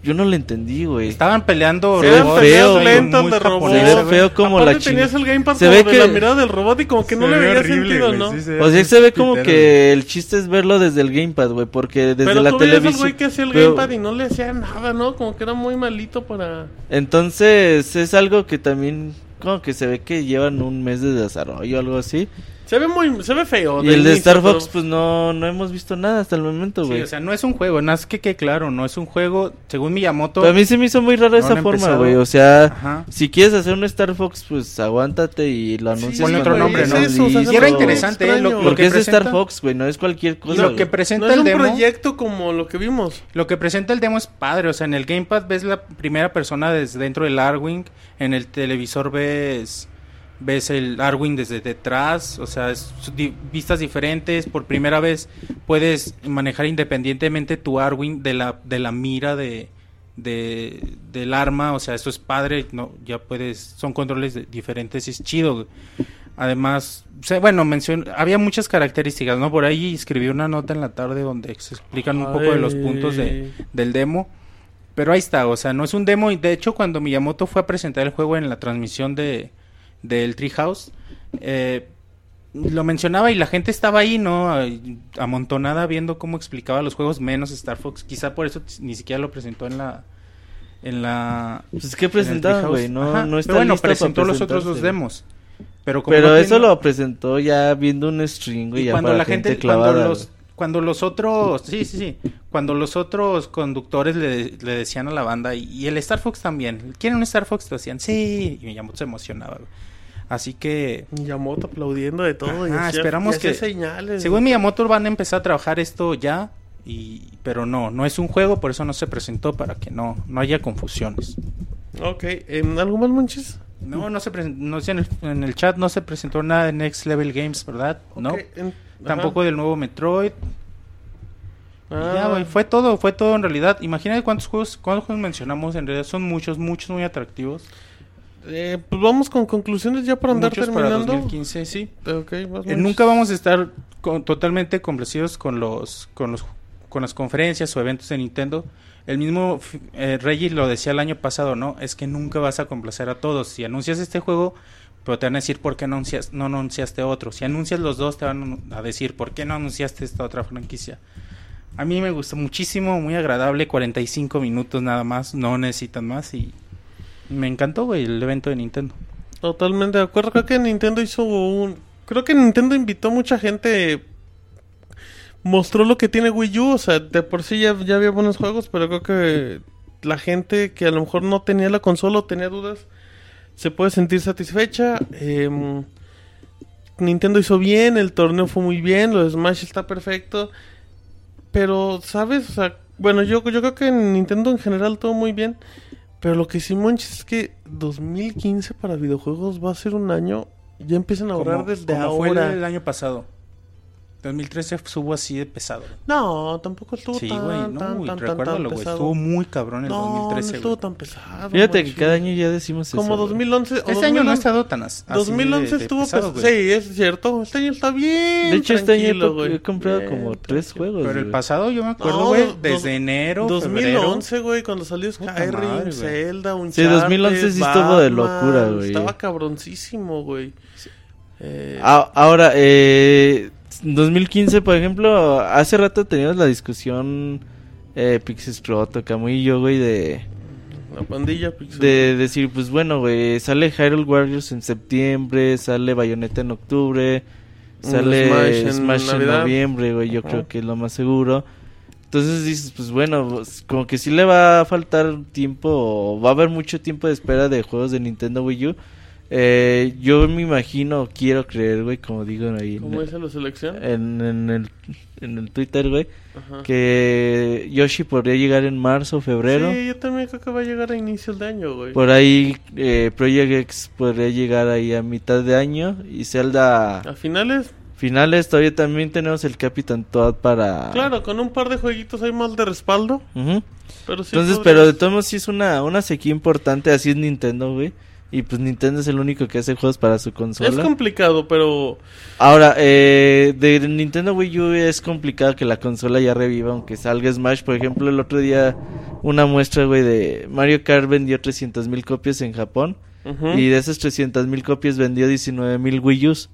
S3: Yo no le entendí, güey.
S2: Estaban peleando
S3: Se ve feo,
S2: muy-
S1: lentos
S2: muy
S1: de robots.
S2: japoneses,
S3: Se ve
S2: güey.
S3: feo como la
S1: Aparte tenías
S3: chingada.
S1: el gamepad
S3: Se
S1: como
S3: ve
S1: de
S3: que-
S1: la mirada del robot y como que no
S4: Se
S1: le
S4: ve
S1: veía
S4: horrible,
S1: sentido,
S4: güey,
S1: ¿no?
S4: sí
S3: O sea, se ve como
S4: pitero,
S3: que el chiste es verlo desde el gamepad, güey, porque desde
S1: Pero
S3: la
S1: tú veías al
S3: televisión...
S1: güey que hacía el
S3: Pero-
S1: gamepad y no le hacía nada, ¿no? Como que era muy malito para...
S3: Entonces es algo que también como que se ve que llevan un mes de desarrollo o algo así.
S1: Se ve muy... Se ve feo.
S3: Y el de
S1: inicio,
S3: Star
S1: pero-
S3: Fox pues no, no hemos visto nada hasta el momento,
S2: Sí,
S3: güey.
S2: o sea, no es un juego, nada más que quede claro, no es un juego, según Miyamoto.
S3: Pero a mí se me hizo muy rara
S2: No
S3: esa
S2: han
S3: forma,
S2: empezado.
S3: güey. O sea,
S2: Ajá.
S3: si quieres hacer un Star Fox pues aguántate y lo anuncias.
S2: ponle otro
S3: cuando
S1: güey,
S2: nombre,
S1: es
S2: ¿no?
S1: eso, o sea,
S3: Sí,
S1: se
S2: Y era
S1: ve muy
S2: interesante,
S1: extraño.
S2: lo-
S3: Porque
S2: que
S3: es Star
S2: presenta-
S3: Fox, güey, no es cualquier
S2: Y
S3: cosa.
S2: lo que
S3: güey.
S1: No
S2: presenta
S1: es
S2: el
S1: un
S2: demo.
S1: proyecto como lo que vimos.
S2: Lo que presenta el demo es padre, o sea, en el Gamepad ves la primera persona desde dentro del Arwing, en el televisor ves ves el Arwing desde detrás, o sea, es di- vistas diferentes, por primera vez puedes manejar independientemente tu Arwing de la de la mira de, de- del arma, o sea, esto es padre, no ya puedes son controles de- diferentes, es chido. güey. Además, o sea, bueno, mencion- había muchas características, ¿no? Por ahí escribí una nota en la tarde donde se explican un poco de los
S1: Ay.
S2: puntos de, del demo. Pero ahí está, o sea, no es un demo. Y de hecho, cuando Miyamoto fue a presentar el juego en la transmisión de, del Treehouse, eh, lo mencionaba y la gente estaba ahí, ¿no? Ay, Amontonada viendo cómo explicaba los juegos, menos Star Fox. Quizá por eso ni siquiera lo presentó en la. En la
S3: Pues que
S2: en el
S3: presentaron,
S2: Treehouse.
S3: güey, no,
S2: Ajá,
S3: no
S2: pero
S3: está
S2: bueno,
S3: lista para
S2: presentó los otros dos
S3: presentarse.
S2: demos. Pero, como
S3: Pero
S2: no
S3: eso
S2: tiene-
S3: lo presentó ya viendo un stream, güey,
S2: y
S3: ya
S2: cuando
S3: para
S2: la gente,
S3: clavada.
S2: cuando
S3: güey.
S2: los cuando los otros, sí, sí, sí, cuando los otros conductores le, le decían a la banda y, y el Star Fox también, ¿quieren un Star Fox? Lo decían, sí, y Miyamoto se emocionaba. güey. Así que
S1: Miyamoto aplaudiendo de todo. y
S2: Ajá,
S1: hacía-
S2: Ah, esperamos
S1: y hacía
S2: que-
S1: señales.
S2: según Miyamoto van a empezar a trabajar esto ya y pero no, no es un juego, por eso no se presentó para que no no haya confusiones.
S1: Ok, em, ¿algo más, Monchis?
S2: No, no se presentó, no sé, en el, en el chat no se presentó nada de Next Level Games, ¿verdad? No.
S1: Ok, en- ajá.
S2: Tampoco del nuevo Metroid,
S1: Ah,
S2: Y ya, güey, fue todo, fue todo en realidad. Imagínate cuántos juegos, cuántos juegos mencionamos, en realidad son muchos, muchos muy atractivos.
S1: eh, pues vamos con conclusiones ya para andar
S2: Muchos
S1: terminando.
S2: para 2015, sí.
S1: Ok, vas,
S2: Eh,
S1: Monchis.
S2: nunca vamos a estar con- totalmente complacidos con los con los con las conferencias o eventos de Nintendo. El mismo f- eh, Reggie lo decía el año pasado, ¿no? Es que nunca vas a complacer a todos. Si anuncias este juego, pero te van a decir por qué no anuncias, no anunciaste otro. Si anuncias los dos, te van a decir por qué no anunciaste esta otra franquicia. A mí me gustó muchísimo, muy agradable, 45 minutos nada más, no necesitan más y me encantó, güey, el evento de Nintendo.
S1: Totalmente de acuerdo. Creo que Nintendo hizo un. Creo que Nintendo invitó a mucha gente. Mostró lo que tiene Wii U. O sea, de por sí ya, ya había buenos juegos, pero creo que la gente que a lo mejor no tenía la consola o tenía dudas se puede sentir satisfecha. Em, Nintendo hizo bien, el torneo fue muy bien, lo de Smash está perfecto. Pero, ¿sabes? O sea, bueno, yo, yo creo que Nintendo en general todo muy bien. Pero lo que sí, Monchis, es que 2015 para videojuegos va a ser un año. Ya empiezan a ahorrar
S2: Como-
S1: desde
S2: como fue el,
S1: ahora.
S2: el año pasado. 2013 estuvo así de pesado.
S1: No, tampoco estuvo
S2: Sí,
S1: tan,
S2: güey, no,
S1: tan,
S2: güey,
S1: tan, tan, tan
S2: recuérdalo, güey.
S1: pesado.
S2: Estuvo muy cabrón el
S1: no,
S2: 2013,
S1: no estuvo
S2: güey.
S1: tan pesado.
S3: Fíjate que
S1: Monchis.
S3: cada año ya decimos eso.
S1: Como
S3: güey.
S1: 2011. o
S2: Este año no ha
S1: 2011.
S2: estado tan as- así
S1: 2011
S2: de- de
S1: estuvo
S2: pesado,
S1: pesado,
S2: güey.
S1: Sí, es cierto. Este año está bien.
S3: De hecho, este año
S1: tranquilo,
S3: yo,
S1: güey.
S3: yo he comprado
S1: Bien,
S3: como tres
S1: tranquilo.
S3: juegos.
S2: Pero el
S3: güey.
S2: pasado yo me acuerdo,
S1: No,
S2: güey,
S1: dos-
S2: desde enero, 2011.
S1: 2011, güey, cuando salió
S2: Puta
S1: Skyrim,
S2: madre, güey.
S1: Zelda, un
S3: Sí, 2011 sí estuvo de locura, güey.
S1: Estaba cabroncísimo, güey. Eh,
S3: A- ahora, eh, 2015, por ejemplo, hace rato teníamos la discusión eh, Pixiscroto, Camu y yo, güey, de,
S1: la pandilla Pixel.
S3: de decir, pues bueno, güey, sale Hyrule Warriors en septiembre, sale Bayonetta en octubre,
S1: Un
S3: sale
S1: Smash
S3: Smash,
S1: en
S3: en,
S1: Navidad.
S3: noviembre, güey, yo
S1: Ajá.
S3: creo que es lo más seguro. Entonces dices, pues bueno, pues, como que sí le va a faltar tiempo, o va a haber mucho tiempo de espera de juegos de Nintendo Wii U. Eh, yo me imagino, quiero creer, güey, como digo ahí en,
S1: ¿Cómo es la selección?
S3: en- en el, en el Twitter, güey,
S1: Ajá.
S3: eh, que Yoshi podría llegar en marzo o febrero.
S1: Sí, yo también creo que va a llegar a inicios de año, güey.
S3: Por ahí eh, Project X podría llegar ahí a mitad de año y Zelda
S1: Ah. A finales,
S3: finales todavía también tenemos el Capitán Toad para...
S1: Claro, con un par de jueguitos hay más de respaldo.
S3: Ujú.
S1: Pero sí
S3: Entonces,
S1: podrías-
S3: pero de todos modos sí es una, una sequía importante, así es Nintendo, güey. Y pues Nintendo es el único que hace juegos para su consola.
S1: Es complicado, pero
S3: Ahora, eh, de Nintendo Wii U es complicado que la consola ya reviva, aunque salga Smash. Por ejemplo, el otro día una muestra, güey, de Mario Kart vendió 300.000 copias en Japón.
S1: ujú.
S3: Y de esas 300.000 copias vendió 19.000 Wii U's.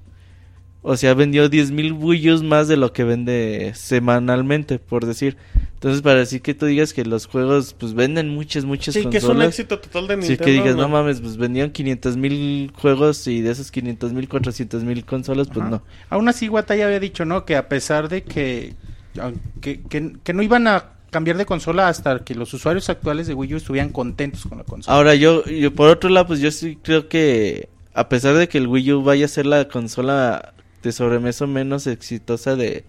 S3: O sea, vendió 10.000 Wii U's más de lo que vende semanalmente, por decir. Entonces, para decir que tú digas que los juegos, pues venden muchas, muchas
S1: sí que es un
S3: consolas.
S1: éxito total de
S3: Sí,
S1: Nintendo.
S3: que digas, no. mames, pues vendían 500.000 juegos y de esos 500.000, 400.000 consolas, pues
S2: Ajá.
S3: no.
S2: Aún así, Wata ya había dicho, ¿no? Que a pesar de que, ah, que, que- que no iban a cambiar de consola hasta que los usuarios actuales de Wii U estuvieran contentos con la
S1: Ah,
S2: consola.
S3: Ahora, yo, yo, por otro lado, pues yo sí creo que, a pesar de que el Wii U vaya a ser la consola de sobremesa menos exitosa de,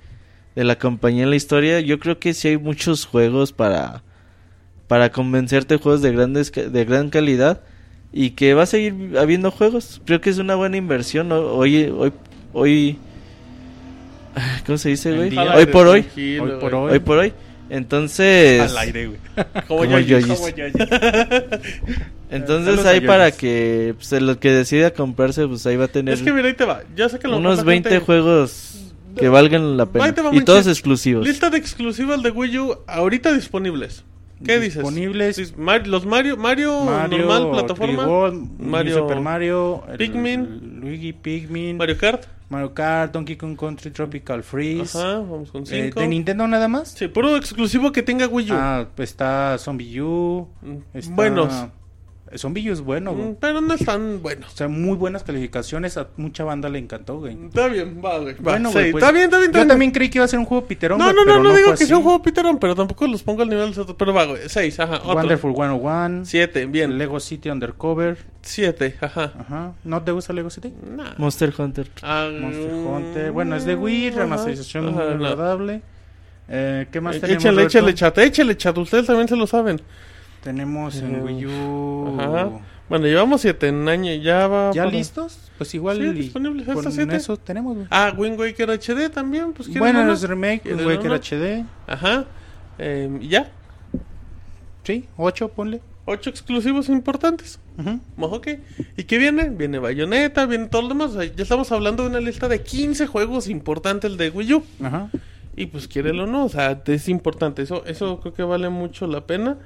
S3: de la compañía en la historia, yo creo que sí hay muchos juegos para, para convencerte, juegos de, grandes, ca- de gran calidad, y que va a seguir habiendo juegos. Creo que es una buena inversión. ¿no? Hoy, hoy, hoy, ¿cómo se dice,
S2: El
S3: güey?
S2: día.
S1: Al
S3: Hoy
S1: aire,
S3: por hoy.
S1: tranquilo,
S2: Hoy por
S1: güey.
S3: Hoy por hoy. Entonces.
S2: Al aire, güey.
S1: Como
S3: Como
S1: yo-
S3: yoyis.
S1: como yo-
S3: Entonces
S2: Saludos a
S3: ahí
S2: Jones.
S3: para que pues, el que decida comprarse, pues ahí va a tener
S1: Es que mira, ahí te va. Yo sé que a lo mejor
S3: unos
S1: la
S3: 20
S1: gente-
S3: juegos que valgan la pena.
S1: Ahí te va,
S3: Y
S1: Monchis.
S3: todos exclusivos.
S1: Lista de exclusivas de Wii U ahorita disponibles. ¿Qué dices?
S2: Disponibles.
S1: Dis- Mar- los Mario, Mario, normal, plataforma.
S2: Tree World,
S1: Mario-
S2: New Super Mario, el-
S1: Pikmin.
S2: el Luigi Pikmin, Mario,
S1: Mario Kart.
S2: Kart, Donkey Kong Country, Tropical Freeze.
S1: Ajá, vamos con
S2: Eh,
S1: 5.
S2: ¿De Nintendo nada más?
S1: sí, puro exclusivo que tenga Wii U.
S2: Ah, pues está Zombie U.
S1: Mm,
S2: está-
S1: Buenos.
S2: Eh, Zombie U es bueno, güey.
S1: Mm, Pero no están buenos.
S2: O sea, muy buenas calificaciones. A mucha banda le encantó, güey.
S1: Está bien, va, güey. va,
S2: Bueno,
S1: sí,
S2: güey, pues,
S1: está bien, está bien. está
S2: Yo
S1: bien.
S2: también creí que iba a ser un juego piterón,
S1: No,
S2: güey,
S1: no, no,
S2: pero
S1: no, digo
S2: fue
S1: que sea un
S2: así.
S1: juego piterón, pero tampoco los pongo al nivel de los otros. Pero va, güey. 6, ajá. Otro.
S2: Wonderful 101.
S1: 7, bien.
S2: Lego City Undercover.
S1: 7, ajá.
S2: Ajá. ¿No te gusta Lego City?
S1: Nah.
S3: Monster Hunter.
S1: Ah,
S2: Monster
S1: mm,
S2: Hunter. Bueno, es de Wii,
S1: ajá,
S2: remasterización
S1: ajá, no.
S2: agradable. Eh, ¿Qué más
S1: Eh,
S2: tenemos?
S1: Échale,
S2: Roberto?
S1: échale chat, échale chat, ustedes también se lo saben.
S2: Tenemos en
S1: Eh,
S2: Wii U.
S1: Ajá. Bueno, llevamos siete en año y ya va.
S2: ¿Ya
S1: para-
S2: listos? Pues igual.
S1: Sí,
S2: y
S1: disponibles
S2: con
S1: hasta siete.
S2: eso tenemos, güey.
S1: Ah, Wind Waker HD también, pues ¿quieren
S2: bueno,
S1: uno?
S2: es remake,
S1: ¿Quieren
S2: güey, que era
S1: uno?
S2: HD.
S1: Ajá. Eh, y ya.
S2: Sí, 8, ponle.
S1: Ocho exclusivos importantes.
S2: Ujú.
S1: Mojoque. ¿Y qué viene? Viene Bayonetta, viene todo lo demás. O sea, ya estamos hablando de una lista de 15 juegos importantes de Wii U.
S2: Ajá.
S1: Y pues quiérelo o no, o sea, es importante. Eso eso creo que vale mucho la pena.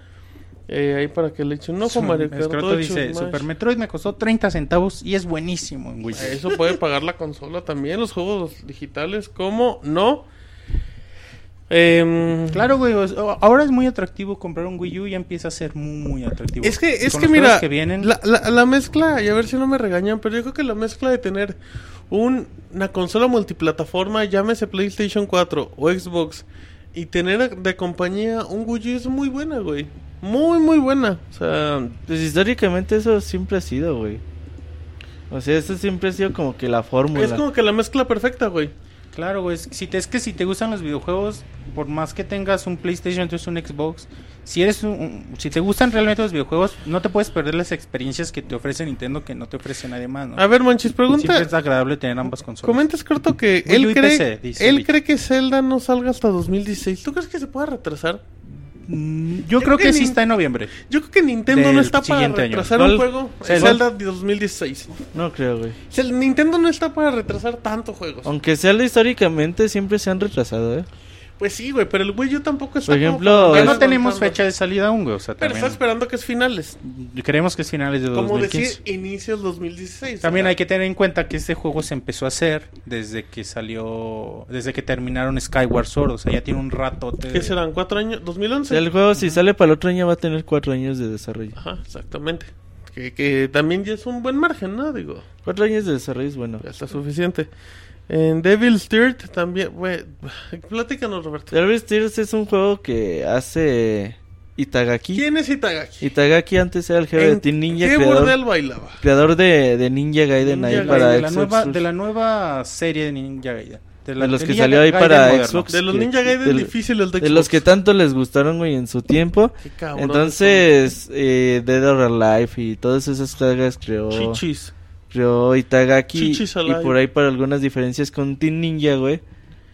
S1: Eh, ahí para que le echen un ojo,
S2: Su-
S1: Mario Kart
S2: Escroto
S1: 8,
S2: dice,
S1: Smash.
S2: Super Metroid me costó 30 centavos y es buenísimo en Wii.
S1: A Eso puede pagar la consola también, los juegos digitales, ¿cómo no? Em,
S2: Claro, güey, o- o- ahora es muy atractivo comprar un Wii U y empieza a ser muy, muy atractivo.
S1: Es que, es
S2: Con
S1: que
S2: los juegos
S1: mira,
S2: que vienen,
S1: La, la- la mezcla, y a ver si no me regañan, pero yo creo que la mezcla de tener un- una consola multiplataforma, llámese PlayStation 4 o Xbox, y tener a- de compañía un Wii U es muy buena, güey. Muy, muy buena. O sea,
S3: Pues históricamente eso siempre ha sido, güey. O sea, eso siempre ha sido como que la fórmula.
S1: es como que la mezcla perfecta, güey.
S2: Claro, güey, es, si te- es que si te gustan los videojuegos, por más que tengas un PlayStation, entonces un Xbox, si eres un- un- si te gustan realmente los videojuegos, no te puedes perder las experiencias que te ofrece Nintendo que no te ofrece nadie más, ¿no?
S1: A ver, Manchis,
S2: Ah. Siempre es
S1: pregunta.
S2: agradable tener ambas consolas.
S1: Comenta, Escorto, que
S2: Wii U
S1: él
S2: y
S1: cree,
S2: PC, dice
S1: él
S2: Vic.
S1: cree que Zelda no salga hasta 2016. ¿Tú crees que se pueda retrasar?
S2: Mm, Yo, creo que, sí
S1: ni-
S2: está en noviembre.
S1: Yo creo que Nintendo
S2: Del
S1: no está para
S2: siguiente año.
S1: retrasar
S2: ¿Cuál?
S1: un juego.
S2: Zelda.
S1: Zelda de 2016.
S3: No creo, güey.
S1: O sea, el Nintendo no está para retrasar tantos juegos.
S3: Aunque sea lo históricamente, siempre se han retrasado, ¿eh?
S1: Pues sí, güey, pero el Wii U tampoco está.
S3: Por
S1: como
S3: ejemplo,
S1: para
S2: Porque
S3: Pues-
S1: andar
S2: no tenemos
S1: aguantando.
S2: fecha de salida aún, güey, o sea,
S1: Pero está
S2: también.
S1: esperando que es finales.
S2: Creemos que es finales de
S1: Como
S2: 2015.
S1: decir, inicios 2016. o
S2: También
S1: sea,
S2: hay que tener en cuenta que este juego se empezó a hacer desde que salió, desde que terminaron Skyward Sword, o sea, ya tiene un rato.
S1: ¿Qué serán? ¿Cuatro años?
S3: O sea,
S1: ¿2011?
S3: el juego, si sale para el otro año, va a tener cuatro años de desarrollo.
S1: Ajá, exactamente. Que, que también ya es un buen margen, ¿no? Digo,
S3: Cuatro años de desarrollo es bueno.
S1: ya está suficiente. En Devil's Third también, güey. Platícanos, Roberto.
S3: Harvest Tears es un juego que hace Itagaki.
S1: ¿Quién es Itagaki?
S3: Itagaki antes era el jefe de
S1: ¿En
S3: Team Ninja,
S1: ¿Qué
S3: creador,
S1: bordel bailaba?
S3: creador de, de Ninja Gaiden
S1: Ninja
S3: ahí
S1: Gaiden,
S3: para
S2: de, la
S3: Xbox.
S2: nueva, de la nueva serie de Ninja Gaiden. la-
S3: De los
S2: del
S3: que
S2: Ninja
S3: salió ahí
S2: Gaiden
S3: para
S2: moderno.
S3: Xbox.
S1: De los
S3: que-
S1: Ninja Gaiden
S3: del-
S1: difíciles de
S3: de los que
S1: Xbox.
S3: tanto les gustaron, güey, en su tiempo.
S1: Qué cabrones
S3: Entonces, eh, Dead or Alive y todas esas cargas creó.
S1: son. Chichis.
S3: Ryo Itagaki
S1: Chichi
S3: y
S1: Salai.
S3: por ahí para algunas diferencias con Teen Ninja, güey.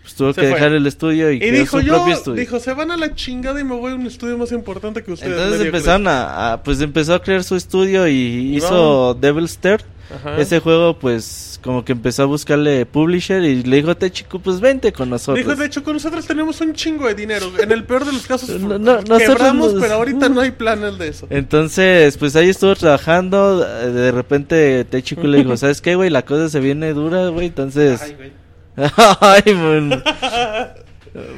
S3: Pues tuvo
S1: Se
S3: que
S1: fue.
S3: dejar el estudio y,
S1: Y
S3: crear
S1: dijo
S3: su
S1: yo,
S3: propio estudio.
S1: dijo, se van a la chingada y me voy a un estudio más importante que ustedes.
S3: Entonces
S1: mediocres".
S3: empezaron a, a- pues empezó a crear su estudio y hizo
S1: vamos.
S3: Devil's Third.
S1: Ajá.
S3: Ese juego, pues, como que empezó a buscarle publisher y le dijo a este chico, pues vente con nosotros.
S1: Dijo, de hecho, con nosotros tenemos un chingo de dinero. En el peor de los casos,
S3: No, no, nosotros
S1: quebramos,
S3: nos-
S1: pero ahorita no hay planes de eso.
S3: Entonces, pues ahí estuvo trabajando. eh, De repente, Techiku le dijo: ¿Sabes qué, güey? La cosa se viene dura, güey. Entonces.
S1: Ay, güey.
S3: Ay, mon-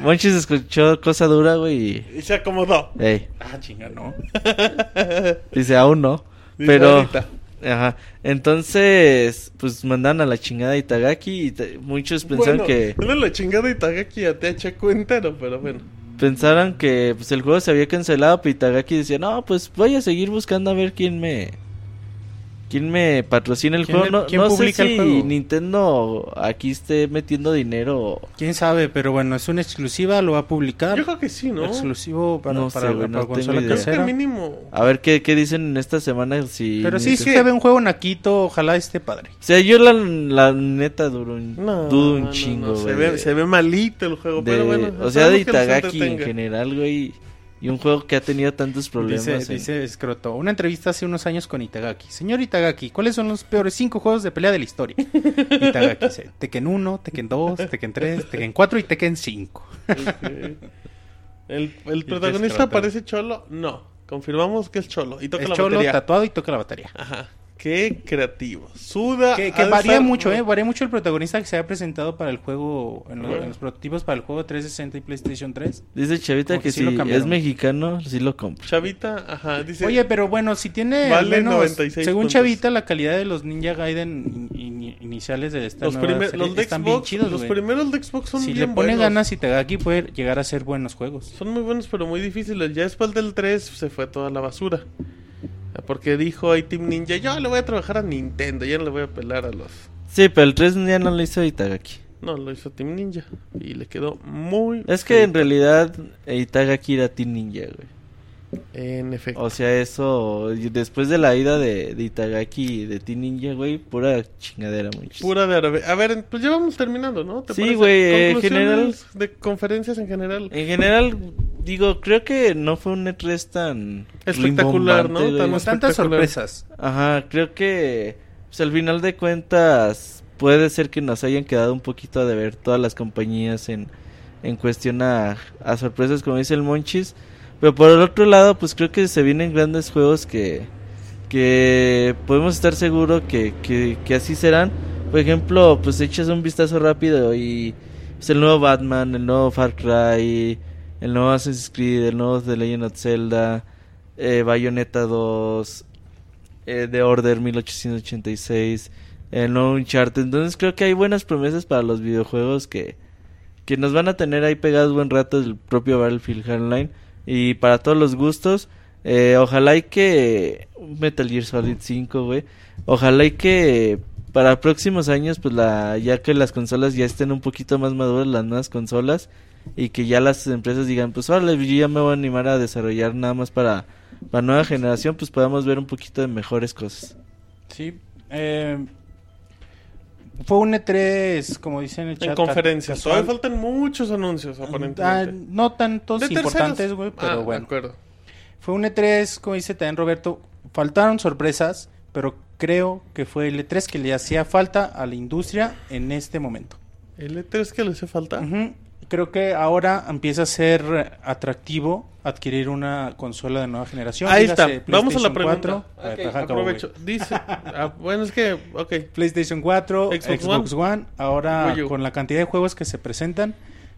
S3: Monchis escuchó cosa dura, güey. y-
S1: Y se acomodó.
S3: Ey,
S2: Ah, chinga, no.
S3: dice: Aún no.
S1: Dice,
S3: Pero.
S1: "Ahorita".
S3: Ajá. Entonces, pues mandan a la chingada a Itagaki. Y te- muchos pensaron
S1: Bueno,
S3: que.
S1: era la chingada Itagaki a THQ entero, pero bueno.
S3: Pensaron que pues, el juego se había cancelado. Pero Itagaki decía: No, pues voy a seguir buscando a ver quién me. ¿Quién me patrocina el
S2: ¿Quién
S3: juego?
S2: le-
S3: no
S2: quién
S3: no sé
S2: publica el
S3: si
S2: juego?
S3: Nintendo aquí esté metiendo dinero.
S2: Quién sabe, pero bueno, es una exclusiva, lo va a
S3: Ah,
S2: publicar.
S1: Yo creo que sí, ¿no?
S2: Exclusivo para,
S3: No
S2: para,
S3: sé,
S2: para
S3: güey, no tengo
S2: consola
S3: idea.
S1: Creo que
S2: casera.
S1: mínimo.
S3: A ver qué, qué dicen en esta semana. Si
S2: Pero sí,
S3: Nintendo-
S2: sí se ve un juego naquito, ojalá esté padre.
S3: O sea, yo la, la neta duro un,
S1: No,
S3: dudo
S1: no,
S3: un
S1: no,
S3: chingo,
S1: no, se,
S3: güey,
S1: ve,
S3: de-
S1: se ve malito el juego,
S3: de-
S1: pero bueno.
S3: o sea,
S1: esperemos que
S3: de
S1: los
S3: Itagaki en
S1: entretenga.
S3: general, güey. Y un juego que ha tenido tantos problemas.
S2: Dice,
S3: en-
S2: dice Scroto, una entrevista hace unos años con Itagaki. Señor Itagaki, ¿cuáles son los peores cinco juegos de pelea de la historia? Itagaki dice, Tekken 1, Tekken 2, Tekken 3, Tekken 4 y Tekken 5.
S1: Ok. El, el
S2: qué es
S1: protagonista
S2: Crotón?
S1: parece cholo. No, confirmamos que es cholo. Y toca
S2: Es
S1: la
S2: cholo,
S1: batería.
S2: tatuado y toca la batería.
S1: Ajá. Qué creativo. Suda.
S2: Que,
S1: ha
S2: que
S1: de
S2: varía
S1: estar-
S2: mucho, ¿eh? Varía mucho el protagonista que se ha presentado para el juego, en los,
S1: Bueno.
S2: en los prototipos para el juego 360 y PlayStation 3.
S3: Dice Chavita
S2: Como
S3: que,
S2: que sí
S3: si
S2: lo
S3: es
S2: cambiaron.
S3: mexicano, sí lo compro.
S1: Chavita, ajá, dice.
S2: Oye, pero bueno, si tiene al
S1: Vale
S2: menos,
S1: 96
S2: según
S1: puntos.
S2: Chavita, la calidad de los Ninja Gaiden in- in- iniciales de esta
S1: los,
S2: nueva
S1: primer-
S2: serie
S1: los de
S2: están bien
S1: Xbox,
S2: chidos,
S1: los
S2: güey.
S1: primeros de Xbox son
S2: Si le
S1: bien
S2: pone
S1: buenos.
S2: ganas Itagaki puede llegar a ser buenos juegos.
S1: Son muy buenos, pero muy difíciles. Ya después del 3 se fue toda la basura. Porque dijo ahí Team Ninja, yo le voy a trabajar a Nintendo, ya no le voy a pelar a los...
S3: Sí, pero el 3 ya no lo hizo Itagaki.
S1: No, lo hizo Team Ninja. Y le quedó muy...
S3: Es que en realidad Itagaki era Team Ninja, güey.
S1: En efecto.
S3: O sea, eso, y después de la ida de, de Itagaki y de Team Ninja, güey, pura chingadera, muchachos.
S1: Pura de árabe. A ver, pues ya vamos terminando, ¿no?
S3: Sí, güey, eh,
S1: Conclusiones De conferencias en general.
S3: En general, digo, creo que no fue un E3 tan
S1: Espectacular, ¿no?
S3: rimbombante, güey.
S1: Tan-
S2: Con tantas
S1: espectacular.
S2: sorpresas.
S3: Ajá, creo que pues, al final de cuentas puede ser que nos hayan quedado un poquito a deber todas las compañías en, en cuestión a, a sorpresas, como dice el Monchis. Pero por el otro lado, pues creo que se vienen grandes juegos que, que podemos estar seguros que, que, que así serán. Por ejemplo, pues echas un vistazo rápido y pues, el nuevo Batman, el nuevo Far Cry, el nuevo Assassin's Creed, el nuevo The Legend of Zelda, eh, Bayonetta 2, eh, The Order 1886, el nuevo Uncharted. Entonces creo que hay buenas promesas para los videojuegos que, que nos van a tener ahí pegados buen rato el propio Battlefield Online y para todos los gustos. eh, ojalá y que un Metal Gear Solid 5, güey. Ojalá y que para próximos años, pues la, ya que las consolas ya estén un poquito más maduras, las nuevas consolas, y que ya las empresas digan, pues ahora yo ya me voy a animar a desarrollar nada más para la nueva generación, pues podamos ver un poquito de mejores cosas.
S2: Sí. eh, fue un E3, como dicen en el chat.
S1: En conferencias.
S2: casual.
S1: Todavía faltan muchos anuncios, aparentemente.
S2: Ah, no tantos
S1: De terceros.
S2: importantes, güey, pero
S1: Ah, De
S2: bueno.
S1: acuerdo.
S2: Fue un E3, como dice también Roberto, faltaron sorpresas, pero creo que fue el E3 que le hacía falta a la industria en este momento.
S1: El E3 que le hace falta.
S2: Ujú. Creo que ahora empieza a ser atractivo adquirir una consola de nueva generación.
S1: Ahí
S2: dígase
S1: está, vamos a la
S2: PlayStation
S1: pregunta.
S2: 4. A ver,
S1: Ok,
S2: ajá, acabo, güey.
S1: aprovecho. Dice, ah, bueno, es que, ok,
S2: PlayStation 4,
S1: Xbox
S2: Xbox, One. ahora
S1: Wii U.
S2: con la cantidad de juegos que se presentan,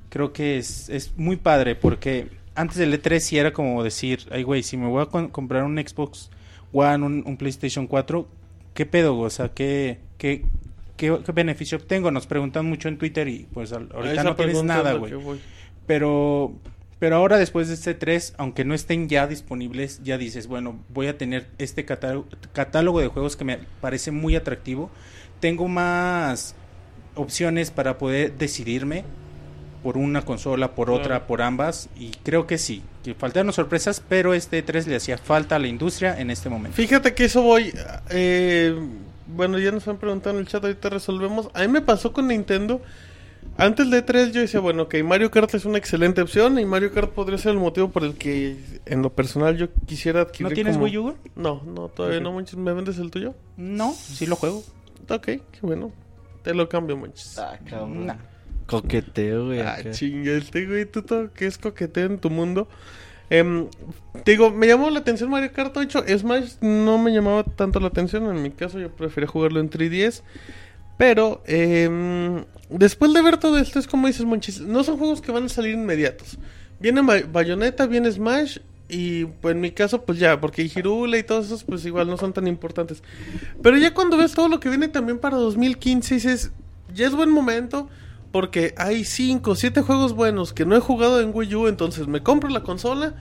S2: creo que es, es muy padre porque antes del E3 sí era como decir, ay güey, si me voy a con- comprar un Xbox One, un, un PlayStation 4, ¿qué pedo? O sea, ¿qué, qué, qué, qué beneficio obtengo? Nos preguntan mucho en Twitter y pues al-
S1: a
S2: ahorita
S1: esa
S2: no tienes
S1: pregunta es
S2: nada,
S1: lo
S2: güey.
S1: que voy.
S2: Pero, pero ahora después de este 3, aunque no estén ya disponibles, ya dices, bueno, voy a tener este catálogo, catálogo de juegos que me parece muy atractivo. Tengo más opciones para poder decidirme por una consola, por otra,
S1: Claro.
S2: por ambas. Y creo que sí, que faltaron sorpresas, pero este 3 le hacía falta a la industria en este momento.
S1: Fíjate que eso voy. eh, Bueno, ya nos han preguntado en el chat, ahorita resolvemos. A mí me pasó con Nintendo. Antes de 3 yo decía, bueno, que Mario Kart es una excelente opción y Mario Kart podría ser el motivo por el que en lo personal yo quisiera adquirir.
S2: ¿No tienes
S1: como-
S2: Wii U?
S1: No, no, todavía no, Monchis. ¿Me vendes el tuyo?
S2: No, sí lo juego.
S1: Ok, qué bueno. Te lo cambio, Monchis.
S3: Ah, cabrón.
S2: Nah.
S3: Coqueteo, güey.
S1: Ah,
S3: acá.
S1: chinga, este güey, tú todo que es coqueteo en tu mundo. Em, te digo, me llamó la atención Mario Kart 8. Smash no me llamaba tanto la atención. En mi caso, yo prefería jugarlo en 3DS. Pero em, después de ver todo esto, es como dices, Monchis, no son juegos que van a salir inmediatos. Viene Ba- Bayonetta, viene Smash. Y pues, en mi caso, pues ya, porque Girule y todos esos, pues igual no son tan importantes. Pero ya cuando ves todo lo que viene también para 2015, dices, ya es buen momento. Porque hay 5, 7 juegos buenos que no he jugado en Wii U. Entonces me compro la consola.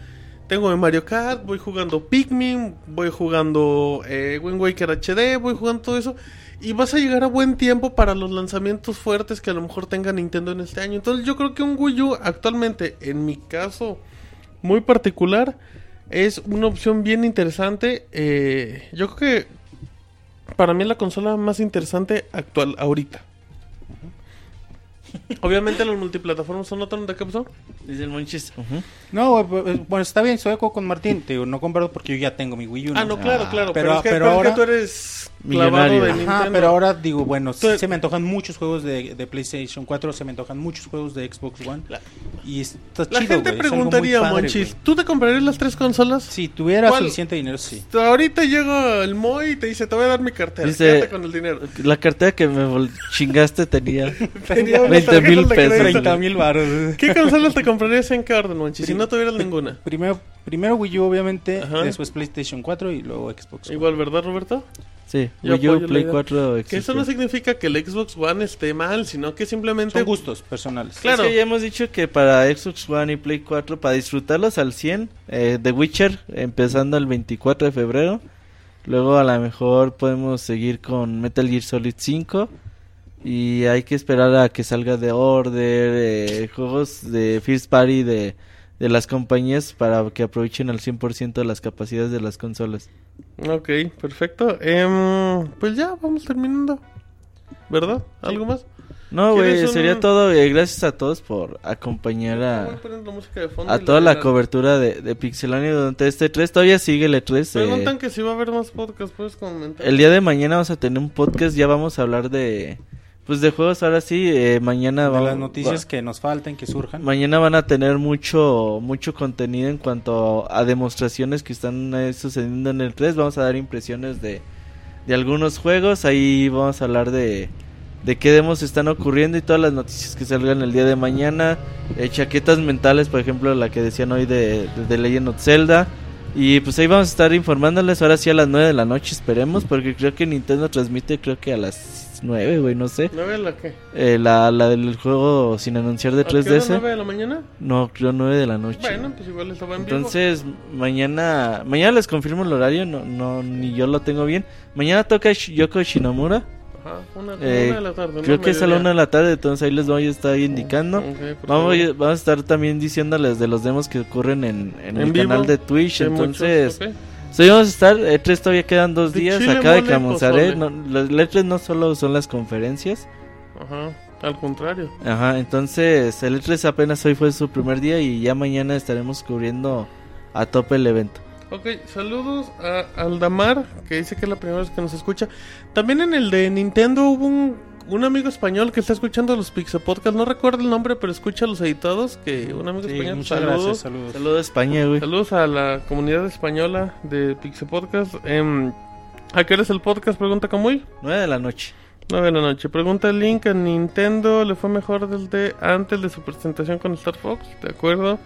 S1: Tengo mi Mario Kart, voy jugando Pikmin, voy jugando eh, Wind Waker HD, voy jugando todo eso. Y vas a llegar a buen tiempo para los lanzamientos fuertes que a lo mejor tenga Nintendo en este año. Entonces yo creo que un Wii U actualmente, en mi caso muy particular, es una opción bien interesante. Eh, yo creo que para mí es la consola más interesante actual, ahorita. Obviamente las multiplataformas son otra onda que pasó.
S3: Dice el Monchis. ujú.
S2: No, güey, pues, eh, bueno, está bien, estoy de acuerdo con Martín. Te digo, no comparo porque yo ya tengo mi Wii U.
S1: Ah, no, claro, claro. Pero,
S2: pero-
S1: es que,
S2: pero
S1: pero es que
S2: ahora-
S1: tú eres clavado de
S3: Millonario.
S1: Nintendo.
S2: Ajá, pero ahora digo, bueno, sí
S1: Tú-
S2: se me antojan muchos juegos de, de PlayStation 4, se me antojan muchos juegos de Xbox One.
S1: La-
S2: y está
S1: La
S2: chido,
S1: gente
S2: güey, es algo muy
S1: preguntaría,
S2: padre,
S1: Monchis,
S2: güey.
S1: ¿tú te comprarías las tres consolas?
S2: Si tuviera
S1: ¿Cuál?
S2: suficiente dinero, sí.
S1: Ahorita llega el Moy y te dice, te voy a dar mi cartera,
S3: Dice-
S1: quédate con el dinero.
S3: La cartera que me vol- chingaste tenía.
S1: Tenía una
S3: 20 mil
S1: tarjeta de
S3: pesos.
S1: crédito.
S3: 30
S2: mil baros.
S1: ¿Qué consolas te comprarías en qué orden, Monchis? Si no tuvieras ninguna.
S2: Primero, primero Wii U, obviamente,
S1: Ajá.
S2: después PlayStation 4 y luego Xbox. One.
S1: Igual, ¿verdad, Roberto?
S3: Sí,
S1: Yo
S3: Wii U,
S1: apoyo la
S3: Play
S1: idea.
S3: 4,
S1: Que eso no significa que el Xbox One esté mal, sino que simplemente...
S2: Son gustos personales.
S1: Claro.
S3: Es que ya hemos dicho que para Xbox One y Play 4, para disfrutarlos al 100, eh, The Witcher empezando el 24 de febrero. Luego a lo mejor podemos seguir con Metal Gear Solid 5. Y hay que esperar a que salga The Order, eh, juegos de First Party de, de las compañías para que aprovechen al 100% las capacidades de las consolas.
S1: Ok, perfecto. Em, pues ya, vamos terminando. ¿Verdad? ¿Algo más?
S3: No, güey,
S1: ¿Quieres un-
S3: sería todo. eh, gracias a todos por acompañar
S1: Voy
S3: a,
S1: a poner la música de fondo
S3: a
S1: y
S3: toda la
S1: de-
S3: cobertura de, de Pixelania durante este 3. Todavía sigue el E3. eh,
S1: Preguntan que si va a haber más podcast, puedes comentar.
S3: el día de mañana vamos a tener un podcast. Ya vamos a hablar de. Pues de juegos, ahora sí. eh, mañana
S2: De
S3: vamos.
S2: las noticias
S3: va-
S2: que nos faltan, que surjan.
S3: Mañana van a tener mucho mucho contenido en cuanto a demostraciones que están eh, sucediendo en el 3. Vamos a dar impresiones de, de algunos juegos. Ahí vamos a hablar de, de qué demos están ocurriendo y todas las noticias que salgan el día de mañana. Eh, chaquetas mentales, por ejemplo, la que decían hoy de, de, de Legend of Zelda. Y pues ahí vamos a estar informándoles ahora sí a las 9 de la noche, esperemos, porque creo que Nintendo transmite creo que a las 9, güey, no sé.
S1: ¿Nueve de la qué?
S3: Eh, la, la del juego sin anunciar de
S1: ¿A qué hora,
S3: 3DS.
S1: nueve de la mañana?
S3: No, creo 9 de la noche.
S1: Bueno, pues igual estaba en vivo.
S3: Entonces, mañana mañana les confirmo el horario, no, no ni yo lo tengo bien. Mañana toca Sh- Yoko Shinomura.
S1: Ajá, una,
S3: eh,
S1: una de la tarde.
S3: creo que es a la 1 de la tarde, entonces ahí les voy a estar indicando.
S1: Mm,
S3: Vamos, a- vamos a estar también diciéndoles de los demos que ocurren en,
S1: En
S3: en el
S1: vivo.
S3: canal de Twitch. Entonces, sí, vamos a estar. E3 todavía quedan dos
S1: De
S3: días.
S1: chile,
S3: acá de
S1: mole y
S3: Camusaré. No,
S1: pozole.
S3: las las E3 no solo son las conferencias.
S1: Ajá, al contrario.
S3: Ajá, entonces el E3 apenas hoy fue su primer día y ya mañana estaremos cubriendo a tope el evento.
S1: Ok, saludos a Aldamar, que dice que es la primera vez que nos escucha. También en el de Nintendo hubo un, un amigo español que está escuchando los Pixel Podcast. No recuerdo el nombre, pero escucha los editados. Que un amigo
S2: Sí,
S1: español.
S2: muchas
S1: saludos.
S2: gracias, saludos.
S3: Saludos a España, güey.
S1: Saludos a la comunidad española de Pixel Podcast. Em, ¿A qué hora es el podcast? Pregunta Camuy.
S3: 9 de la noche.
S1: 9 de la noche. Pregunta Link a Nintendo. ¿Le fue mejor desde antes de su presentación con Star Fox? De acuerdo.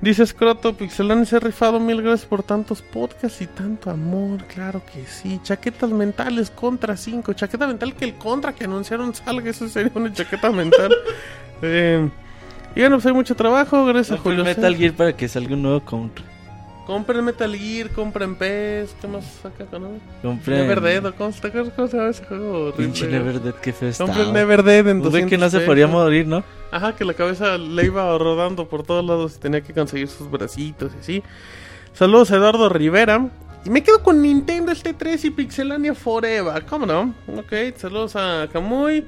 S1: Dice Scroto, Pixelani se ha rifado mil gracias por tantos podcasts y tanto amor. Claro que sí. Chaquetas mentales contra 5. Chaqueta mental que el contra que anunciaron salga. Eso sería una chaqueta mental. Eh, y bueno, pues hay mucho trabajo. Gracias a Julio.
S3: Compren Metal
S1: César.
S3: Gear para que salga un nuevo Contra.
S1: Compren Metal Gear, compren PES. E ¿Qué más saca con
S3: Compren.
S1: Never Dead. ¿o ¿Cómo se cómo se llama ese juego?
S3: Pinche
S1: horrible?
S3: Never Dead, qué feo estaba.
S1: Compré el Never Dead en
S3: Un güey Pues que no se
S1: 200
S3: podía
S1: pesos.
S3: morir, ¿no?
S1: Ajá, que la cabeza le iba rodando por todos lados y tenía que conseguir sus bracitos y así. Saludos a Eduardo Rivera. Y me quedo con Nintendo este 3 y Pixelania Forever. ¿Cómo no? Ok, saludos a Kamui.